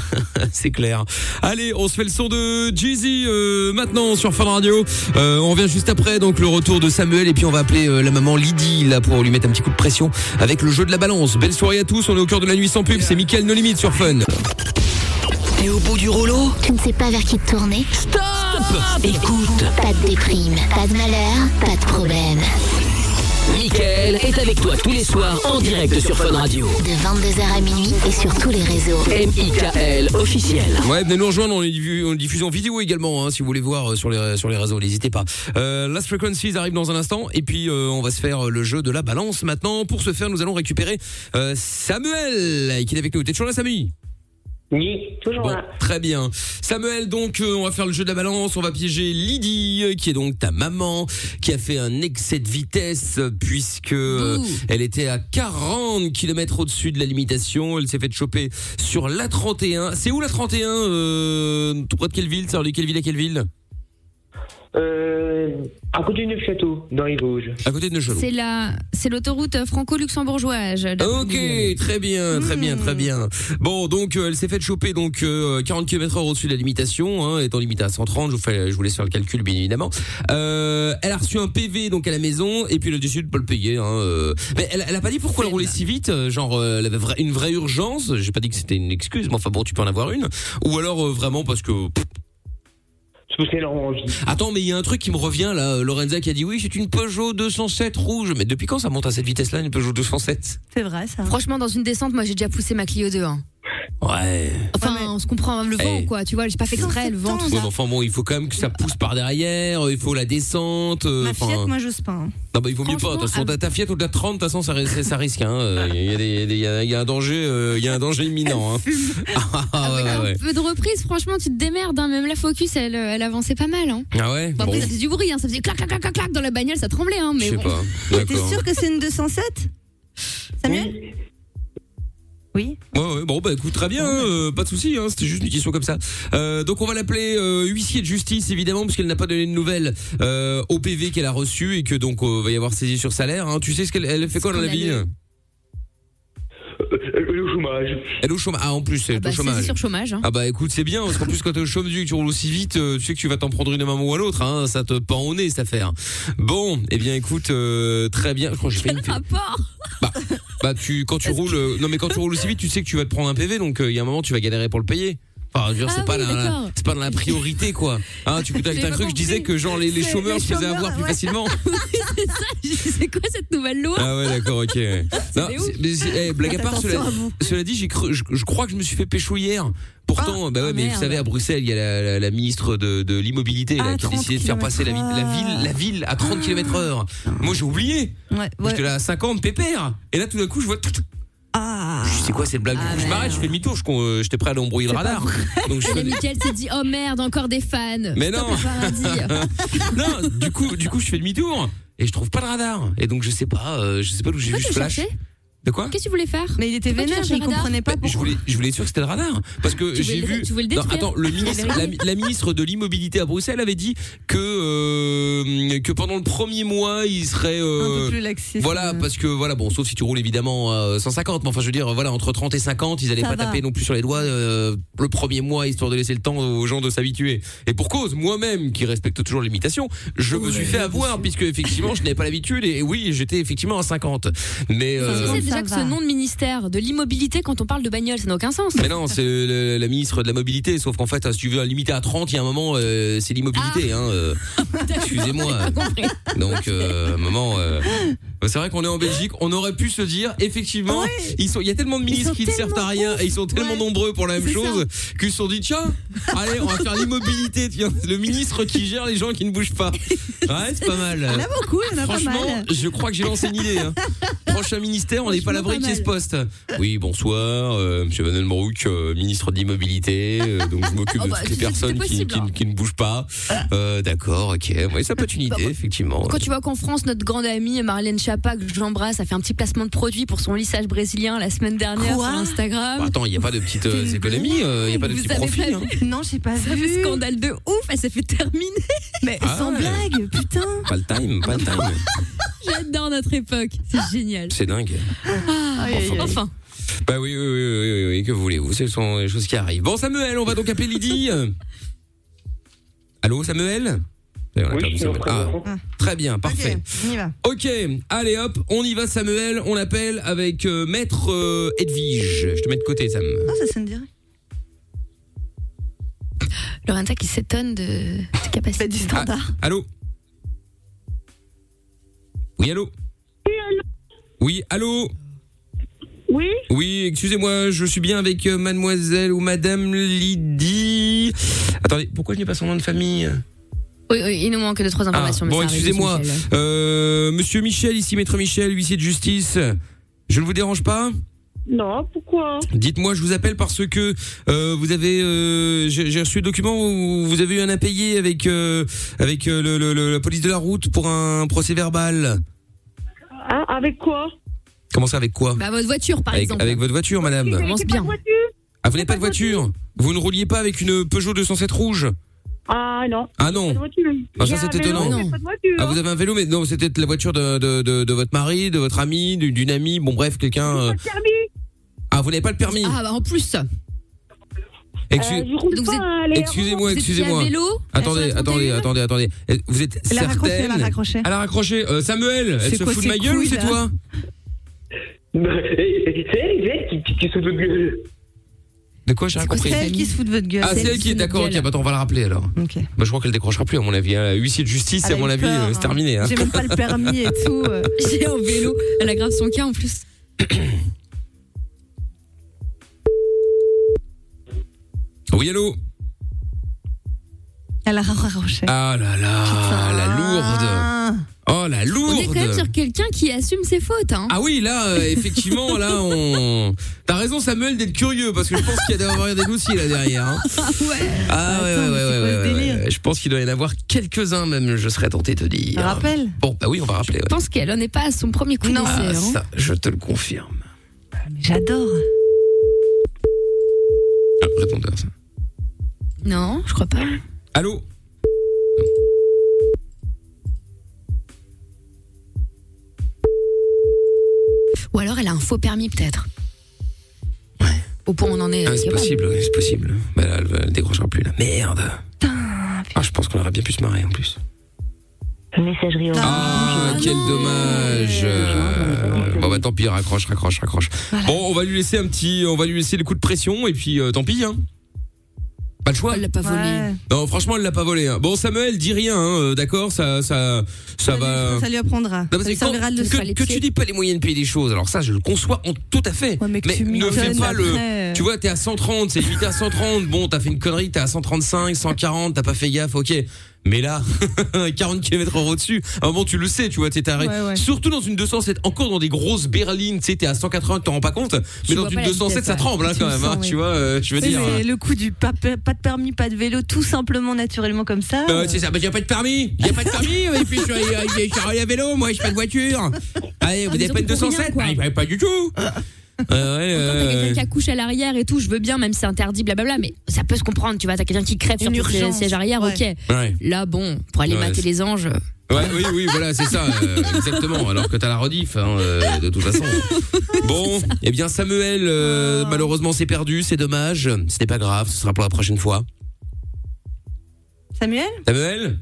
Speaker 2: c'est clair. Allez, on se fait le son de Jeezy euh, maintenant sur Fun Radio. Euh, on revient juste après, donc le retour de Samuel, et puis on va appeler euh, la maman Lydie, là, pour lui mettre un petit coup de pression avec le jeu de la balance. Belle soirée à tous, on est au cœur de la nuit sans pub, c'est Mickaël No Limite sur Fun.
Speaker 9: T'es au bout du rouleau Tu ne sais pas vers qui te tourner Stop, Écoute Pas de déprime, pas de malheur, pas de problème.
Speaker 1: Mickaël est avec toi tous les soirs en direct sur Fun Radio.
Speaker 9: De 22h à minuit et sur tous les réseaux.
Speaker 1: M.I.K.L. officiel.
Speaker 2: Ouais, venez nous rejoindre, on est diffu- on est diffusé en vidéo également, hein, si vous voulez voir euh, sur les, sur les réseaux, n'hésitez pas. Euh, Last Frequencies arrive dans un instant, et puis euh, on va se faire euh, le jeu de la balance maintenant. Pour ce faire, nous allons récupérer euh, Samuel, qui est avec nous. T'es toujours là, Samy
Speaker 12: Oui, toujours là.
Speaker 2: Très bien. Samuel, donc, euh, on va faire le jeu de la balance. On va piéger Lydie, euh, qui est donc ta maman, qui a fait un excès de vitesse, euh, puisque euh, elle était à 40 km au-dessus de la limitation. Elle s'est fait choper sur la 31. C'est où la 31 euh, Tout près de quelle ville Ça de quelle ville à quelle ville
Speaker 12: Euh, à côté de Neufchâteau, dans les Vosges.
Speaker 2: À côté de Neuchâteau.
Speaker 5: C'est la, c'est l'autoroute franco-luxembourgeoise.
Speaker 2: Ok, très bien, très bien, très bien. Bon, donc euh, elle s'est faite choper donc euh, 40 km/h au-dessus de la limitation, hein, étant limitée à 130. Je vous, fais, je vous laisse faire le calcul, bien évidemment. Euh, elle a reçu un PV donc à la maison et puis elle a décidé de pas le payer. Hein, euh. Mais elle, elle a pas dit pourquoi elle roulait si vite, euh, genre euh, elle avait vra- une vraie urgence. J'ai pas dit que c'était une excuse, mais enfin bon, tu peux en avoir une. Ou alors euh, vraiment parce que pff, Attends, mais il y a un truc qui me revient là. euh, Lorenza qui a dit oui, c'est une Peugeot 207 rouge. Mais depuis quand ça monte à cette vitesse-là, une Peugeot 207
Speaker 5: C'est vrai ça. Franchement, dans une descente, moi j'ai déjà poussé ma Clio 2. hein.
Speaker 2: Ouais.
Speaker 5: Enfin, on se comprend hein, le vent
Speaker 2: Eh.
Speaker 5: quoi. Tu vois, j'ai pas fait exprès le vent. tout
Speaker 2: Ouais,
Speaker 5: ça.
Speaker 2: mais enfin bon, il faut quand même que ça pousse par derrière, euh, il faut la descente. euh,
Speaker 6: Ma Fiat,
Speaker 2: enfin,
Speaker 6: moi, j'ose pas. hein.
Speaker 2: non, bah, il vaut mieux pas. De toute façon, ta- ta Fiat au-delà de 30, de toute façon, ça, ri- ça risque. hein, euh, Il y, a des- il y a- il y a un danger, euh, il y a un danger imminent. hein. Ah, ouais, ouais, ouais.
Speaker 5: Peu de reprise, franchement, tu te démerdes. hein. Même la Focus, elle, euh, elle avançait pas mal. Hein.
Speaker 2: Ah ouais.
Speaker 5: Bon, après,
Speaker 2: Bon.
Speaker 5: ça faisait du bruit, hein. ça faisait clac, clac, clac, clac, clac dans la bagnole, ça tremblait. Hein, mais
Speaker 2: Je sais
Speaker 5: bon.
Speaker 2: pas. D'accord.
Speaker 6: Sûr que c'est une 207 Samuel
Speaker 2: Ouais, ouais, bon, bah écoute, très bien, hein, euh, pas de souci, hein, c'était juste une question comme ça. Euh, donc on va l'appeler euh, huissier de justice, évidemment, parce qu'elle n'a pas donné de nouvelles euh, au PV qu'elle a reçu et que donc euh, va y avoir saisie sur salaire. hein. Tu sais ce qu'elle elle fait quoi dans la vie
Speaker 5: Scandaleux.
Speaker 7: Euh,
Speaker 2: Elle est au chômage. Elle est au chômage. Ah, en plus, elle est
Speaker 5: Bah,
Speaker 2: au
Speaker 5: saisie
Speaker 2: chômage.
Speaker 5: sur chômage. hein.
Speaker 2: Ah bah écoute c'est bien parce qu'en plus quand t'es au chômage et que tu roules aussi vite euh, tu sais que tu vas t'en prendre une à un moment ou à l'autre hein, ça te pend au nez cette affaire. Bon eh bien écoute euh, très bien je crois que j'ai fait une
Speaker 5: rapport
Speaker 2: bah tu quand tu roules euh, non mais quand tu roules aussi vite, tu sais que tu vas te prendre un PV donc euh, il y a un moment tu vas galérer pour le payer. Enfin, je veux dire, c'est
Speaker 4: Ah
Speaker 2: pas
Speaker 4: oui,
Speaker 2: la-
Speaker 4: d'accord.
Speaker 2: c'est pas dans la priorité quoi. Hein, tu t'as
Speaker 5: J'ai
Speaker 2: t'as
Speaker 5: pas
Speaker 2: cru que je disais que genre les, les
Speaker 5: C'est-
Speaker 2: chômeurs
Speaker 5: les
Speaker 2: se faisaient avoir plus
Speaker 5: ouais.
Speaker 2: facilement.
Speaker 5: Oui, c'est ça. Je dis, <laughs> C'est quoi cette nouvelle loi
Speaker 2: Ah ouais, d'accord, ok.
Speaker 5: <laughs>
Speaker 2: ouais. Non,
Speaker 5: des
Speaker 2: c'est-
Speaker 5: ouf.
Speaker 2: mais c'est- eh, blague à
Speaker 5: Faites
Speaker 2: part, cela,
Speaker 5: attention à vous.
Speaker 2: cela dit, j'ai cru- je, je crois que je me suis fait pécho hier. Pourtant, bah ouais, mais vous
Speaker 5: Ah, merde.
Speaker 2: savez, à Bruxelles, il y a la, la- la ministre de, de l'immobilité là,
Speaker 6: Ah,
Speaker 2: qui a
Speaker 6: 30
Speaker 2: décidé de faire passer la, ville- la ville, la ville à
Speaker 5: Ah.
Speaker 2: 30 km heure. Moi, j'ai oublié.
Speaker 6: Ouais,
Speaker 2: J'étais là à 50, pépère. Et là, tout d'un coup, je vois.
Speaker 6: Ah.
Speaker 2: Je sais quoi cette blague
Speaker 5: Ah,
Speaker 2: Je m'arrête, je fais demi-tour, je con- euh, j'étais prêt à aller embrouiller le radar. Donc
Speaker 5: <laughs>
Speaker 2: je
Speaker 5: Et
Speaker 2: fais-
Speaker 5: Michael s'est dit, oh merde, encore des fans.
Speaker 2: Mais
Speaker 5: Stop
Speaker 2: non.
Speaker 5: au paradis.
Speaker 2: non, du coup, du coup, je fais demi-tour et je trouve pas le radar. Et donc je sais pas, euh, je sais pas d'où j'ai vu
Speaker 5: Pourquoi
Speaker 2: ce
Speaker 5: tu
Speaker 2: flash. Euh,
Speaker 5: cherchais
Speaker 2: De quoi
Speaker 5: Qu'est-ce que tu voulais faire Mais il était
Speaker 6: vénère, il comprenait
Speaker 5: pas
Speaker 2: Je voulais, je voulais être sûr que c'était le radar. hein, Parce que
Speaker 5: Tu
Speaker 2: j'ai
Speaker 5: voulais le-
Speaker 2: vu.
Speaker 5: tu voulais le
Speaker 2: Non,
Speaker 5: détruire.
Speaker 2: attends, le
Speaker 5: La
Speaker 2: ministre, la,
Speaker 5: vérité.
Speaker 2: la ministre de l'immobilité à Bruxelles avait dit que, euh, que pendant le premier mois, il serait. euh,
Speaker 6: plus laxiste.
Speaker 2: Voilà, parce que, voilà, bon, sauf si tu roules évidemment à 150, mais enfin, je veux dire, voilà, entre 30 et 50, ils allaient
Speaker 6: Ça
Speaker 2: pas
Speaker 6: va.
Speaker 2: taper non plus sur les doigts euh, le premier mois, histoire de laisser le temps aux gens de s'habituer. Et pour cause, moi-même, qui respecte toujours les limitations, je me suis fait avoir, puisque effectivement, je n'avais pas l'habitude, et oui, j'étais effectivement à 50. Mais.
Speaker 5: Enfin,
Speaker 2: euh,
Speaker 5: Tu sais déjà que ce nom de ministère de l'immobilité, quand on parle de bagnole, ça n'a aucun sens.
Speaker 2: mais non, c'est le- la ministre de la mobilité. Sauf qu'en fait, hein, si tu veux limiter à 30, il y a un moment, euh, c'est l'immobilité. Hein, <laughs> euh. Excusez-moi. Donc, euh, maman, euh, c'est vrai qu'on est en Belgique. On aurait pu se dire, effectivement, ils sont. Il y a tellement de ministres qui ne servent à rien et ils sont tellement nombreux pour la même chose qu'ils se sont dit, tiens, allez, on va faire l'immobilité. Tiens, le ministre qui gère les gens qui ne bougent pas. Ouais, c'est pas <laughs> mal.
Speaker 6: Il y en a beaucoup,
Speaker 5: Ah,
Speaker 6: il y en a pas
Speaker 2: Franchement,
Speaker 6: mal.
Speaker 2: je crois que j'ai lancé une idée.
Speaker 5: <laughs>
Speaker 2: hein. Prochain ministère, on n'est pas à l'abri qu'il y ait ce poste. Oui, bonsoir, euh, Monsieur Van den Broek, euh, ministre de l'immobilité. euh, donc je
Speaker 5: <laughs>
Speaker 2: m'occupe
Speaker 4: Oh
Speaker 2: de
Speaker 4: bah,
Speaker 2: toutes les
Speaker 4: c'est-
Speaker 2: personnes
Speaker 5: c'est
Speaker 2: qui,
Speaker 5: possible,
Speaker 2: qui-
Speaker 5: hein. Ah.
Speaker 2: qui ne bougent pas. Euh, D'accord, ok. Ouais, ça peut être une
Speaker 5: <laughs>
Speaker 2: idée, effectivement.
Speaker 5: Bah, Quand tu vois qu'en France, notre grande amie Marlène Chapa, que j'embrasse, a fait un petit placement de produit pour son lissage brésilien la semaine dernière
Speaker 6: Quoi
Speaker 5: sur Instagram.
Speaker 2: Bah, attends, il n'y a pas de petites euh, économies, euh, il n'y a pas de
Speaker 5: Vous
Speaker 2: petits
Speaker 5: avez
Speaker 2: profits.
Speaker 5: pas
Speaker 2: hein.
Speaker 5: vu
Speaker 6: <laughs> Non, j'ai pas
Speaker 5: ça
Speaker 6: vu.
Speaker 5: fait scandale de ouf, elle s'est fait terminer.
Speaker 6: Mais
Speaker 2: Ah sans ouais. blague,
Speaker 6: putain.
Speaker 2: Pas le time, pas le
Speaker 5: <laughs>
Speaker 2: time.
Speaker 5: <laughs> J'adore notre époque, c'est génial.
Speaker 2: C'est dingue.
Speaker 5: Ah, enfin,
Speaker 2: Bah oui, oui, oui, oui, oui, oui, que voulez-vous Ce sont les choses qui arrivent. Bon, Samuel, on va donc appeler Lydie. Allô, Samuel Eh, on a perdu Samuel. Ah, Très bien, parfait.
Speaker 6: On y va.
Speaker 2: Ok, allez hop, on y va Samuel, on l'appelle avec euh, maître euh, Edwige. Je te mets de côté Sam.
Speaker 6: Ah, ça sonne direct.
Speaker 5: Lorenza qui s'étonne de tes capacités. du
Speaker 6: standard.
Speaker 2: Allô Oui, allô Oui, allô
Speaker 13: Oui
Speaker 2: Oui, excusez-moi, je suis bien avec euh, mademoiselle ou madame Lydie. Attendez, pourquoi je n'ai pas son nom de famille
Speaker 5: Oui, oui, il nous manque deux trois
Speaker 2: Ah,
Speaker 5: informations. mais
Speaker 2: bon,
Speaker 5: ça arrive,
Speaker 2: excusez-moi.
Speaker 5: Michel.
Speaker 2: Euh, Monsieur Michel, ici Maître Michel, huissier de justice. Je ne vous dérange pas
Speaker 13: Non, pourquoi
Speaker 2: Dites-moi, je vous appelle parce que euh, vous avez, euh, j'ai j'ai reçu le document où vous avez eu un impayé avec euh, avec euh, le- le- le- la police de la route pour un procès verbal. Ah.
Speaker 13: Hein, Avec quoi
Speaker 2: Comment ça, avec quoi
Speaker 5: Bah, votre voiture, par
Speaker 2: avec,
Speaker 5: exemple.
Speaker 2: avec votre voiture, madame.
Speaker 5: Commence bien.
Speaker 2: Ah, vous n'avez pas de voiture Vous ne rouliez pas avec une Peugeot 207 rouge
Speaker 13: Ah non.
Speaker 2: Ah non. Ah, ça, c'est étonnant. Ah, vous avez un vélo, mais non, c'était la voiture de, de, de, de votre mari, de votre ami, du- d'une amie, bon bref, quelqu'un... euh, Ah, vous n'avez pas le permis
Speaker 5: Ah bah en plus.
Speaker 2: Excu-
Speaker 13: euh,
Speaker 5: Donc vous êtes-
Speaker 13: hein.
Speaker 2: Excusez-moi,
Speaker 5: vous étiez à
Speaker 2: excusez-moi.
Speaker 5: vélo
Speaker 2: Attendez, attendez, attendez, attendez. Eh, Vous êtes
Speaker 6: Elle a
Speaker 2: certaine
Speaker 6: raccroché, elle a raccroché.
Speaker 2: Elle a raccroché. Euh, Samuel, elle
Speaker 6: C'est
Speaker 2: se
Speaker 6: quoi
Speaker 2: fout de
Speaker 6: ces
Speaker 2: ma gueule ou
Speaker 6: couilles,
Speaker 2: c'est
Speaker 6: là
Speaker 2: toi
Speaker 12: Bah, <laughs> C'est elle, c'est elle qui, qui, qui se fout de votre gueule.
Speaker 2: De quoi j'ai rien compris
Speaker 6: C'est elle qui se fout de votre gueule.
Speaker 2: Ah, c'est elle qui est d'accord. Ok, bah attends, on va la rappeler alors. Bah, je crois qu'elle décrochera plus à mon avis. hein. Huissier de justice,
Speaker 6: Elle
Speaker 2: à
Speaker 6: a
Speaker 2: mon
Speaker 6: eu
Speaker 2: avis,
Speaker 6: peur,
Speaker 2: euh,
Speaker 6: hein.
Speaker 2: c'est terminé. hein.
Speaker 6: J'ai même pas le permis et tout. euh.
Speaker 5: <laughs> J'ai un vélo. Elle aggrave son cas en plus.
Speaker 2: Oui, allô.
Speaker 6: <laughs> Elle a raccroché.
Speaker 2: Ah là là, la
Speaker 6: Ah.
Speaker 2: lourde. Oh la
Speaker 5: On est quand même
Speaker 2: lourde.
Speaker 5: sur quelqu'un qui assume ses fautes. Hein.
Speaker 2: Ah oui, là, euh, effectivement, là, on. T'as raison, Samuel, d'être curieux parce que je pense qu'il y a d'avoir des dossiers là derrière. hein.
Speaker 5: ouais.
Speaker 2: Ah ouais, ouais, ouais, ouais, ouais, ouais, ouais. Je pense qu'il doit y en avoir quelques-uns même. Je serais tenté de dire.
Speaker 5: Rappel.
Speaker 2: Bon, bah oui, on va rappeler.
Speaker 5: Je
Speaker 2: ouais.
Speaker 5: pense qu'elle en est pas à son premier coup d'essai.
Speaker 2: Ah,
Speaker 5: hein.
Speaker 2: ça, je te le confirme.
Speaker 6: J'adore.
Speaker 2: Ah, répondeur, ça.
Speaker 5: Non, je crois pas.
Speaker 2: Allô
Speaker 5: Ou alors elle a un faux permis peut-être. Au point où on en est.
Speaker 2: Ah, c'est possible, ouais, c'est possible. Bah là, elle, elle décrochera plus, la merde. Ah, je pense qu'on aurait bien pu se marrer en plus.
Speaker 12: Messagerie
Speaker 2: Ah, quel dommage. Euh, Bon, bah tant pis, raccroche, raccroche, raccroche. Bon, on va lui laisser un petit. On va lui laisser le coup de pression et puis euh, tant pis, hein. Pas le choix.
Speaker 5: Elle l'a pas volé.
Speaker 2: Non, franchement, elle l'a pas volé. hein. Bon, Samuel, dis rien, hein, euh, d'accord Ça, ça, ça va.
Speaker 6: Ça lui apprendra.
Speaker 2: Euh. Non, parce
Speaker 6: ça lui
Speaker 2: que quand-
Speaker 6: servira de leçon.
Speaker 2: que, que tu dis pas les moyens de payer les choses, alors ça je le conçois en- tout à fait. mais
Speaker 6: tu
Speaker 2: ne fais
Speaker 6: m'étonnes
Speaker 2: pas
Speaker 6: après. euh,
Speaker 2: le. Tu vois, t'es à 130, c'est limité à 130. Bon, t'as fait une connerie, t'es à 135, 140, t'as pas fait gaffe, ok. Mais là, <laughs> 40 km heure au-dessus, à un moment tu le sais, tu vois, t'es arrêté.
Speaker 8: Ouais, ouais.
Speaker 2: Surtout dans une 207, encore dans des grosses berlines, tu sais, t'es à 180, t'en rends pas compte.
Speaker 6: Tu
Speaker 2: Mais dans
Speaker 6: vois
Speaker 2: une
Speaker 6: pas la
Speaker 2: 207,
Speaker 6: vitesse,
Speaker 2: ça
Speaker 6: ouais.
Speaker 2: tremble hein,
Speaker 6: Tu
Speaker 2: quand
Speaker 6: le
Speaker 2: même,
Speaker 6: sens,
Speaker 2: hein,
Speaker 6: oui.
Speaker 2: tu vois, euh, je veux
Speaker 6: Oui,
Speaker 2: dire.
Speaker 6: mais le coup du pas, pas de permis, pas de vélo, tout simplement, naturellement comme ça. euh,
Speaker 2: Bah ouais, c'est ça, bah y a pas de permis, y a pas de permis,
Speaker 6: <laughs>
Speaker 2: et puis je suis je suis arrivé à vélo, moi j'ai pas de voiture.
Speaker 6: Ah,
Speaker 2: Allez, vous avez pas une 207 Bah, bah, Pas du
Speaker 6: <laughs>
Speaker 2: tout. Euh, ouais,
Speaker 5: T'as
Speaker 2: euh,
Speaker 5: quelqu'un qui accouche à l'arrière et tout, je veux bien, même si c'est interdit, blablabla, mais ça peut se comprendre, tu vois. T'as quelqu'un qui crève sur
Speaker 6: Une
Speaker 5: le
Speaker 6: urgence,
Speaker 5: siège arrière, ok.
Speaker 2: Ouais.
Speaker 5: Là, bon, pour aller
Speaker 2: Ouais,
Speaker 5: mater
Speaker 2: c'est-
Speaker 5: les anges.
Speaker 2: Ouais, oui, oui, voilà, c'est ça, euh, exactement. Alors que t'as la rediff, hein, euh, de toute façon. Bon, eh bien Samuel, euh, malheureusement c'est perdu, c'est dommage. Ce n'est pas grave, ce sera pour la prochaine fois.
Speaker 6: Samuel
Speaker 2: Samuel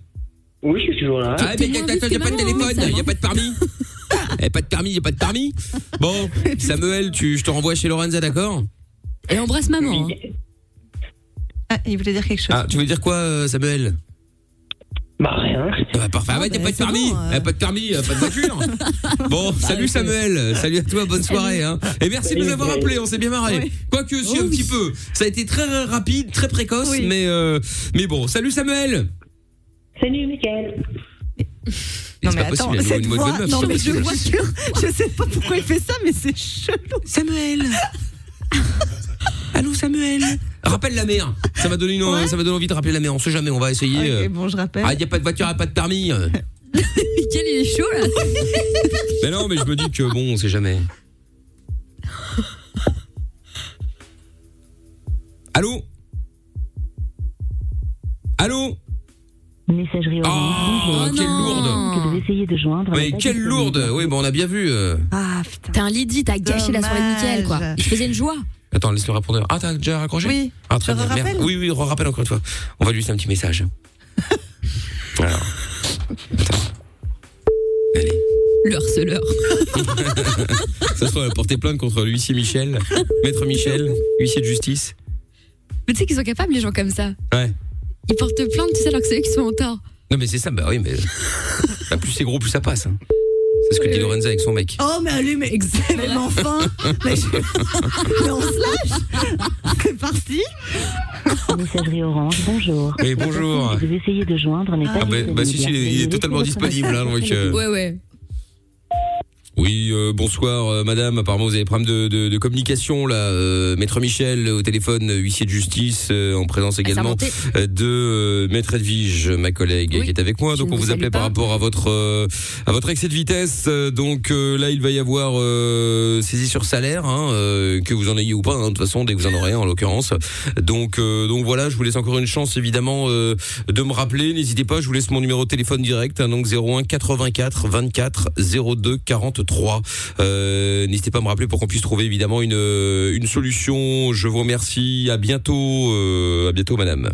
Speaker 12: Oui, je suis toujours là.
Speaker 2: Ah, mais y a,
Speaker 6: T'es
Speaker 2: attends, y a pas de téléphone, y a pas de permis. Eh, pas de permis, y a pas de permis. Bon, Samuel, tu, je te renvoie chez Lorenza, d'accord
Speaker 5: Et embrasse maman. hein. <laughs>
Speaker 6: Ah, il voulait dire quelque chose.
Speaker 2: Ah, tu veux dire quoi, euh, Samuel
Speaker 12: Bah rien.
Speaker 2: Bah parfait, ah, ouais, t'as pas de permis,
Speaker 6: euh.
Speaker 2: Ah, pas de permis, ah, pas de
Speaker 6: <laughs>
Speaker 2: voiture. bon,
Speaker 6: Bah,
Speaker 2: salut Samuel, salut à toi, bonne soirée. Hein. Et merci de nous
Speaker 8: Salut,
Speaker 2: avoir
Speaker 8: Mickaël.
Speaker 2: appelés, on s'est bien marré. Quoique,
Speaker 6: Oh
Speaker 2: si, un petit peu. Ça a été très rapide, très précoce, mais, euh, mais bon, salut Samuel.
Speaker 12: Salut, Mickael.
Speaker 2: Non, c'est pas possible, elle a une mode de meuf,
Speaker 6: non
Speaker 2: c'est
Speaker 6: mais je
Speaker 2: pas
Speaker 6: vois
Speaker 2: possible.
Speaker 6: je sais pas pourquoi il fait ça, mais c'est chelou.
Speaker 2: Samuel
Speaker 6: <laughs>
Speaker 2: Allô Samuel Rappelle la mère, ça m'a donné, une- ça m'a donné envie de rappeler la mère, on sait jamais, on va essayer. euh.
Speaker 6: Ok, bon, je rappelle.
Speaker 2: Ah, y a pas de voiture, y a pas de permis. euh.
Speaker 5: Mickaël, il est chaud là.
Speaker 2: mais non, mais je me dis que bon, on sait jamais. Allô Allô
Speaker 15: Messagerie
Speaker 2: Oh, quelle lourde
Speaker 15: que vous essayez de joindre.
Speaker 2: Mais
Speaker 15: n'est pas
Speaker 2: quelle
Speaker 15: disponible.
Speaker 2: lourde Oui, bon, on a bien vu. euh.
Speaker 6: Ah putain.
Speaker 5: T'es un Lydie, t'as gâché la soirée de Mickaël, quoi. Je faisais une joie.
Speaker 2: Attends, laisse le répondeur. Ah, t'as déjà raccroché
Speaker 5: Oui.
Speaker 2: Ah, très
Speaker 5: Je
Speaker 2: bien.
Speaker 5: re-rappelle
Speaker 2: Merde. Oui, oui, rappelle encore une fois. On va lui laisser un petit message. Alors.
Speaker 5: Le harceleur.
Speaker 2: Ça se trouve, elle a porté plainte contre l'huissier <laughs> Michel, maître Michel, huissier de justice.
Speaker 5: Mais tu sais qu'ils sont capables, les gens comme ça.
Speaker 2: Ouais.
Speaker 5: Ils portent plainte, tu sais, alors que c'est eux qui sont en tort.
Speaker 2: Non, mais c'est ça, bah oui, <laughs> mais. bah, plus c'est gros, plus ça passe. hein. C'est ce que dit Lorenza avec son mec.
Speaker 6: Oh mais allez mais, mais enfin
Speaker 5: <laughs>
Speaker 6: mais, je- mais on se lâche C'est parti
Speaker 15: Messagerie Orange, bonjour.
Speaker 2: <laughs> Oui, bonjour.
Speaker 15: La personne que vous essayez de joindre n'est pas
Speaker 2: Ah, bah,
Speaker 15: disponible.
Speaker 2: bah, si, si, il est, il est totalement disponible, hein, <laughs> donc. euh,
Speaker 5: Ouais, ouais.
Speaker 2: Oui, euh, bonsoir euh, madame, apparemment vous avez des problèmes de, de, de communication là, Euh, maître Michel au téléphone, euh, huissier de justice euh, en présence également
Speaker 8: remontée.
Speaker 2: euh, de euh, maître Edwige, ma collègue qui est avec moi. Donc on vous appelait par rapport à votre euh, à votre excès de vitesse. Euh, Donc euh, là, il va y avoir euh, saisie sur salaire hein, euh, que vous en ayez ou pas hein, de toute façon, dès que vous en aurez en l'occurrence. Donc euh, donc voilà, je vous laisse encore une chance évidemment euh, de me rappeler, n'hésitez pas, je vous laisse mon numéro de téléphone direct hein, donc 01 84 24 02 43. Euh, n'hésitez pas à me rappeler pour qu'on puisse trouver évidemment une euh, une solution. Je vous remercie, à bientôt euh, à bientôt madame.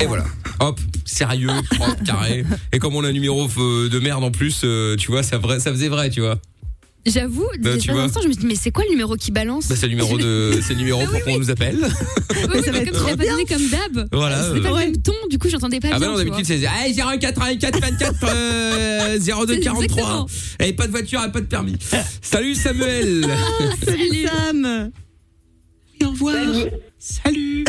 Speaker 2: Et voilà. Hop,
Speaker 3: <laughs>
Speaker 2: sérieux, propre, carré. Et comme on a un numéro euh, de merde en plus, euh, tu vois, ça, vrai, ça faisait vrai, tu vois.
Speaker 5: J'avoue,
Speaker 2: Bah,
Speaker 5: il y a
Speaker 2: tu
Speaker 5: pas un
Speaker 2: vois.
Speaker 5: instant, je me dis, mais c'est quoi le numéro qui balance
Speaker 2: Bah, c'est le numéro de, c'est le
Speaker 3: <laughs>
Speaker 2: numéro pour qu'on nous appelle. Ah,
Speaker 5: Oui, oui, mais comme tu l'as pas donné comme d'hab,
Speaker 2: Voilà,
Speaker 5: c'était pas
Speaker 2: euh.
Speaker 5: le même ton, du coup, j'entendais pas
Speaker 2: Ah bah
Speaker 5: bien.
Speaker 2: non,
Speaker 5: tu
Speaker 2: d'habitude
Speaker 5: vois.
Speaker 2: c'est hey, 084 24
Speaker 3: <laughs>
Speaker 2: euh, 02 43. Et pas de voiture, et pas de permis. Salut Samuel.
Speaker 6: Salut Sam
Speaker 2: Au revoir Salut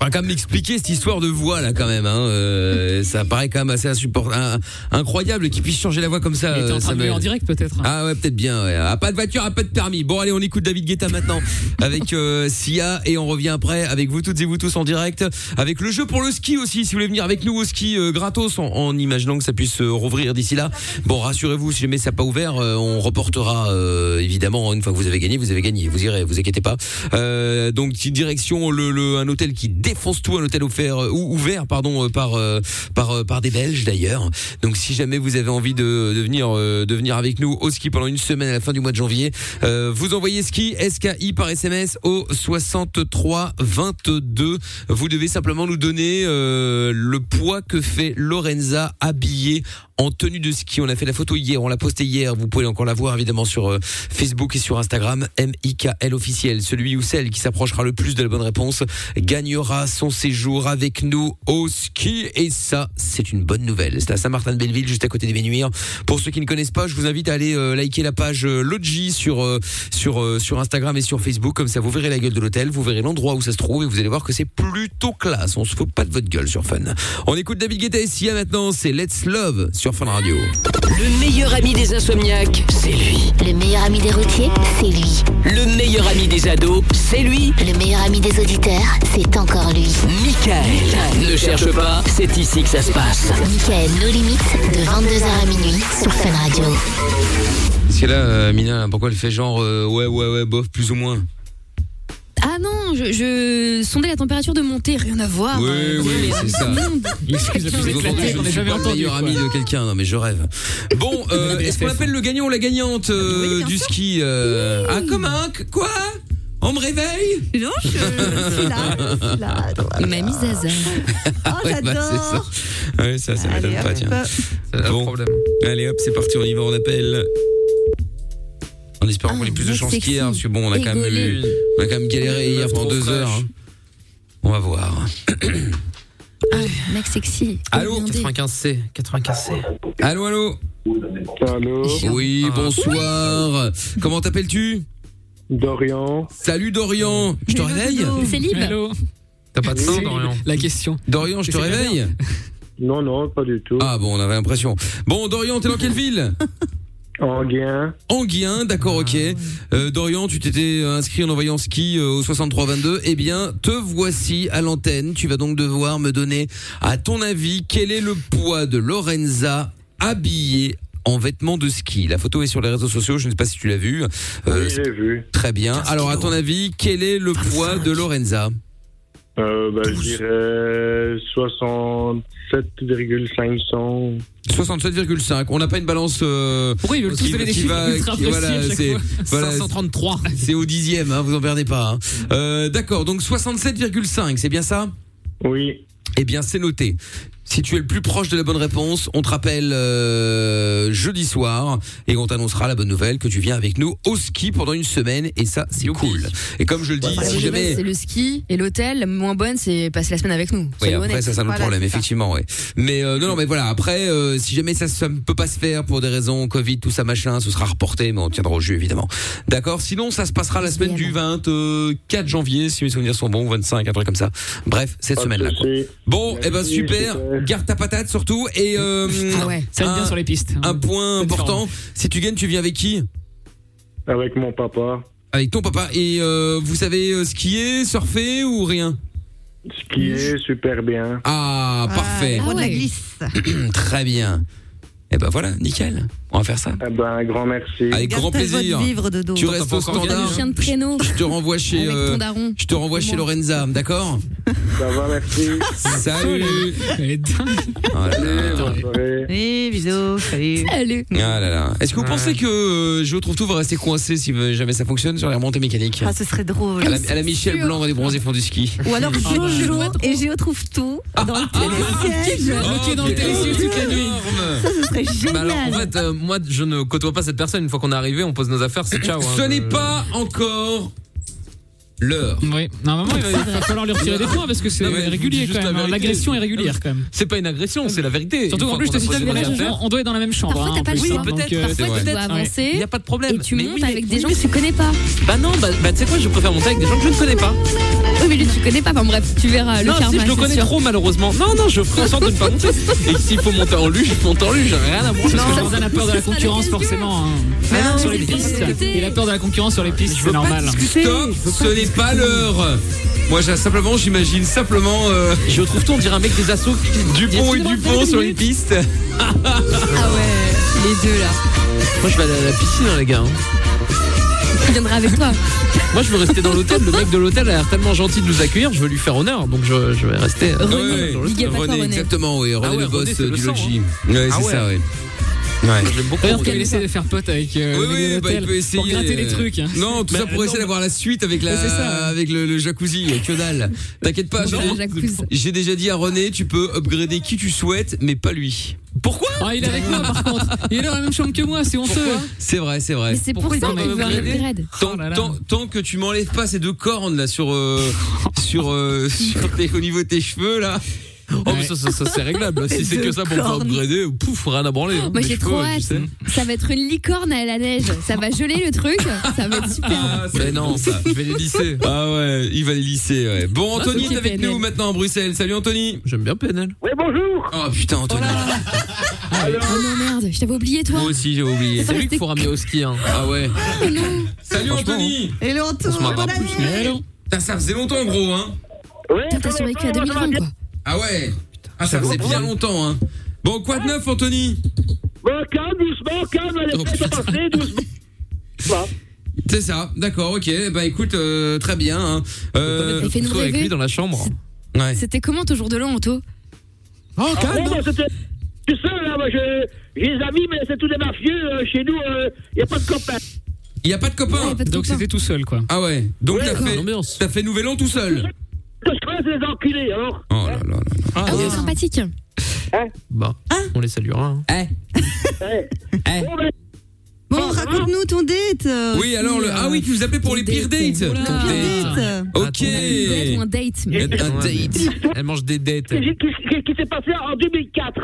Speaker 2: Enfin, quand même m'expliquer cette histoire de voix là quand même. Hein. Euh, ça paraît quand même assez insupportable, incroyable qu'il puisse changer la voix comme ça.
Speaker 3: Il était
Speaker 2: euh,
Speaker 3: en train de
Speaker 2: Samuel.
Speaker 3: lire en direct peut-être.
Speaker 2: Ah ouais, peut-être bien. ouais. Ah, pas de voiture, ah, pas de permis. Bon, allez, on écoute David Guetta maintenant avec euh, Sia et on revient après avec vous toutes et vous tous en direct avec le jeu pour le ski aussi. Si vous voulez venir avec nous au ski euh, gratos en, en imaginant que ça puisse euh, rouvrir d'ici là. Bon, rassurez-vous, si jamais ça n'a pas ouvert, euh, on reportera euh, évidemment. Une fois que vous avez gagné, vous avez gagné. Vous irez, vous inquiétez pas. Euh, donc direction le, le- un hôtel qui défonce tout, un hôtel offert euh, ou ouvert pardon euh, par euh, par euh, par des Belges d'ailleurs. Donc si jamais vous avez envie de, de venir euh, de venir avec nous au ski pendant une semaine à la fin du mois de janvier, euh, vous envoyez ski SKI par SMS au 63 22. Vous devez simplement nous donner euh, le poids que fait Lorenza habillée en tenue de ski. On a fait la photo hier, on l'a postée hier. Vous pouvez encore la voir évidemment sur euh, Facebook et sur Instagram. M-I-K-L officiel. Celui ou celle qui s'approchera le plus de la bonne réponse gagnera son séjour avec nous au ski. Et ça, c'est une bonne nouvelle. C'est à Saint-Martin-de-Belleville, juste à côté des Bénuires. Pour ceux qui ne connaissent pas, je vous invite à aller euh, liker la page euh, Lodgy sur, euh, sur, euh, sur Instagram et sur Facebook. Comme ça, vous verrez la gueule de l'hôtel, vous verrez l'endroit où ça se trouve et vous allez voir que c'est plutôt classe. On se fout pas de votre gueule sur Fun. On écoute David Guetta et Sia maintenant. C'est Let's Love sur Fun Radio.
Speaker 1: Le meilleur ami des insomniaques, c'est lui.
Speaker 9: Le meilleur ami des routiers, c'est lui.
Speaker 1: Le meilleur ami des ados, c'est lui.
Speaker 9: Le meilleur ami des auditeurs, c'est encore lui.
Speaker 1: Michael. Ne cherche pas, c'est ici que ça se passe.
Speaker 9: Michael, nos limites, de 22h à minuit sur Fun Radio.
Speaker 2: Parce que là, euh, Mina, pourquoi elle fait genre euh, ouais, ouais, ouais, bof, plus ou moins
Speaker 5: Ah non, je, je sondais la température de montée, rien à
Speaker 6: Ah,
Speaker 5: voir.
Speaker 2: Oui,
Speaker 5: Euh,
Speaker 2: oui, c'est ça.
Speaker 3: L'excuse la plus éclatée
Speaker 2: Je
Speaker 3: qu'on
Speaker 2: ne
Speaker 3: ait
Speaker 2: suis
Speaker 3: jamais
Speaker 2: pas le
Speaker 3: entendue.
Speaker 2: meilleur ami de quelqu'un, non mais je rêve. <laughs> Bon, euh, est-ce qu'on appelle le gagnant ou la gagnante euh, du ski euh, Ah, comment Quoi On me réveille
Speaker 6: Non, je suis là. je suis là.
Speaker 2: <laughs>
Speaker 6: Oh,
Speaker 5: Mamie Zaza.
Speaker 2: bah, j'adore Ouais, Ah ça, ça m'étonne pas, tiens.
Speaker 6: hop.
Speaker 2: C'est un problème. Allez hop, c'est parti, on y va, on appelle. En espérant qu'on ait plus de
Speaker 6: mec
Speaker 2: chance
Speaker 6: sexy.
Speaker 2: qu'hier, parce que bon, on a quand même, eu- on a quand même galéré hier pendant deux heures. hein. On va voir.
Speaker 5: Ah, mec sexy.
Speaker 2: Allô
Speaker 8: 95C, 95C.
Speaker 2: Allô, allô
Speaker 16: Allô
Speaker 2: Oui, bonsoir. Comment t'appelles-tu
Speaker 16: Dorian.
Speaker 2: Salut Dorian. Je te réveille
Speaker 5: C'est libre.
Speaker 2: T'as pas de
Speaker 8: sang, Dorian
Speaker 2: La question. Dorian, je te
Speaker 8: Mais c'est
Speaker 2: réveille
Speaker 16: Non, non, pas du tout.
Speaker 2: Ah bon, on avait l'impression. Bon, Dorian, t'es dans quelle ville
Speaker 16: Anguien.
Speaker 2: Anguien, d'accord, ok. Euh, Dorian, tu t'étais inscrit en envoyant ski euh, au 6322. Eh bien, te voici à l'antenne. Tu vas donc devoir me donner, à ton avis, quel est le poids de Lorenza habillée en vêtements de ski. La photo est sur les réseaux sociaux, je ne sais pas si tu l'as vue. Euh,
Speaker 16: Oui, j'ai vu.
Speaker 2: Très bien. Alors, à ton avis, quel est le poids de Lorenza
Speaker 16: Euh, bah, je dirais 67,500.
Speaker 2: 67,5. On n'a pas une balance. Euh,
Speaker 16: Pourquoi ils veulent tous donner des chiffres ultra précis à chaque
Speaker 2: c'est
Speaker 16: fois
Speaker 2: 533. C'est au dixième, hein, vous en perdez pas. hein. Euh, D'accord, donc 67,5, c'est bien ça
Speaker 16: Oui.
Speaker 2: Eh bien, c'est noté. Si tu es le plus proche de la bonne réponse, on te rappelle euh, jeudi soir et on t'annoncera la bonne nouvelle que tu viens avec nous au ski pendant une semaine et ça c'est cool. Et comme je le dis,
Speaker 5: Bah,
Speaker 2: si
Speaker 5: les
Speaker 2: jamais
Speaker 5: mauvaises, C'est le ski et l'hôtel. La moins bonne, c'est passer la semaine avec nous.
Speaker 2: Oui,
Speaker 5: Soyons
Speaker 2: après
Speaker 5: honnêtes.
Speaker 2: ça c'est un autre
Speaker 5: Voilà,
Speaker 2: problème
Speaker 5: c'est ça.
Speaker 2: effectivement ouais. Mais euh, non non mais voilà après euh, si jamais ça ça ne peut pas se faire pour des raisons Covid tout ça machin ce sera reporté mais on tiendra au jeu évidemment. D'accord sinon ça se passera la semaine du 24 janvier si mes souvenirs sont bons 25 un truc comme ça. Bref cette
Speaker 8: Pas de
Speaker 2: semaine là quoi.
Speaker 8: souci.
Speaker 2: Bon
Speaker 8: Merci,
Speaker 2: eh ben super
Speaker 8: super.
Speaker 2: garde ta patate surtout et euh,
Speaker 8: Ah ouais, ça aide bien sur les pistes.
Speaker 2: Un point important si tu gagnes tu viens avec qui
Speaker 16: Avec mon papa.
Speaker 2: Avec ton papa et euh, vous savez euh, skier surfer ou rien
Speaker 16: Qui est super bien.
Speaker 2: Ah, parfait.
Speaker 6: Ah, la glisse.
Speaker 2: Hmm, Très bien. Et ben voilà, nickel. On va faire ça.
Speaker 16: Eh ben, un grand merci.
Speaker 2: Avec
Speaker 6: Garde
Speaker 2: grand
Speaker 6: ta joie de
Speaker 2: plaisir.
Speaker 6: vivre de dos.
Speaker 2: Tu
Speaker 6: T'as
Speaker 2: restes
Speaker 6: pas
Speaker 2: au
Speaker 6: encore
Speaker 2: standard.
Speaker 6: gagné,
Speaker 5: Le
Speaker 8: hein.
Speaker 5: chien de traîneau.
Speaker 2: Je te renvoie chez
Speaker 5: Avec
Speaker 2: euh,
Speaker 5: ton daron.
Speaker 2: je te renvoie chez Lorenza, d'accord
Speaker 16: Ça va,
Speaker 2: <laughs>
Speaker 16: merci.
Speaker 2: Salut. Ah là là.
Speaker 6: Oui, bisous, salut.
Speaker 5: Salut.
Speaker 2: Ah là là. Est-ce que vous pensez que euh, je trouve tout va rester coincé si jamais ça fonctionne sur les remontées mécaniques
Speaker 6: Ah, ce serait drôle.
Speaker 2: à la, à la Michel Blanc dans les bronzés fonds du ski.
Speaker 6: Ou alors Jojo
Speaker 2: Ah,
Speaker 6: et Géo trouve tout dans le télésiège.
Speaker 8: Bloqué dans le télésiège toute la nuit.
Speaker 6: Ça, ce serait génial.
Speaker 8: Bah alors, en fait, euh, moi, je ne côtoie pas cette personne. Une fois qu'on est arrivé, on pose nos affaires, c'est ciao. hein. Euh,
Speaker 2: Ce n'est pas encore l'heure.
Speaker 8: Oui, normalement,
Speaker 3: il va- il va falloir lui retirer des points parce que c'est régulier quand même, hein. L'agression est régulière quand même.
Speaker 8: C'est pas une agression, c'est la vérité.
Speaker 3: Surtout
Speaker 8: Une
Speaker 3: qu'en
Speaker 8: fois
Speaker 3: plus, je
Speaker 8: qu'on a
Speaker 3: te cite
Speaker 8: posé
Speaker 3: la
Speaker 8: nos
Speaker 3: même
Speaker 8: affaires-
Speaker 3: on doit être dans la même chambre.
Speaker 5: Parfois,
Speaker 3: hein,
Speaker 5: t'as pas
Speaker 3: en
Speaker 5: le
Speaker 3: plus,
Speaker 5: choix.
Speaker 8: Oui,
Speaker 3: donc, euh,
Speaker 8: peut-être.
Speaker 5: Parfois, tu dois avancer.
Speaker 8: Il n'y a pas de problème.
Speaker 5: Et tu
Speaker 8: Mais
Speaker 5: montes
Speaker 8: oui,
Speaker 5: avec
Speaker 8: mais-
Speaker 5: des gens que tu connais pas.
Speaker 8: Bah non, bah, bah, tu sais quoi, je préfère monter avec des gens que je ne connais pas.
Speaker 5: Oui, mais lui, tu connais pas. Enfin bref, tu verras Ah, le
Speaker 8: non,
Speaker 5: karma.
Speaker 8: si je le
Speaker 5: c'est
Speaker 8: connais
Speaker 5: sûr.
Speaker 8: trop malheureusement. Non, non, je ferai en sorte de ne pas monter. Et s'il faut monter en luge, je monte en luge, rien à voir.
Speaker 3: Parce que Jordan a peur de la concurrence forcément. hein.
Speaker 8: non,
Speaker 3: Sur les
Speaker 8: c'est pas
Speaker 3: pistes.
Speaker 8: discuter.
Speaker 3: Il a peur de la concurrence sur les pistes, c'est normal.
Speaker 2: Stop, ce n'est pas l'heure. Moi, j'ai simplement, j'imagine simplement.
Speaker 8: Je trouve tout, on dirait un mec des assauts
Speaker 2: Dupont et Dupont sur les pistes.
Speaker 5: Ah ouais, les deux là.
Speaker 8: Moi, je vais aller à la piscine, hein, les gars. hein.
Speaker 5: Il viendra avec toi.
Speaker 8: Moi, je veux rester dans l'hôtel. Le mec de l'hôtel a l'air tellement gentil de nous accueillir. Je veux lui faire honneur. Donc, je, je vais rester. euh,
Speaker 2: Ouais,
Speaker 8: dans
Speaker 2: ouais.
Speaker 8: l'hôtel.
Speaker 2: René, exactement, oui. René,
Speaker 8: Ah ouais,
Speaker 2: le boss
Speaker 8: René, c'est
Speaker 2: euh,
Speaker 8: le
Speaker 2: du
Speaker 8: sang,
Speaker 2: Lodgy.
Speaker 8: hein.
Speaker 2: Ouais,
Speaker 8: Ah
Speaker 2: c'est
Speaker 8: ouais. Ah
Speaker 2: ça, oui. Ouais.
Speaker 8: J'aime beaucoup.
Speaker 3: D'ailleurs, qu'elle essaie de faire pote avec euh,
Speaker 2: Oui,
Speaker 3: le
Speaker 2: oui,
Speaker 3: mec de
Speaker 2: bah, il
Speaker 3: l'hôtel
Speaker 2: peut essayer.
Speaker 3: pour gratter les
Speaker 2: euh,
Speaker 3: trucs. hein.
Speaker 2: Non, tout ça
Speaker 3: Bah,
Speaker 2: pour essayer
Speaker 3: non,
Speaker 2: d'avoir la suite avec,
Speaker 3: Ouais, c'est
Speaker 2: la,
Speaker 3: ça.
Speaker 2: avec le, le jacuzzi. euh, Que dalle. T'inquiète pas,
Speaker 3: Non,
Speaker 2: j'ai-
Speaker 3: le jacuzzi.
Speaker 2: j'ai déjà dit à René, tu peux upgrader qui tu souhaites, mais pas lui. Pourquoi
Speaker 3: Ah, il est avec moi par contre. Il est dans la même chambre que moi, c'est honteux.
Speaker 2: C'est vrai, c'est vrai.
Speaker 5: Mais c'est pour ça qu'il veut arrêter Red.
Speaker 2: Tant, tant- tant que tu m'enlèves pas ces deux cornes là sur euh, sur, euh, sur tes- au niveau de tes cheveux là.
Speaker 17: Oh, mais ça, ça, ça, c'est
Speaker 2: bah,
Speaker 17: réglable. Si
Speaker 5: Les
Speaker 17: c'est que
Speaker 5: deux
Speaker 17: ça pour me faire
Speaker 5: cornes.
Speaker 17: upgrader, pouf, rien à branler. hein.
Speaker 5: Moi
Speaker 17: Les
Speaker 5: j'ai
Speaker 17: cheveux,
Speaker 5: trop
Speaker 2: euh,
Speaker 17: tu
Speaker 5: hâte.
Speaker 17: sais.
Speaker 5: Ça va être une licorne à la neige. Ça va geler le truc. Ça va être super.
Speaker 2: Mais non, ah, ça, je vais les lisser. Ah ouais, il va les lisser. ouais. Bon,
Speaker 5: Ah,
Speaker 2: Anthony
Speaker 5: c'est
Speaker 2: est avec
Speaker 5: PNL.
Speaker 2: nous maintenant à Bruxelles. Salut Anthony. J'aime bien PNL.
Speaker 11: Oui, bonjour.
Speaker 2: Oh putain, Anthony.
Speaker 5: Oh non merde, je t'avais oublié toi.
Speaker 17: Moi aussi, j'ai oublié.
Speaker 5: C'est lui qu'il
Speaker 17: faut ramener au ski.
Speaker 2: Ah ouais.
Speaker 5: Oh non.
Speaker 2: Salut Anthony.
Speaker 6: Hello
Speaker 2: On se
Speaker 6: Antoine,
Speaker 2: marre
Speaker 6: bon
Speaker 2: pas plus, mais- Putain, ça faisait longtemps gros hein.
Speaker 5: Toi, T'as survécu à 2020 quoi.
Speaker 2: Ah ouais. Ah ça faisait bien longtemps hein. Bon, quoi de neuf Anthony
Speaker 11: Bon, calme, doucement, calme, allez,
Speaker 2: Oh,
Speaker 11: faites passer, doucement.
Speaker 2: C'est ça, d'accord, ok. Bah écoute, euh, très bien. Hein. Euh,
Speaker 5: Mais fais-nous rêver.
Speaker 2: la chambre. Ouais.
Speaker 5: C'était comment ton jour de l'an Anto
Speaker 11: Oh,
Speaker 2: Ah,
Speaker 11: calme. tu sais, là, moi, je- j'ai des amis, mais c'est tous des mafieux. euh, chez nous, il n'y a pas de copains.
Speaker 2: Il n'y a pas de copain.
Speaker 3: Donc c'était tout seul quoi.
Speaker 2: Ah ouais. Donc
Speaker 11: Ouais,
Speaker 2: t'as
Speaker 11: d'accord.
Speaker 2: fait, t'as fait Nouvel An tout seul.
Speaker 11: Je connais les enculés, alors.
Speaker 2: Oh là là.
Speaker 5: Ah, oui, sympathique.
Speaker 17: Bah, on les saluera. hein.
Speaker 6: Bon, raconte-nous ton date. euh,
Speaker 2: Ah. Oui, alors le... ah oui, tu nous appelais pour les pires dates. Ton
Speaker 6: date.
Speaker 2: Ok.
Speaker 5: Ou un date. mais-
Speaker 2: Un date. Elle mange des dates.
Speaker 11: Qu'est-ce qui- qu'est-ce qui s'est passé en 2004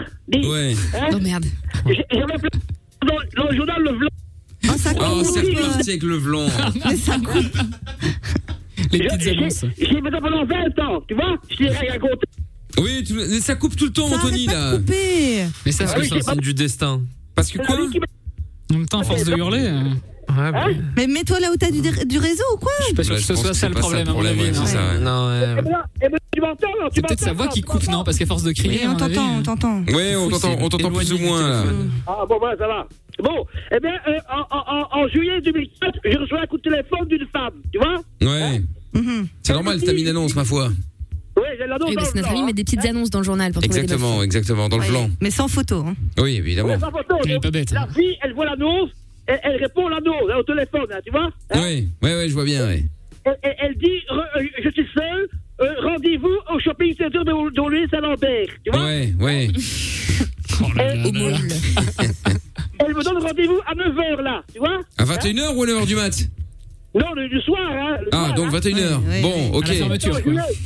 Speaker 2: Ouais.
Speaker 5: Oh merde.
Speaker 11: J'ai- J'avais plein dans, dans le journal Le Vlan.
Speaker 6: Ah, ça
Speaker 2: Oh, c'est reparti avec le vlan.
Speaker 6: Mais ça coupe.
Speaker 2: Les
Speaker 11: petites annonces.
Speaker 3: hein.
Speaker 11: J'ai fait ça pendant 20 ans, tu vois Je l'ai raconté.
Speaker 2: Oui, tout- mais ça coupe tout le temps,
Speaker 6: Ça
Speaker 2: Anthony
Speaker 6: arrête pas
Speaker 2: là.
Speaker 6: de couper.
Speaker 17: Mais ça,
Speaker 2: Ah oui,
Speaker 17: c'est un
Speaker 2: j'ai pas-
Speaker 17: signe du destin.
Speaker 2: Parce que quoi
Speaker 3: En même temps, à force de hurler. euh,
Speaker 17: Ouais, bah,
Speaker 6: Mais mets-toi là où t'as du, du réseau ou quoi
Speaker 3: Je suis pas sûr
Speaker 2: Ouais,
Speaker 3: que
Speaker 2: je
Speaker 3: ce
Speaker 2: pense
Speaker 3: soit
Speaker 2: que
Speaker 3: ça
Speaker 2: c'est
Speaker 3: le
Speaker 2: pas ça
Speaker 3: problème,
Speaker 2: le
Speaker 3: à mon
Speaker 2: problème,
Speaker 3: avis.
Speaker 2: ouais,
Speaker 3: non.
Speaker 2: c'est ça, ouais.
Speaker 17: Non, ouais.
Speaker 11: Eh ben, eh ben, tu m'entends, là, tu
Speaker 3: Euh, C'est peut-être
Speaker 11: m'entends,
Speaker 3: sa voix
Speaker 11: là,
Speaker 3: qui
Speaker 11: tu
Speaker 3: coupe, non
Speaker 11: m'entends
Speaker 3: Parce qu'à force de crier.
Speaker 6: Oui,
Speaker 3: à
Speaker 6: on
Speaker 3: mon avis,
Speaker 6: t'entend,
Speaker 3: euh,
Speaker 6: on t'entend.
Speaker 2: Ouais, on
Speaker 17: Fou,
Speaker 2: t'entend,
Speaker 17: c'est
Speaker 2: on t'entend plus
Speaker 17: éloigné
Speaker 2: ou
Speaker 17: du
Speaker 2: moins là.
Speaker 17: téléphone.
Speaker 11: Ah, bon, voilà, ça va. Bon, eh bien, euh, en, en- en- en juillet 2004, je reçois un coup de téléphone d'une femme, tu vois
Speaker 2: Ouais.
Speaker 6: Mhm.
Speaker 2: C'est normal, t'as mis une annonce ma foi.
Speaker 11: Ouais, j'ai l'annonce
Speaker 3: Eh,
Speaker 5: Oui,
Speaker 11: dans
Speaker 5: parce que
Speaker 11: le
Speaker 5: notre
Speaker 11: Vlan,
Speaker 5: ami
Speaker 11: hein.
Speaker 5: met des petites annonces dans le journal pour trouver des
Speaker 2: Exactement, exactement, dans le vlan.
Speaker 6: Mais sans photo. hein.
Speaker 2: Oui, évidemment.
Speaker 11: Ouais, pas photo,
Speaker 3: Elle est
Speaker 11: donc,
Speaker 3: pas bête. hein.
Speaker 11: La fille, elle voit l'annonce, elle, elle répond à l'annonce, hein, au téléphone, hein, tu vois
Speaker 2: Oui, ouais, ouais, je vois bien, ouais.
Speaker 11: elle, elle- elle dit, Re- euh, je suis seule, euh, rendez-vous au shopping center de d'Oulé Saint-Lambert, tu vois
Speaker 2: Ouais, ouais.
Speaker 3: Oh là là là là.
Speaker 11: Elle me donne rendez-vous à 9h, là, tu vois
Speaker 2: À 21h ou à 9h du mat
Speaker 11: Non, le, du soir, hein le
Speaker 2: Ah,
Speaker 11: soir,
Speaker 2: donc
Speaker 11: hein.
Speaker 2: 21h.
Speaker 6: Ouais, ouais,
Speaker 2: Bon,
Speaker 3: À la
Speaker 2: ok.
Speaker 3: fermeture
Speaker 11: On
Speaker 3: quoi.
Speaker 11: est en juillet.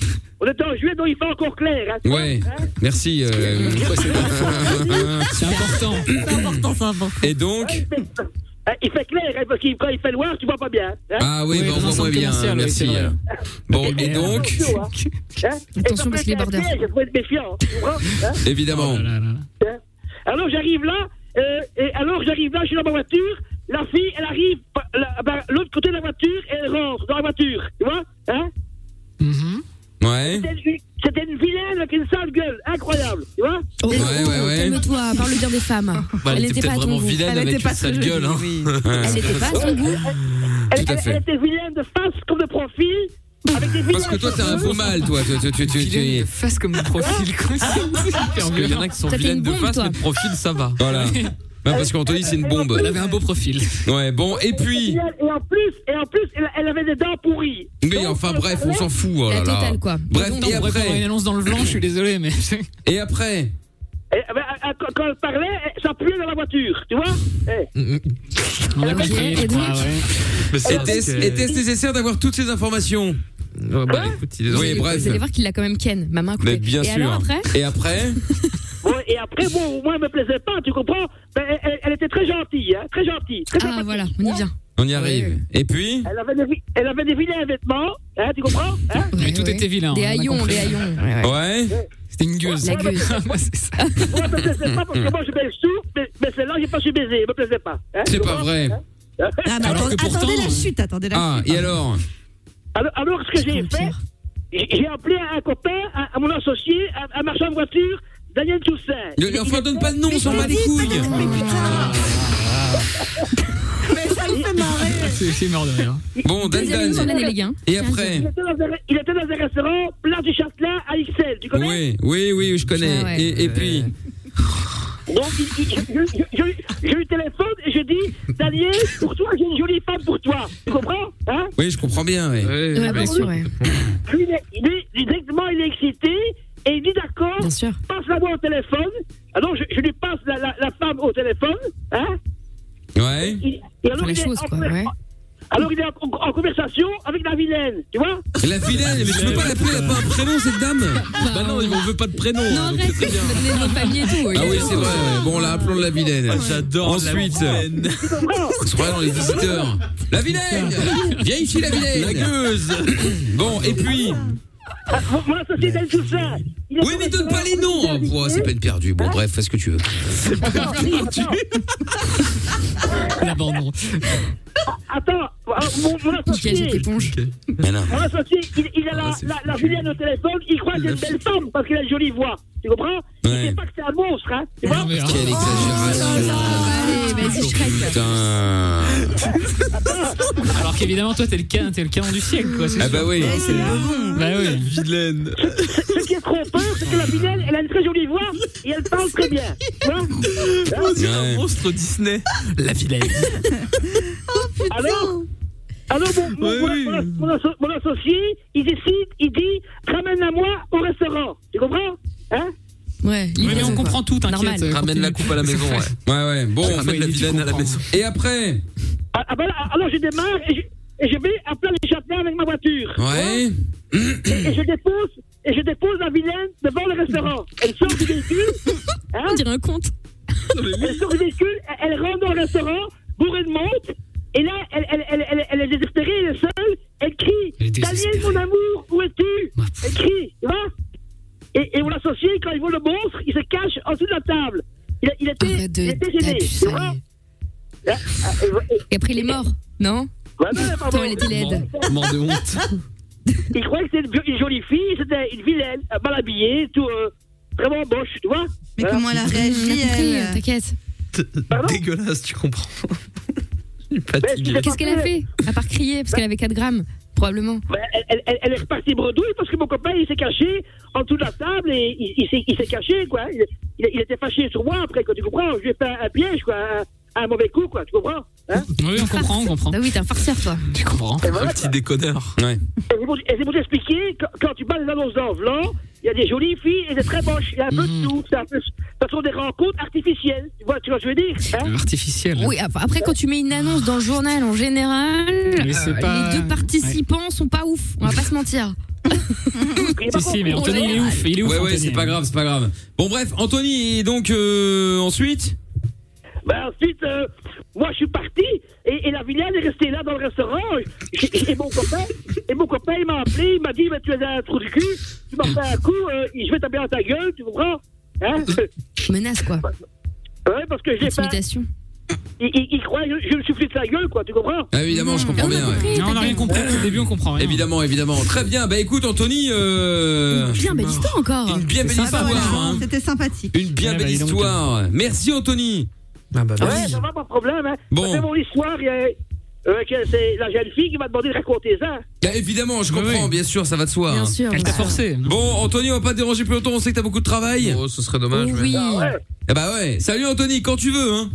Speaker 11: On est en juillet, donc il fait encore clair. Hein, tu
Speaker 2: Ouais,
Speaker 11: vois, hein.
Speaker 2: merci. euh,
Speaker 3: C'est important.
Speaker 6: C'est important, c'est important.
Speaker 2: <laughs> Et donc
Speaker 11: Hein, Il fait clair, hein, parce qu'il quand il fait noir, tu vois pas bien. hein.
Speaker 2: Ah oui,
Speaker 3: Oui,
Speaker 2: bah,
Speaker 3: dans
Speaker 2: on
Speaker 3: un
Speaker 2: voit
Speaker 3: centre
Speaker 2: moins bien,
Speaker 3: commercial, oui, c'est
Speaker 2: merci.
Speaker 3: vrai.
Speaker 2: alors. Bon, et
Speaker 3: Et
Speaker 2: donc,
Speaker 11: Attention, hein. Hein Et
Speaker 5: Attention,
Speaker 11: ça
Speaker 5: parce
Speaker 11: peut
Speaker 5: que les
Speaker 11: être un
Speaker 5: bordeurs.
Speaker 11: piège, faut être méfiant. tu comprends, hein.
Speaker 2: évidemment.
Speaker 3: Oh là là.
Speaker 11: alors j'arrive là, euh, et alors j'arrive là, je suis dans ma voiture. La fille, elle arrive par la- par l'autre côté de la voiture et elle rentre dans la voiture. Tu vois hein
Speaker 3: Mhm.
Speaker 2: Ouais.
Speaker 11: C'était une- C'était une vilaine avec une sale gueule, incroyable. Tu vois
Speaker 5: Oh,
Speaker 2: Ouais, ouais, ouais.
Speaker 5: Calme-toi, parle bien des femmes.
Speaker 17: Bah,
Speaker 5: elle
Speaker 17: elle était
Speaker 5: n'était pas
Speaker 17: peut-être
Speaker 5: à ton
Speaker 17: vraiment
Speaker 5: goût.
Speaker 17: vilaine
Speaker 6: Elle
Speaker 17: avec
Speaker 6: était
Speaker 17: une
Speaker 6: pas
Speaker 17: sale
Speaker 6: très
Speaker 17: gueule. Hein.
Speaker 2: <laughs>
Speaker 6: jolie,
Speaker 5: Elle n'était pas à ton goût.
Speaker 11: elle,
Speaker 2: Tout à
Speaker 11: elle-
Speaker 2: fait.
Speaker 11: elle était vilaine de face comme de profil, avec des vilaines
Speaker 2: Parce que toi, t'es un beau mal, toi. Tu, tu, tu, tu- tu-
Speaker 17: Vilaine de face comme de profil. quoi. C'est super
Speaker 3: Parce
Speaker 17: violent.
Speaker 3: qu'il
Speaker 17: Il y en a qui sont
Speaker 5: Ça fait
Speaker 17: vilaines
Speaker 5: une
Speaker 17: de
Speaker 5: bombe,
Speaker 17: face,
Speaker 5: toi.
Speaker 17: mais de profil, ça va.
Speaker 2: Voilà. <laughs> Bah, parce qu'Anthony, c'est une bombe.
Speaker 3: Elle avait un beau profil.
Speaker 2: Ouais, bon, et puis.
Speaker 11: Et en plus, et en plus elle, elle avait des dents pourries.
Speaker 2: Mais enfin, bref, on s'en fout. oh là là.
Speaker 5: La totale, quoi.
Speaker 2: Bref,
Speaker 3: Attends,
Speaker 2: et
Speaker 3: on pourrait faire une
Speaker 2: après.
Speaker 3: annonce dans le blanc, je suis désolé, mais.
Speaker 2: Et après.
Speaker 11: Eh, ben, à- à- quand elle parlait, eh, ça puait dans la voiture, tu vois Eh.
Speaker 3: On a
Speaker 5: Et
Speaker 3: compris, je
Speaker 5: donc
Speaker 3: crois, ouais.
Speaker 2: Était-ce était-ce nécessaire d'avoir toutes ces informations Hein?
Speaker 17: Bah, écoute, il est
Speaker 2: Oui, bref.
Speaker 5: Vous allez voir qu'il l'a quand même ken, ma main a coupé.
Speaker 2: Mais bien
Speaker 5: Et alors
Speaker 2: sûr.
Speaker 5: après
Speaker 2: Et après
Speaker 11: Bon, et après, bon, moi, elle me plaisait pas, tu comprends Ben, elle, elle- elle était très gentille, hein, très gentille. Très
Speaker 5: Ah
Speaker 11: sympathique.
Speaker 5: voilà, on y vient.
Speaker 2: On y arrive. Et puis
Speaker 11: Elle avait, des, vi- elle avait des vilains vêtements, hein, tu comprends hein
Speaker 3: Mais
Speaker 5: Ouais,
Speaker 3: tout
Speaker 5: ouais.
Speaker 3: était vilain.
Speaker 5: Des
Speaker 3: on a
Speaker 5: haillons,
Speaker 3: compris.
Speaker 5: des haillons.
Speaker 2: Ouais.
Speaker 3: C'était une gueuse.
Speaker 5: La gueuse.
Speaker 3: Ouais, c'est ça.
Speaker 11: Moi, elle me plaisait pas parce que moi, je baise tout, mais, mais celle-là, j'ai pas su baiser, elle me plaisait pas. hein, tu
Speaker 2: C'est pas
Speaker 11: comprends
Speaker 2: vrai.
Speaker 6: Ah, mais
Speaker 3: Alors
Speaker 6: attendez,
Speaker 3: que pourtant,
Speaker 6: attendez la
Speaker 3: hein.
Speaker 6: chute, attendez la
Speaker 2: Ah,
Speaker 6: chute.
Speaker 2: et alors
Speaker 11: alors, alors, ce que j'ai fait, j'ai j'ai appelé un copain, à, à mon associé, à, à marchand de voiture, Daniel Toussaint.
Speaker 2: Ne- Enfin, donne pas de nom, on s'en bat les couilles.
Speaker 6: Mais
Speaker 2: <laughs>
Speaker 6: putain Mais ça me fait marrer
Speaker 3: C'est c'est mort de rire.
Speaker 2: Bon, Dan
Speaker 5: Deuxième année, son
Speaker 2: Dan.
Speaker 5: année, les gars.
Speaker 2: Et après
Speaker 11: Il était, dans un, il était dans un restaurant, place du Châtelain, à XL, tu connais
Speaker 2: Oui, oui, oui, je connais.
Speaker 5: Ah ouais.
Speaker 2: Et, et puis
Speaker 11: Donc, il- il- je- je- je- je lui téléphone et je dis Daniel, pour toi, j'ai une jolie femme pour toi. Tu comprends hein
Speaker 2: Oui, je comprends bien. ouais.
Speaker 5: Ouais, bien sûr, ouais.
Speaker 11: Lui, il est- il est- directement, il est excité. Et il dit d'accord, passe la voix au téléphone. Alors je, je lui passe la, la- la femme au téléphone. Hein
Speaker 2: Ouais.
Speaker 11: Et alors,
Speaker 18: Pour les
Speaker 11: il est
Speaker 18: choses,
Speaker 11: en
Speaker 18: quoi,
Speaker 11: conver-
Speaker 18: ouais.
Speaker 11: Alors il est en, en- en conversation avec la vilaine, tu vois
Speaker 2: La vilaine, mais tu peux pas l'appeler, elle a pas un prénom cette dame
Speaker 19: Bah non, on veut pas de prénom. hein, donc c'est très bien.
Speaker 5: famille et tout.
Speaker 2: Ah oui, c'est vrai. ouais. Bon, là, appelons la vilaine. J'adore Ensuite, on se prend dans les visiteurs. La vilaine Viens ici, la vilaine
Speaker 18: La
Speaker 2: gueuse Bon, et puis...
Speaker 11: Mon associé, elle tout ça
Speaker 2: Oui, mais donne pas les noms Oh, pouah, C'est peine perdue. Bon, bref, fais ce que tu veux.
Speaker 3: L'abandon.
Speaker 11: Attends, euh, mon, mon associé. Mon associé, il, il a la, la, la vilaine au téléphone, il croit que c'est une belle femme parce qu'il a une jolie voix. Tu comprends Il sait pas que c'est un monstre, hein Tu vois
Speaker 2: Quelle exagération
Speaker 5: Allez, vas-y, je craque.
Speaker 2: Putain
Speaker 3: Alors qu'évidemment, toi, t'es le, ca- t'es le canon du siècle, quoi.
Speaker 2: Ah bah oui. Ouais, c'est
Speaker 3: Bah oui. Vilaine.
Speaker 11: Ce qui est trop peur, c'est que la vilaine, elle a une très jolie voix et elle parle très bien. Tu vois
Speaker 18: On dirait un
Speaker 11: Ouais.
Speaker 18: monstre Disney.
Speaker 2: La vilaine.
Speaker 11: Alors, alors mon, mon, mon- mon- mon asso- mon associé, il décide, il dit ramène-la moi au restaurant. Tu comprends Hein
Speaker 5: Ouais,
Speaker 3: Oui, mais on comprend tout,
Speaker 11: Normal.
Speaker 3: t'inquiète.
Speaker 2: Ramène la coupe à la maison, ouais. Ouais, ouais. Bon, on
Speaker 19: Ramène
Speaker 2: fait la vilaine à la maison. Et après
Speaker 11: Ah, ah, ben là, alors je démarre et je, et je vais appeler les châtelains avec ma voiture.
Speaker 2: Ouais.
Speaker 11: Et, et je dépose et je dépose la vilaine devant le restaurant. Elle sort du véhicule. Hein on
Speaker 5: dirait un compte.
Speaker 11: Elle sort du véhicule, elle, elle rentre dans le restaurant, bourrée de monde. Et là, elle, elle, elle, elle, elle est désespérée, elle est seule. Elle crie Daniel, mon amour, où es-tu Elle crie, tu vois et, et mon associé, quand il voit le monstre, il se cache en dessous de la table. Il, a- il était, il était gêné. Tu vois Ah,
Speaker 5: Et après, il est mort, non Attends, elle était laide.
Speaker 19: Mort de honte.
Speaker 11: Il croyait que c'était une jo- une jolie fille, c'était une vilaine, euh, mal habillée, tout, euh, vraiment moche, tu vois.
Speaker 6: Mais comment elle a réagi,
Speaker 5: J'ai compris,
Speaker 6: elle
Speaker 5: T'inquiète.
Speaker 19: Dégueulasse, tu comprends.
Speaker 5: Qu'est-ce qu'elle a fait À part crier, parce qu'elle avait 4 grammes, probablement.
Speaker 11: Ben, elle, elle- elle- elle est repartie bredouille parce que mon copain, il s'est caché en dessous de la table et il, il s'est- il s'est caché, quoi. Il, il- il était fâché sur moi après, quoi, tu comprends. Je lui ai fait un, un piège, quoi, un, un mauvais coup, quoi, tu comprends. Hein
Speaker 3: Oui, on comprend, on comprend.
Speaker 5: Bah oui, t'es un farceur, toi.
Speaker 19: Tu comprends Un petit déconneur.
Speaker 2: Ouais.
Speaker 11: Et c'est pour- et c'est pour t'expliquer, quand, quand tu bats les annonces dans Vlan, il y a des jolies filles et des très moches. Il y a un peu
Speaker 3: Mhm.
Speaker 11: de tout. C'est un peu, ce sont des rencontres artificielles. Tu vois, tu vois ce que je veux dire hein
Speaker 3: Artificiel.
Speaker 5: Oui, ap- après, quand tu mets une annonce dans le journal en général,
Speaker 3: Mais c'est pas-
Speaker 5: les deux participants sont pas ouf, on va pas se mentir.
Speaker 3: Si, si, mais Anthony, il est ouf. Il est ouf.
Speaker 2: Ouais, ouais,
Speaker 3: Anthony.
Speaker 2: c'est pas grave, c'est pas grave. Bon, bref, Anthony, et donc, euh, ensuite
Speaker 11: Ben ensuite, euh, moi je suis parti et, et la vilaine est restée là dans le restaurant. Et, et- et mon copain, et mon copain il m'a appelé, il m'a dit mais tu es un trou du cul, tu m'as fait un coup, euh, je vais taper dans ta gueule, tu comprends hein
Speaker 5: Menace quoi.
Speaker 11: <laughs> Ouais parce que j'ai pas. Il, il, il croit que je, je me suis foutu de sa gueule quoi, tu comprends
Speaker 2: Ah, Évidemment, je comprends bien. ouais.
Speaker 3: Non, on a rien compris. Au début, on comprend rien.
Speaker 2: Évidemment, évidemment. Très bien. Bah écoute, Anthony. Euh...
Speaker 5: Bien belle histoire encore.
Speaker 2: Une bien belle histoire. hein.
Speaker 6: C'était sympathique.
Speaker 2: Une bien belle histoire. Merci, Anthony. Ah bah,
Speaker 11: Ouais, ça va, pas de problème. Hein. Bon. mon histoire, il y a- euh, que c'est la jeune fille qui m'a demandé de raconter ça.
Speaker 2: Bah, évidemment, je comprends, bien sûr, ça va de soi.
Speaker 11: Bien
Speaker 2: hein.
Speaker 11: sûr,
Speaker 3: Ah,
Speaker 11: Elle t'a bah. forcé.
Speaker 2: Bon, Anthony, on va pas te déranger plus longtemps, on sait que t'as beaucoup de travail. Oh, ce serait dommage.
Speaker 5: Oui.
Speaker 2: Eh bah ouais. Salut, Anthony, quand tu veux, hein.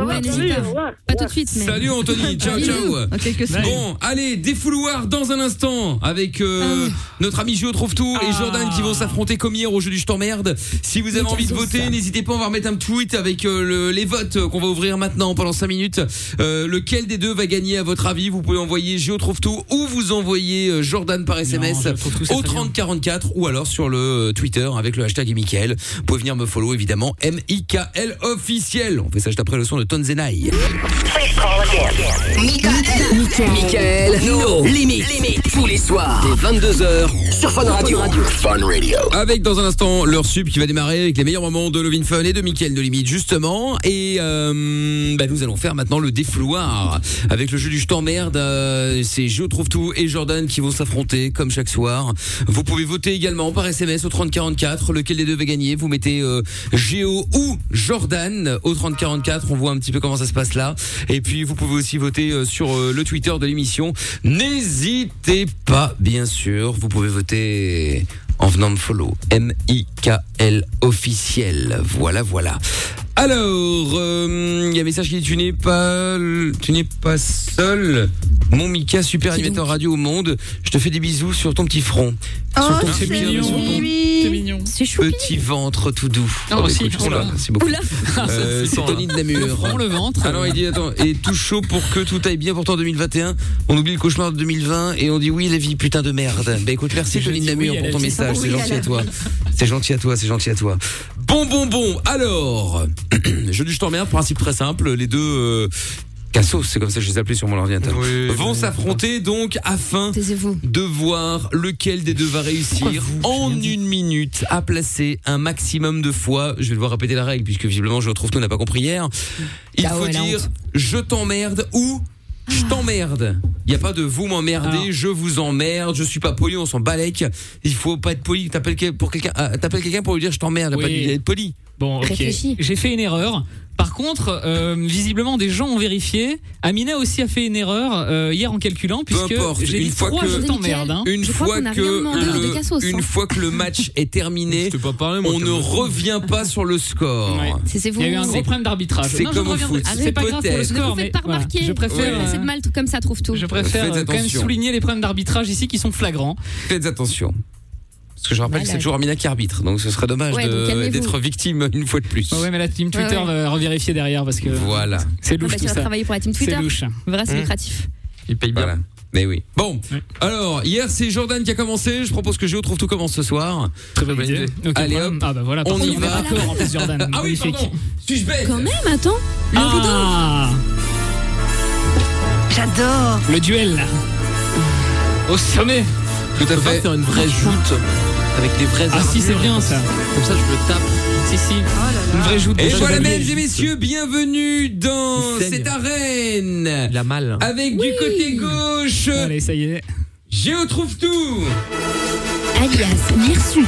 Speaker 5: Ouais, n'hésite pas. Pas tout de suite, mais.
Speaker 2: Salut Anthony, ciao
Speaker 5: Bisous.
Speaker 2: ciao.
Speaker 5: En quelques semaines.
Speaker 2: Bon, allez, défouloir dans un instant avec euh, notre ami Gio trouve tout et Jordan qui vont s'affronter comme hier au jeu du je t'emmerde. Si vous avez envie de voter, n'hésitez pas, on va remettre un tweet avec euh, le- les votes euh, qu'on va ouvrir maintenant pendant 5 minutes. Euh, lequel des deux va gagner à votre avis Vous pouvez envoyer Gio trouve tout ou vous envoyer euh, Jordan par SMS au 3044 ou alors sur le euh, Twitter avec le hashtag Mickaël. Vous pouvez venir me follow évidemment M I K L officiel. On fait ça juste après le son de Tonzenai.
Speaker 1: Michael, Michael, no limit. Tous les soirs, dès 22h, sur Fun Radio. Fun Radio.
Speaker 2: Avec dans un instant leur sub qui va démarrer avec les meilleurs moments de Lovin Fun et de Mickaël de Limite justement et euh, bah, nous allons faire maintenant le défouloir avec le jeu du je t'emmerde euh, c'est Je trouve tout et Jordan qui vont s'affronter comme chaque soir vous pouvez voter également par SMS au 3044 lequel des deux va gagner vous mettez euh, Géo ou Jordan au 3044 on voit un petit peu comment ça se passe là et puis vous pouvez aussi voter euh, sur euh, le Twitter de l'émission n'hésitez pas bien sûr vous pouvez voter en venant me follow. M-I-K-L officiel. Voilà, voilà. Alors, euh, il y a un message qui dit tu n'es pas tu n'es pas seul. Mon Mika super animateur radio au monde, je te fais des bisous sur ton petit front. sur ton petit-
Speaker 6: C'est Oh, mignon.
Speaker 5: C'est
Speaker 2: Petit ventre tout doux.
Speaker 6: Oh,
Speaker 2: bah,
Speaker 6: si,
Speaker 2: écoute,
Speaker 6: oh là.
Speaker 2: voilà, c'est beaucoup.
Speaker 6: Oula. <laughs>
Speaker 2: Euh, c'est Tony de Namur.
Speaker 6: Le front, le ventre.
Speaker 2: Ah non, il dit attends, et tout chaud pour que tout aille bien pour toi en 2021. On oublie le cauchemar de 2020 et on dit oui, la vie putain de merde. Bah écoute, merci Tony de Namur
Speaker 8: oui à
Speaker 2: pour
Speaker 8: la
Speaker 2: ton
Speaker 8: vie.
Speaker 2: message,
Speaker 8: Oui
Speaker 2: c'est
Speaker 8: à
Speaker 2: gentil
Speaker 8: la
Speaker 2: à toi. C'est gentil à toi, c'est gentil à toi. Bon, bon, bon. Alors, <clears throat> je dis je t'emmerde, principe très simple. Les deux euh, cassos, c'est comme ça que je les appelais sur mon ordinateur, vont s'affronter donc afin de voir lequel des deux va réussir en une minute à placer un maximum de fois. Je vais devoir répéter la règle puisque visiblement je retrouve tout n'a pas compris hier. Il
Speaker 8: Ah
Speaker 2: faut
Speaker 8: ouais, la
Speaker 2: dire
Speaker 8: honte.
Speaker 2: je t'emmerde ou je t'emmerde. Il y a pas de vous m'emmerdez, je vous emmerde, je suis pas poli, on s'en balèque. Il faut pas être poli. T'appelles quel- pour quelqu'un, ah, t'appelles quelqu'un pour lui dire je t'emmerde.
Speaker 3: Oui.
Speaker 2: Pas de- être poli.
Speaker 3: Bon, ok. J'ai fait une erreur. Par contre, euh, visiblement, des gens ont vérifié. Amina aussi a fait une erreur euh, hier en calculant,
Speaker 2: Peu
Speaker 3: puisque
Speaker 2: importe,
Speaker 3: j'ai
Speaker 2: une
Speaker 3: dit
Speaker 2: fois
Speaker 3: trois je
Speaker 2: que
Speaker 3: t'emmerde. hein.
Speaker 2: une fois que le-
Speaker 5: Cassos,
Speaker 2: une
Speaker 5: hein.
Speaker 2: fois que le match est
Speaker 3: <laughs>
Speaker 2: terminé, on ne revient pas sur le score.
Speaker 5: C'est- c'est vous. Il y a eu un gros problème
Speaker 3: d'arbitrage.
Speaker 2: C'est
Speaker 3: Non, je
Speaker 2: comme au
Speaker 3: reviendrai.
Speaker 2: foot.
Speaker 3: Ah, c'est pas grave pour le
Speaker 2: Peut-être.
Speaker 3: score,
Speaker 5: Ne vous faites pas
Speaker 3: voilà,
Speaker 5: remarquer.
Speaker 3: je préfère,
Speaker 5: Ouais.
Speaker 3: euh,
Speaker 5: C'est de mal, tout comme ça, trouve tout.
Speaker 3: Je préfère
Speaker 2: Faites
Speaker 3: euh, quand même
Speaker 2: attention.
Speaker 3: souligner les problèmes d'arbitrage ici qui sont flagrants.
Speaker 2: Faites attention. Parce que je rappelle que c'est
Speaker 3: Malade.
Speaker 2: toujours Amina qui arbitre, donc ce serait dommage
Speaker 3: Ouais, donc
Speaker 2: de-
Speaker 3: calmez-vous.
Speaker 2: d'être victime une fois de plus.
Speaker 3: Ouais, ouais, mais la team Twitter
Speaker 5: Ouais, ouais.
Speaker 3: va revérifier derrière parce que
Speaker 2: Voilà.
Speaker 3: c'est
Speaker 5: Ah
Speaker 3: louche
Speaker 5: bah, tu
Speaker 3: tout
Speaker 5: vas
Speaker 3: ça.
Speaker 5: travailler pour la team
Speaker 3: C'est
Speaker 5: Twitter.
Speaker 3: louche.
Speaker 5: On verra, c'est
Speaker 2: Mmh.
Speaker 3: <laughs>
Speaker 5: lucratif.
Speaker 2: Il paye bien. Mais oui. Bon, alors hier c'est Jordan qui a commencé. Je propose que Géo trouve tout commence ce soir. Très bonne idée. Allez hop.
Speaker 3: Ah bah voilà.
Speaker 2: on
Speaker 3: parfait.
Speaker 2: y
Speaker 3: est
Speaker 2: va.
Speaker 3: d'accord en plus, Jordan.
Speaker 2: Ah oui,
Speaker 3: Magnifique.
Speaker 2: pardon. Suis-je bête
Speaker 5: Quand même, attends. Le
Speaker 3: Ah.
Speaker 6: J'adore.
Speaker 3: Le duel. Ah, Au sommet.
Speaker 2: Tout à fait.
Speaker 8: faire une vraie joute avec des vrais.
Speaker 3: Ah si, c'est bien ça.
Speaker 8: Comme ça, je me tape.
Speaker 3: Si si. Une vraie joute. de
Speaker 2: Et voilà,
Speaker 3: chevalier.
Speaker 2: mesdames et messieurs, bienvenue dans
Speaker 8: Il saigne.
Speaker 2: cette arène.
Speaker 8: La malle.
Speaker 2: Avec du côté gauche. Allez,
Speaker 3: ça y est.
Speaker 2: Géo trouve tout.
Speaker 5: Alias, Mirsut.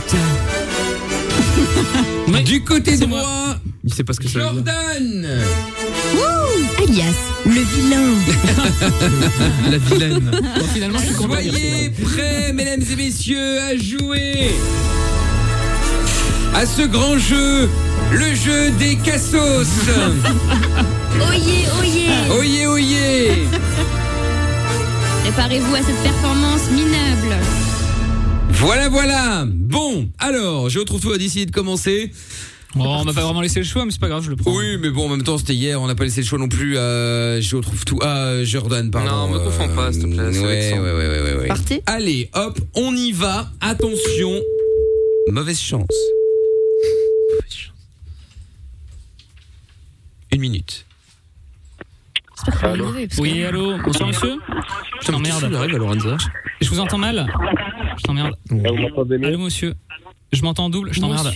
Speaker 2: du côté droit,
Speaker 8: Il sait pas ce que ça veut dire.
Speaker 2: Jordan.
Speaker 5: Wouh Alias, le vilain.
Speaker 8: La
Speaker 3: <laughs>
Speaker 8: vilaine.
Speaker 3: finalement, je suis content.
Speaker 2: Soyez prêts, mesdames et messieurs, à jouer à ce grand jeu, le jeu des cassos.
Speaker 5: Oyez, oyez.
Speaker 2: Oyez, oyez.
Speaker 5: Préparez-vous à cette performance minable.
Speaker 2: Voilà, voilà. Bon, alors, je retrouve tout à décider de commencer.
Speaker 3: Oh, on m'a pas vraiment laissé le choix, mais c'est pas grave, je le prends.
Speaker 2: Oui, mais bon, en même temps, c'était hier, on n'a pas laissé le choix non plus à je retrouve tout à Jordan, pardon. Non, me confonds pas, s'il te plaît. Ouais, ouais, ouais, ouais, ouais, ouais. Allez, hop, on y va. Attention. Mauvaise chance. Une minute.
Speaker 3: Oui, allô. Bonsoir monsieur. Je t'emmerde. Je vous entends mal. Je t'emmerde. Allô monsieur. Je m'entends en double. Je t'emmerde.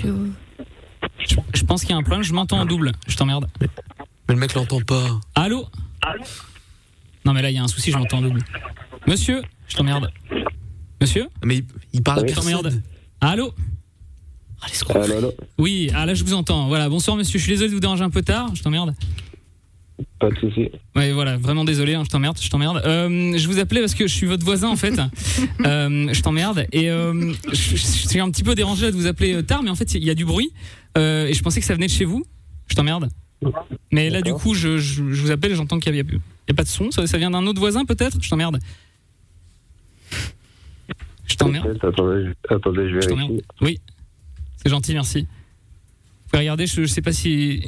Speaker 3: Je- Je pense qu'il y a un problème. Je m'entends en double. Je t'emmerde.
Speaker 8: Mais le mec l'entend pas.
Speaker 3: Allô Non mais là il y a un souci, je m'entends en double. Monsieur, je t'emmerde. Monsieur
Speaker 8: Mais il- il parle à
Speaker 3: Je t'emmerde.
Speaker 8: personne.
Speaker 3: Allô Ah, Oui, ah là je vous entends. Voilà, bonsoir monsieur, je suis désolé de vous déranger un peu tard, je t'emmerde.
Speaker 11: Pas de soucis.
Speaker 3: Ouais, voilà, vraiment désolé, hein, je t'emmerde, je t'emmerde. Euh, je vous appelais parce que je suis votre voisin en
Speaker 11: <laughs>
Speaker 3: fait. Euh, je t'emmerde et euh, je, je suis un petit peu dérangé là, de vous appeler euh, tard, mais en fait il y a du bruit euh, et je pensais que ça venait de chez vous. Je t'emmerde. Mais là du coup je, je- je vous appelle, et j'entends qu'il n'y a, il y a- il y a pas de son, ça, ça vient d'un autre voisin peut-être. Je t'emmerde. Je t'emmerde.
Speaker 11: Attendez, je- attendez, je vérifie.
Speaker 3: Oui, c'est gentil, merci. Vous pouvez regarder, je, je sais pas si.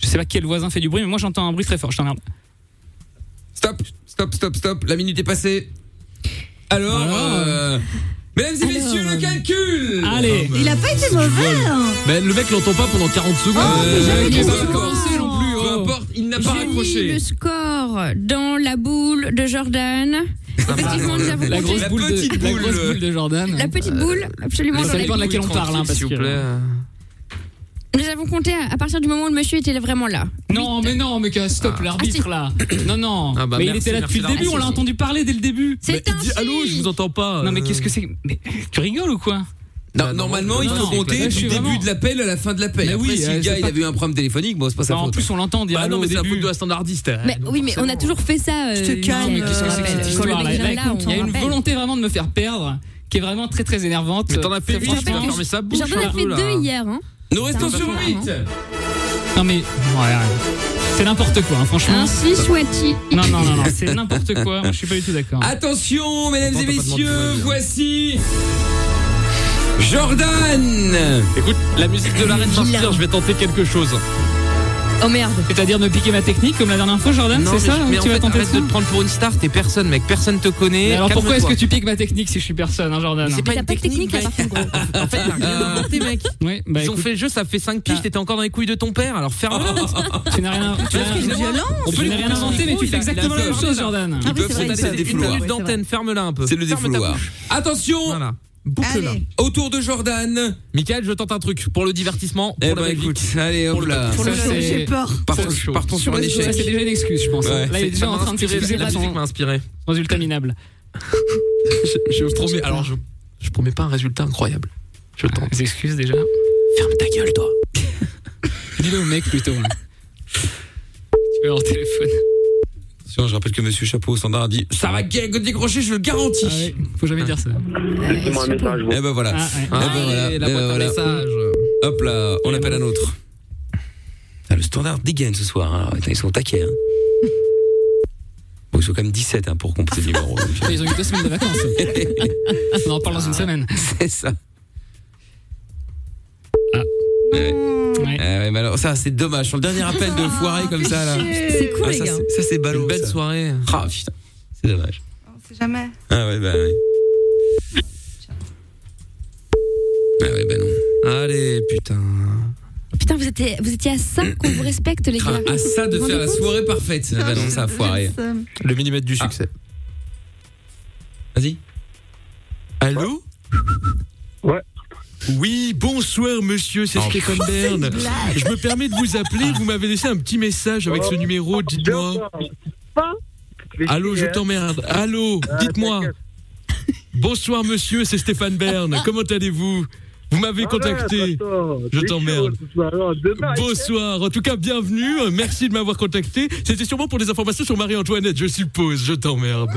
Speaker 3: Je sais pas quel voisin fait du bruit, mais moi j'entends un bruit très fort, je t'emmerde.
Speaker 2: Stop, stop, stop, stop. La minute est passée. Alors, euh, mesdames et messieurs, le calcul.
Speaker 5: Ah,
Speaker 3: Allez.
Speaker 5: bah,
Speaker 6: Il a pas été mauvais. hein.
Speaker 8: Mais le mec l'entend pas pendant
Speaker 3: Ah,
Speaker 8: 40 secondes.
Speaker 5: Ah,
Speaker 2: Euh,
Speaker 8: Il
Speaker 2: il
Speaker 8: est
Speaker 2: n'a
Speaker 8: pas
Speaker 2: pas
Speaker 8: encore.
Speaker 2: commencé non plus. Peu importe, il n'a pas
Speaker 5: J'ai mis
Speaker 2: raccroché.
Speaker 5: le score dans la boule de Jordan. Effectivement, nous avons
Speaker 3: Ah, bah, La grosse
Speaker 5: compté
Speaker 3: boule Euh, de, la grosse boule de Jordan.
Speaker 5: la petite boule, absolument dans
Speaker 3: Ça
Speaker 5: la
Speaker 3: dépend de laquelle on
Speaker 5: boule.
Speaker 3: parle, hein, parce que.
Speaker 5: Nous avons compté à, à partir du moment où le monsieur était vraiment là.
Speaker 3: Non, mais non, mais que-
Speaker 5: Ah.
Speaker 3: stop, l'arbitre là. Non, non.
Speaker 8: Ah bah
Speaker 3: mais
Speaker 8: merci,
Speaker 3: il était là
Speaker 8: merci
Speaker 3: depuis le début, on l'a
Speaker 8: l'arbitre.
Speaker 3: entendu parler dès le début.
Speaker 5: C'est
Speaker 8: Il dit allô, je vous entends pas.
Speaker 3: Non, mais qu'est-ce que c'est que- Mais tu rigoles ou quoi
Speaker 2: Non, normalement, il
Speaker 3: Non,
Speaker 2: faut
Speaker 3: non,
Speaker 2: compter
Speaker 3: là, je
Speaker 2: du
Speaker 3: suis
Speaker 2: début
Speaker 3: vraiment-
Speaker 2: de l'appel à la fin de l'appel.
Speaker 3: Mais
Speaker 2: Après,
Speaker 3: oui,
Speaker 2: si le
Speaker 3: euh,
Speaker 2: gars
Speaker 3: c'est
Speaker 2: il
Speaker 3: pas-
Speaker 2: avait eu un problème téléphonique, bon, c'est pas sa
Speaker 3: Non, en
Speaker 2: faute.
Speaker 3: plus, on l'entend dire.
Speaker 2: Bah
Speaker 3: allô
Speaker 2: non, mais
Speaker 3: au
Speaker 2: c'est la
Speaker 3: début.
Speaker 2: faute de la standardiste.
Speaker 5: Mais, oui, mais on a toujours fait ça. euh,
Speaker 6: te calmes,
Speaker 5: mais
Speaker 6: qu'est-ce que c'est que cette
Speaker 3: Histoire, là, là, écoute, Il y a une volonté vraiment de me faire perdre qui est vraiment très très énervante.
Speaker 8: Mais t'en as fait
Speaker 3: Ça,
Speaker 8: une,
Speaker 3: franchement,
Speaker 8: tu vas fermer sa bouche.
Speaker 5: Jordan a fait deux hier. Hein.
Speaker 2: Nous restons sur 8.
Speaker 3: Non mais ouais, ouais. c'est n'importe quoi, hein, franchement.
Speaker 5: Ainsi soit-il.
Speaker 3: Non non non, non c'est n'importe quoi. Moi, je suis pas du tout d'accord.
Speaker 2: Attention, mesdames et messieurs, voici Jordan.
Speaker 8: Écoute, la musique de la reine m'inspire, je vais tenter quelque chose.
Speaker 5: Oh merde.
Speaker 3: C'est-à-dire ne piquer ma technique comme la dernière fois, Jordan,
Speaker 8: Non,
Speaker 3: c'est ça hein,
Speaker 8: mais je- mais
Speaker 3: Tu vas
Speaker 8: en fait,
Speaker 3: tenter
Speaker 8: arrête
Speaker 3: ça
Speaker 8: de te prendre pour une star, t'es personne, mec. Personne te connaît.
Speaker 3: Mais alors pourquoi est-ce
Speaker 8: calme-toi.
Speaker 3: que tu piques ma technique si je suis personne, hein, Jordan
Speaker 8: C'est pas
Speaker 5: T'as pas de technique là, par contre, gros.
Speaker 8: En fait, t'as rien inventé, mec.
Speaker 3: bah,
Speaker 8: Ils ont
Speaker 3: écoute.
Speaker 8: fait le jeu, ça fait 5 piges, t'étais encore dans les couilles de ton père, alors ferme
Speaker 3: Tu n'as rien
Speaker 8: tu n'as rien- On peut
Speaker 3: Tu
Speaker 8: lui
Speaker 3: n'as rien
Speaker 8: couper son
Speaker 3: inventé, mais
Speaker 8: micro,
Speaker 3: tu
Speaker 8: il a-
Speaker 3: fais exactement
Speaker 8: il a
Speaker 3: la même
Speaker 8: peur.
Speaker 3: chose, Jordan.
Speaker 6: Ah,
Speaker 8: Ils peuvent s'en passer une minute d'antenne, ferme-la un peu.
Speaker 2: C'est le
Speaker 8: Ferme ta
Speaker 2: défouloir.
Speaker 8: bouche.
Speaker 2: Attention
Speaker 8: Boucle-la.
Speaker 2: Autour de Jordan.
Speaker 8: Michael, je tente un truc pour le divertissement. Pour la
Speaker 2: Eh ben,
Speaker 8: musique,
Speaker 2: écoute, allez,
Speaker 8: pour
Speaker 2: hop
Speaker 8: le-
Speaker 2: là.
Speaker 8: pour le
Speaker 2: Ça,
Speaker 8: show.
Speaker 2: c'est-
Speaker 8: J'ai peur.
Speaker 2: Partons-
Speaker 8: Pour le show.
Speaker 2: partons sur
Speaker 8: Ça,
Speaker 2: un
Speaker 8: c'est-
Speaker 2: échec.
Speaker 8: ça,
Speaker 3: C'est déjà une excuse, je pense.
Speaker 2: Ouais.
Speaker 3: Là, il est
Speaker 8: C'est-
Speaker 3: déjà
Speaker 8: ça m'a
Speaker 3: en train de
Speaker 8: inspiré,
Speaker 3: s'excuser
Speaker 8: La
Speaker 3: pour
Speaker 8: musique
Speaker 3: son
Speaker 8: m'a inspiré.
Speaker 3: résultat minable.
Speaker 8: <laughs> Je je promets. Alors, je je promets pas un résultat incroyable. Je tente.
Speaker 3: Les excuses déjà. Ferme ta gueule, toi. <laughs> Dis-le au mec plutôt. hein. Tu vas leur téléphone.
Speaker 2: Sinon, je rappelle que Monsieur Chapeau au standard a dit ça va dé- décrocher, je le garantis.
Speaker 3: Ah Faut jamais dire ça.
Speaker 8: Ah
Speaker 2: Laissez-moi un message. Eh ben voilà.
Speaker 3: Ah, ouais.
Speaker 2: Eh ben
Speaker 3: Allez,
Speaker 2: voilà.
Speaker 3: la boîte à messages.
Speaker 2: Hop là, on appelle un autre. Ah, le standard dégaine ce soir. hein. Attends, ils sont au taquet. hein. Bon, ils sont quand même 17 hein, pour compter le numéro. donc.
Speaker 3: <laughs> Ah, Ils ont eu deux semaines
Speaker 8: <laughs>
Speaker 3: de vacances. On en parle dans une
Speaker 8: Ah.
Speaker 3: semaine.
Speaker 2: C'est ça. Ouais. Ah ouais, mais alors, ça, c'est dommage. Sur le dernier appel de foiré comme ça, là.
Speaker 6: C'est cool,
Speaker 2: Ah,
Speaker 6: les
Speaker 2: ça,
Speaker 6: gars.
Speaker 2: c'est- Ça, c'est ballot. Une belle
Speaker 8: soirée.
Speaker 2: Ah, putain. C'est dommage.
Speaker 6: C'est jamais.
Speaker 2: Ah ouais, bah oui. Ah ouais, bah non. Allez, putain.
Speaker 5: Putain, vous étiez, vous étiez à ça qu'on vous respecte, les gars.
Speaker 2: Ah, à ça de
Speaker 5: Vous vous
Speaker 2: faire la
Speaker 5: rendez compte
Speaker 2: soirée parfaite. Ah bah non, ça a foiré.
Speaker 8: Le millimètre du succès.
Speaker 2: Vas-y.
Speaker 8: Allô
Speaker 10: Ouais.
Speaker 8: Oui, bonsoir monsieur, c'est
Speaker 10: Oh,
Speaker 8: Stéphane
Speaker 10: putain, c'est une
Speaker 8: Bern.
Speaker 10: blague.
Speaker 8: Je me permets de vous appeler, vous m'avez laissé un petit message avec ce
Speaker 10: Oh.
Speaker 8: numéro, dites-moi. Allô, je t'emmerde. Allô,
Speaker 10: Ah,
Speaker 8: dites-moi. Bonsoir monsieur, c'est Stéphane
Speaker 10: <laughs>
Speaker 8: Bern. Comment allez-vous Vous m'avez contacté. Je t'emmerde. Bonsoir, en tout cas bienvenue, Euh, merci de m'avoir contacté. C'était sûrement pour des informations sur Marie-Antoinette, je suppose, je t'emmerde.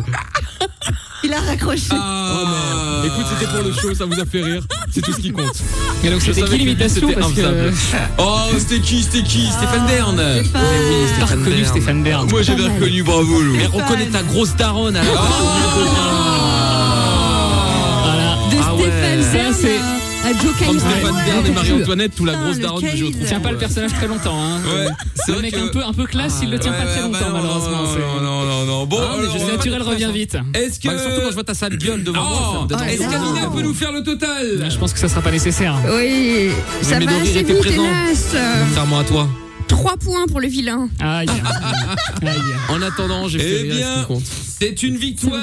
Speaker 6: Il a raccroché.
Speaker 2: Ah,
Speaker 8: Oh, merde. Écoute, c'était pour le show, ça vous a fait rire, c'est tout ce qui compte.
Speaker 3: Et donc,
Speaker 8: Je
Speaker 3: c'était
Speaker 8: savais
Speaker 3: qui
Speaker 8: que
Speaker 3: l'imitation
Speaker 8: c'était
Speaker 3: Parce que-
Speaker 8: infaisable. Oh, c'était qui, c'était qui Stéphane Bern Eh oui, Stéphane
Speaker 3: reconnu
Speaker 8: Bern.
Speaker 3: Stéphane Bern.
Speaker 8: Moi j'avais reconnu, bravo Lou. Mais on connaît ta grosse daronne alors.
Speaker 5: De
Speaker 8: Ah ouais.
Speaker 5: Stéphane Bern à- à Joe
Speaker 8: Comme
Speaker 5: Caillou.
Speaker 2: Ah,
Speaker 8: Stéphane Bern et Marie-Antoinette, tout la grosse daronne du jeu.
Speaker 3: Tient pas le personnage très longtemps. Hein.
Speaker 8: c'est
Speaker 3: le
Speaker 8: vrai
Speaker 3: mec
Speaker 8: que-
Speaker 3: un peu un peu classe, il le tient pas très longtemps malheureusement. c'est-
Speaker 2: bah Non, non, non, non. Bon,
Speaker 3: Ah, mais
Speaker 2: alors,
Speaker 3: je-
Speaker 2: on va
Speaker 3: naturel
Speaker 8: euh,
Speaker 2: pas-
Speaker 3: revient vite.
Speaker 2: Est-ce que.
Speaker 8: Bah, surtout quand je vois ta sale gueule devant
Speaker 2: Oh,
Speaker 8: moi. ça me donne
Speaker 2: Est-ce
Speaker 8: envie.
Speaker 2: qu'Amina peut nous faire le total
Speaker 3: Je pense que ça sera pas nécessaire.
Speaker 5: Oui, ça
Speaker 8: mais
Speaker 5: va
Speaker 8: Doris
Speaker 5: assez
Speaker 8: était
Speaker 5: vite,
Speaker 8: présent.
Speaker 5: hélas.
Speaker 8: Contrairement à toi.
Speaker 5: 3 points pour le vilain.
Speaker 3: Aïe.
Speaker 8: En attendant, j'ai fait
Speaker 2: Eh
Speaker 8: rire,
Speaker 2: bien,
Speaker 8: ce qui compte.
Speaker 2: C'est une victoire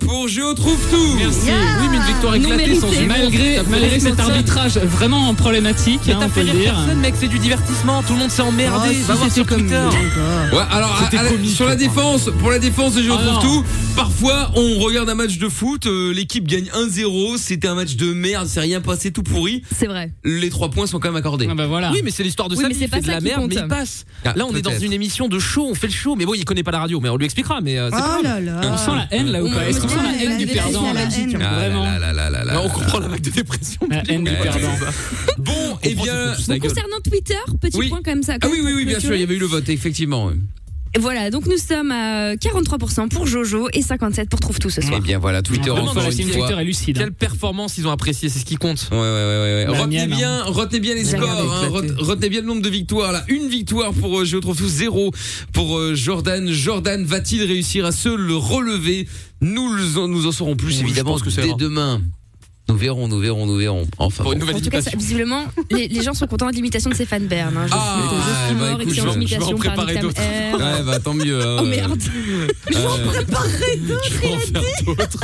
Speaker 2: pour Géo Trouve Tout.
Speaker 3: Merci. Oui, mais une victoire
Speaker 8: Non
Speaker 3: éclatée sans
Speaker 8: méritée.
Speaker 3: malgré
Speaker 8: T'as fait
Speaker 3: malgré
Speaker 8: rire
Speaker 3: cet
Speaker 8: personne.
Speaker 3: arbitrage vraiment problématique.
Speaker 8: Mais
Speaker 3: hein,
Speaker 8: t'as
Speaker 3: on
Speaker 8: fait
Speaker 3: peut le
Speaker 8: rire
Speaker 3: dire.
Speaker 8: personne, mec, c'est du divertissement. Tout le monde s'est emmerdé.
Speaker 3: Ah, si,
Speaker 8: Va voir
Speaker 3: c'est
Speaker 8: sur
Speaker 3: comme-
Speaker 8: Twitter.
Speaker 2: Ouais, alors à- à- sur
Speaker 8: hein.
Speaker 2: la défense, pour la défense de Géo
Speaker 8: Ah,
Speaker 2: Trouve
Speaker 8: non.
Speaker 2: Tout, parfois on regarde un match de foot, euh, l'équipe gagne 1-0, c'était un match de merde, c'est rien passé, tout pourri.
Speaker 5: C'est vrai.
Speaker 2: Les trois points sont quand même accordés.
Speaker 3: Ah bah voilà.
Speaker 8: Oui, mais c'est l'histoire de
Speaker 5: Oui,
Speaker 8: ça.
Speaker 5: mais
Speaker 8: il
Speaker 5: c'est
Speaker 8: fait
Speaker 5: pas
Speaker 8: de
Speaker 5: ça
Speaker 8: la
Speaker 5: qui
Speaker 8: merde,
Speaker 5: compte.
Speaker 8: mais il passe.
Speaker 2: Ah,
Speaker 8: là, on est dans
Speaker 2: peut-être.
Speaker 8: une émission de show, on fait le show. Mais bon, il connaît pas la radio, mais on lui expliquera. Mais euh, c'est pas
Speaker 6: Oh
Speaker 8: grave.
Speaker 6: là là.
Speaker 3: On sent la haine là ou pas Est-ce qu'on sent la
Speaker 6: Ouais,
Speaker 3: haine du
Speaker 6: la haine,
Speaker 3: perdant
Speaker 6: la haine.
Speaker 3: là
Speaker 2: Ah,
Speaker 3: Vraiment.
Speaker 2: là, là, là, là, là,
Speaker 8: Là, Euh, on
Speaker 2: là,
Speaker 8: comprend
Speaker 2: là.
Speaker 8: la vague de dépression.
Speaker 3: La haine du
Speaker 2: Ouais,
Speaker 3: perdant.
Speaker 2: c'est ça. Bon, eh bien.
Speaker 5: Bon, concernant Twitter, petit
Speaker 2: Oui.
Speaker 5: point comme ça.
Speaker 2: Ah
Speaker 5: quand
Speaker 2: oui,
Speaker 5: même,
Speaker 2: oui,
Speaker 5: pour
Speaker 2: oui, bien sûr,
Speaker 5: clôturer.
Speaker 2: il y avait eu le vote, effectivement.
Speaker 5: Et Voilà, donc nous sommes à 43% pour Jojo et 57% pour Trouve Tout ce soir.
Speaker 2: Eh bien voilà, Twitter
Speaker 3: Vraiment,
Speaker 2: encore
Speaker 3: la
Speaker 2: une
Speaker 3: team
Speaker 2: fois.
Speaker 3: Ah, Twitter est lucide. hein.
Speaker 8: Quelle performance ils ont appréciée, c'est ce qui compte.
Speaker 2: Ouais, ouais, ouais, ouais.
Speaker 3: La
Speaker 2: Retenez
Speaker 3: mienne, hein.
Speaker 2: bien, retenez bien les
Speaker 3: La
Speaker 2: scores.
Speaker 3: mienne
Speaker 2: hein.
Speaker 8: éclatée.
Speaker 2: Ret- Retenez bien le nombre de victoires. Là, une victoire pour euh, Je trouve tout zéro pour euh, Jordan. Jordan va-t-il réussir à se le relever Nous, le- en- nous en saurons plus
Speaker 8: Oui,
Speaker 2: évidemment
Speaker 8: je pense que ça
Speaker 2: dès
Speaker 8: ira.
Speaker 2: demain. Nous verrons, nous verrons, nous verrons. Enfin,
Speaker 8: Pour une
Speaker 2: bon.
Speaker 8: nouvelle
Speaker 5: En tout cas, ça-
Speaker 8: imitation.
Speaker 5: visiblement, les, les gens sont contents de l'imitation de Stéphane Bern. Hein. Je
Speaker 2: Ah,
Speaker 5: suis désolée, je suis
Speaker 2: bah,
Speaker 5: mort,
Speaker 2: écoute, je vais- je
Speaker 5: excellente
Speaker 2: vais en
Speaker 5: imitation par
Speaker 8: préparer
Speaker 5: Nick Tam
Speaker 8: d'autres.
Speaker 2: <laughs>
Speaker 5: Air.
Speaker 2: Ouais, bah tant mieux. hein,
Speaker 5: Oh
Speaker 2: ouais.
Speaker 5: merde.
Speaker 6: Mais j'en
Speaker 2: Euh,
Speaker 6: préparerai
Speaker 8: Je vais en faire d'autres.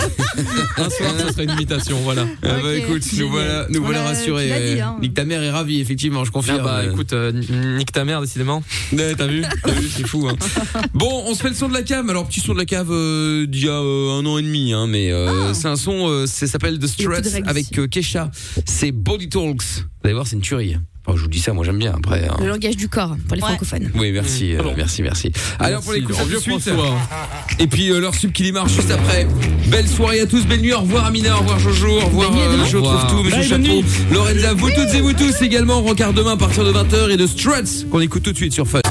Speaker 8: Un soir, ça sera une imitation, voilà.
Speaker 2: <laughs>
Speaker 8: euh,
Speaker 2: Ah bah
Speaker 6: Ok,
Speaker 2: écoute, nous
Speaker 6: génial.
Speaker 2: voilà, nous
Speaker 6: On
Speaker 2: voilà
Speaker 6: l'a- tu
Speaker 2: rassurés.
Speaker 6: l'as dit,
Speaker 2: ouais.
Speaker 6: hein.
Speaker 2: Nick, ta mère est ravie, effectivement, je
Speaker 8: Ah
Speaker 2: confirme.
Speaker 8: bah écoute, euh, nique ta mère, décidément.
Speaker 2: <laughs> Ouais, t'as vu, T'as vu, c'est fou. Hein.
Speaker 8: <laughs>
Speaker 2: Bon, on se fait le son de la cave. Alors petit son de la cave euh, d'il y a euh, un an et demi, hein, mais euh,
Speaker 6: Ah.
Speaker 2: c'est un son, euh, ça s'appelle The
Speaker 5: Il y a plus de
Speaker 2: Struts
Speaker 5: règles
Speaker 2: avec euh, Kesha. C'est Body Talks. Vous allez voir, c'est une tuerie. Enfin, je vous dis ça, moi j'aime bien après. hein.
Speaker 5: Le langage du corps pour les francophones.
Speaker 2: Oui, merci, euh, merci, merci. Alors pour les courses, à tout de suite. Et puis euh, leur sub qui démarre juste après. Belle soirée à tous, belle nuit. Au revoir Amina, au revoir Jojo, au revoir euh, Je
Speaker 4: Au
Speaker 2: trouve
Speaker 4: revoir.
Speaker 2: tout, Monsieur
Speaker 4: Bye, bonne
Speaker 2: Chapeau,
Speaker 4: nuit.
Speaker 2: Lorenza, vous toutes et vous tous également. On regarde demain à partir de 20h et de Struts qu'on écoute tout de suite sur Fun.
Speaker 1: <laughs>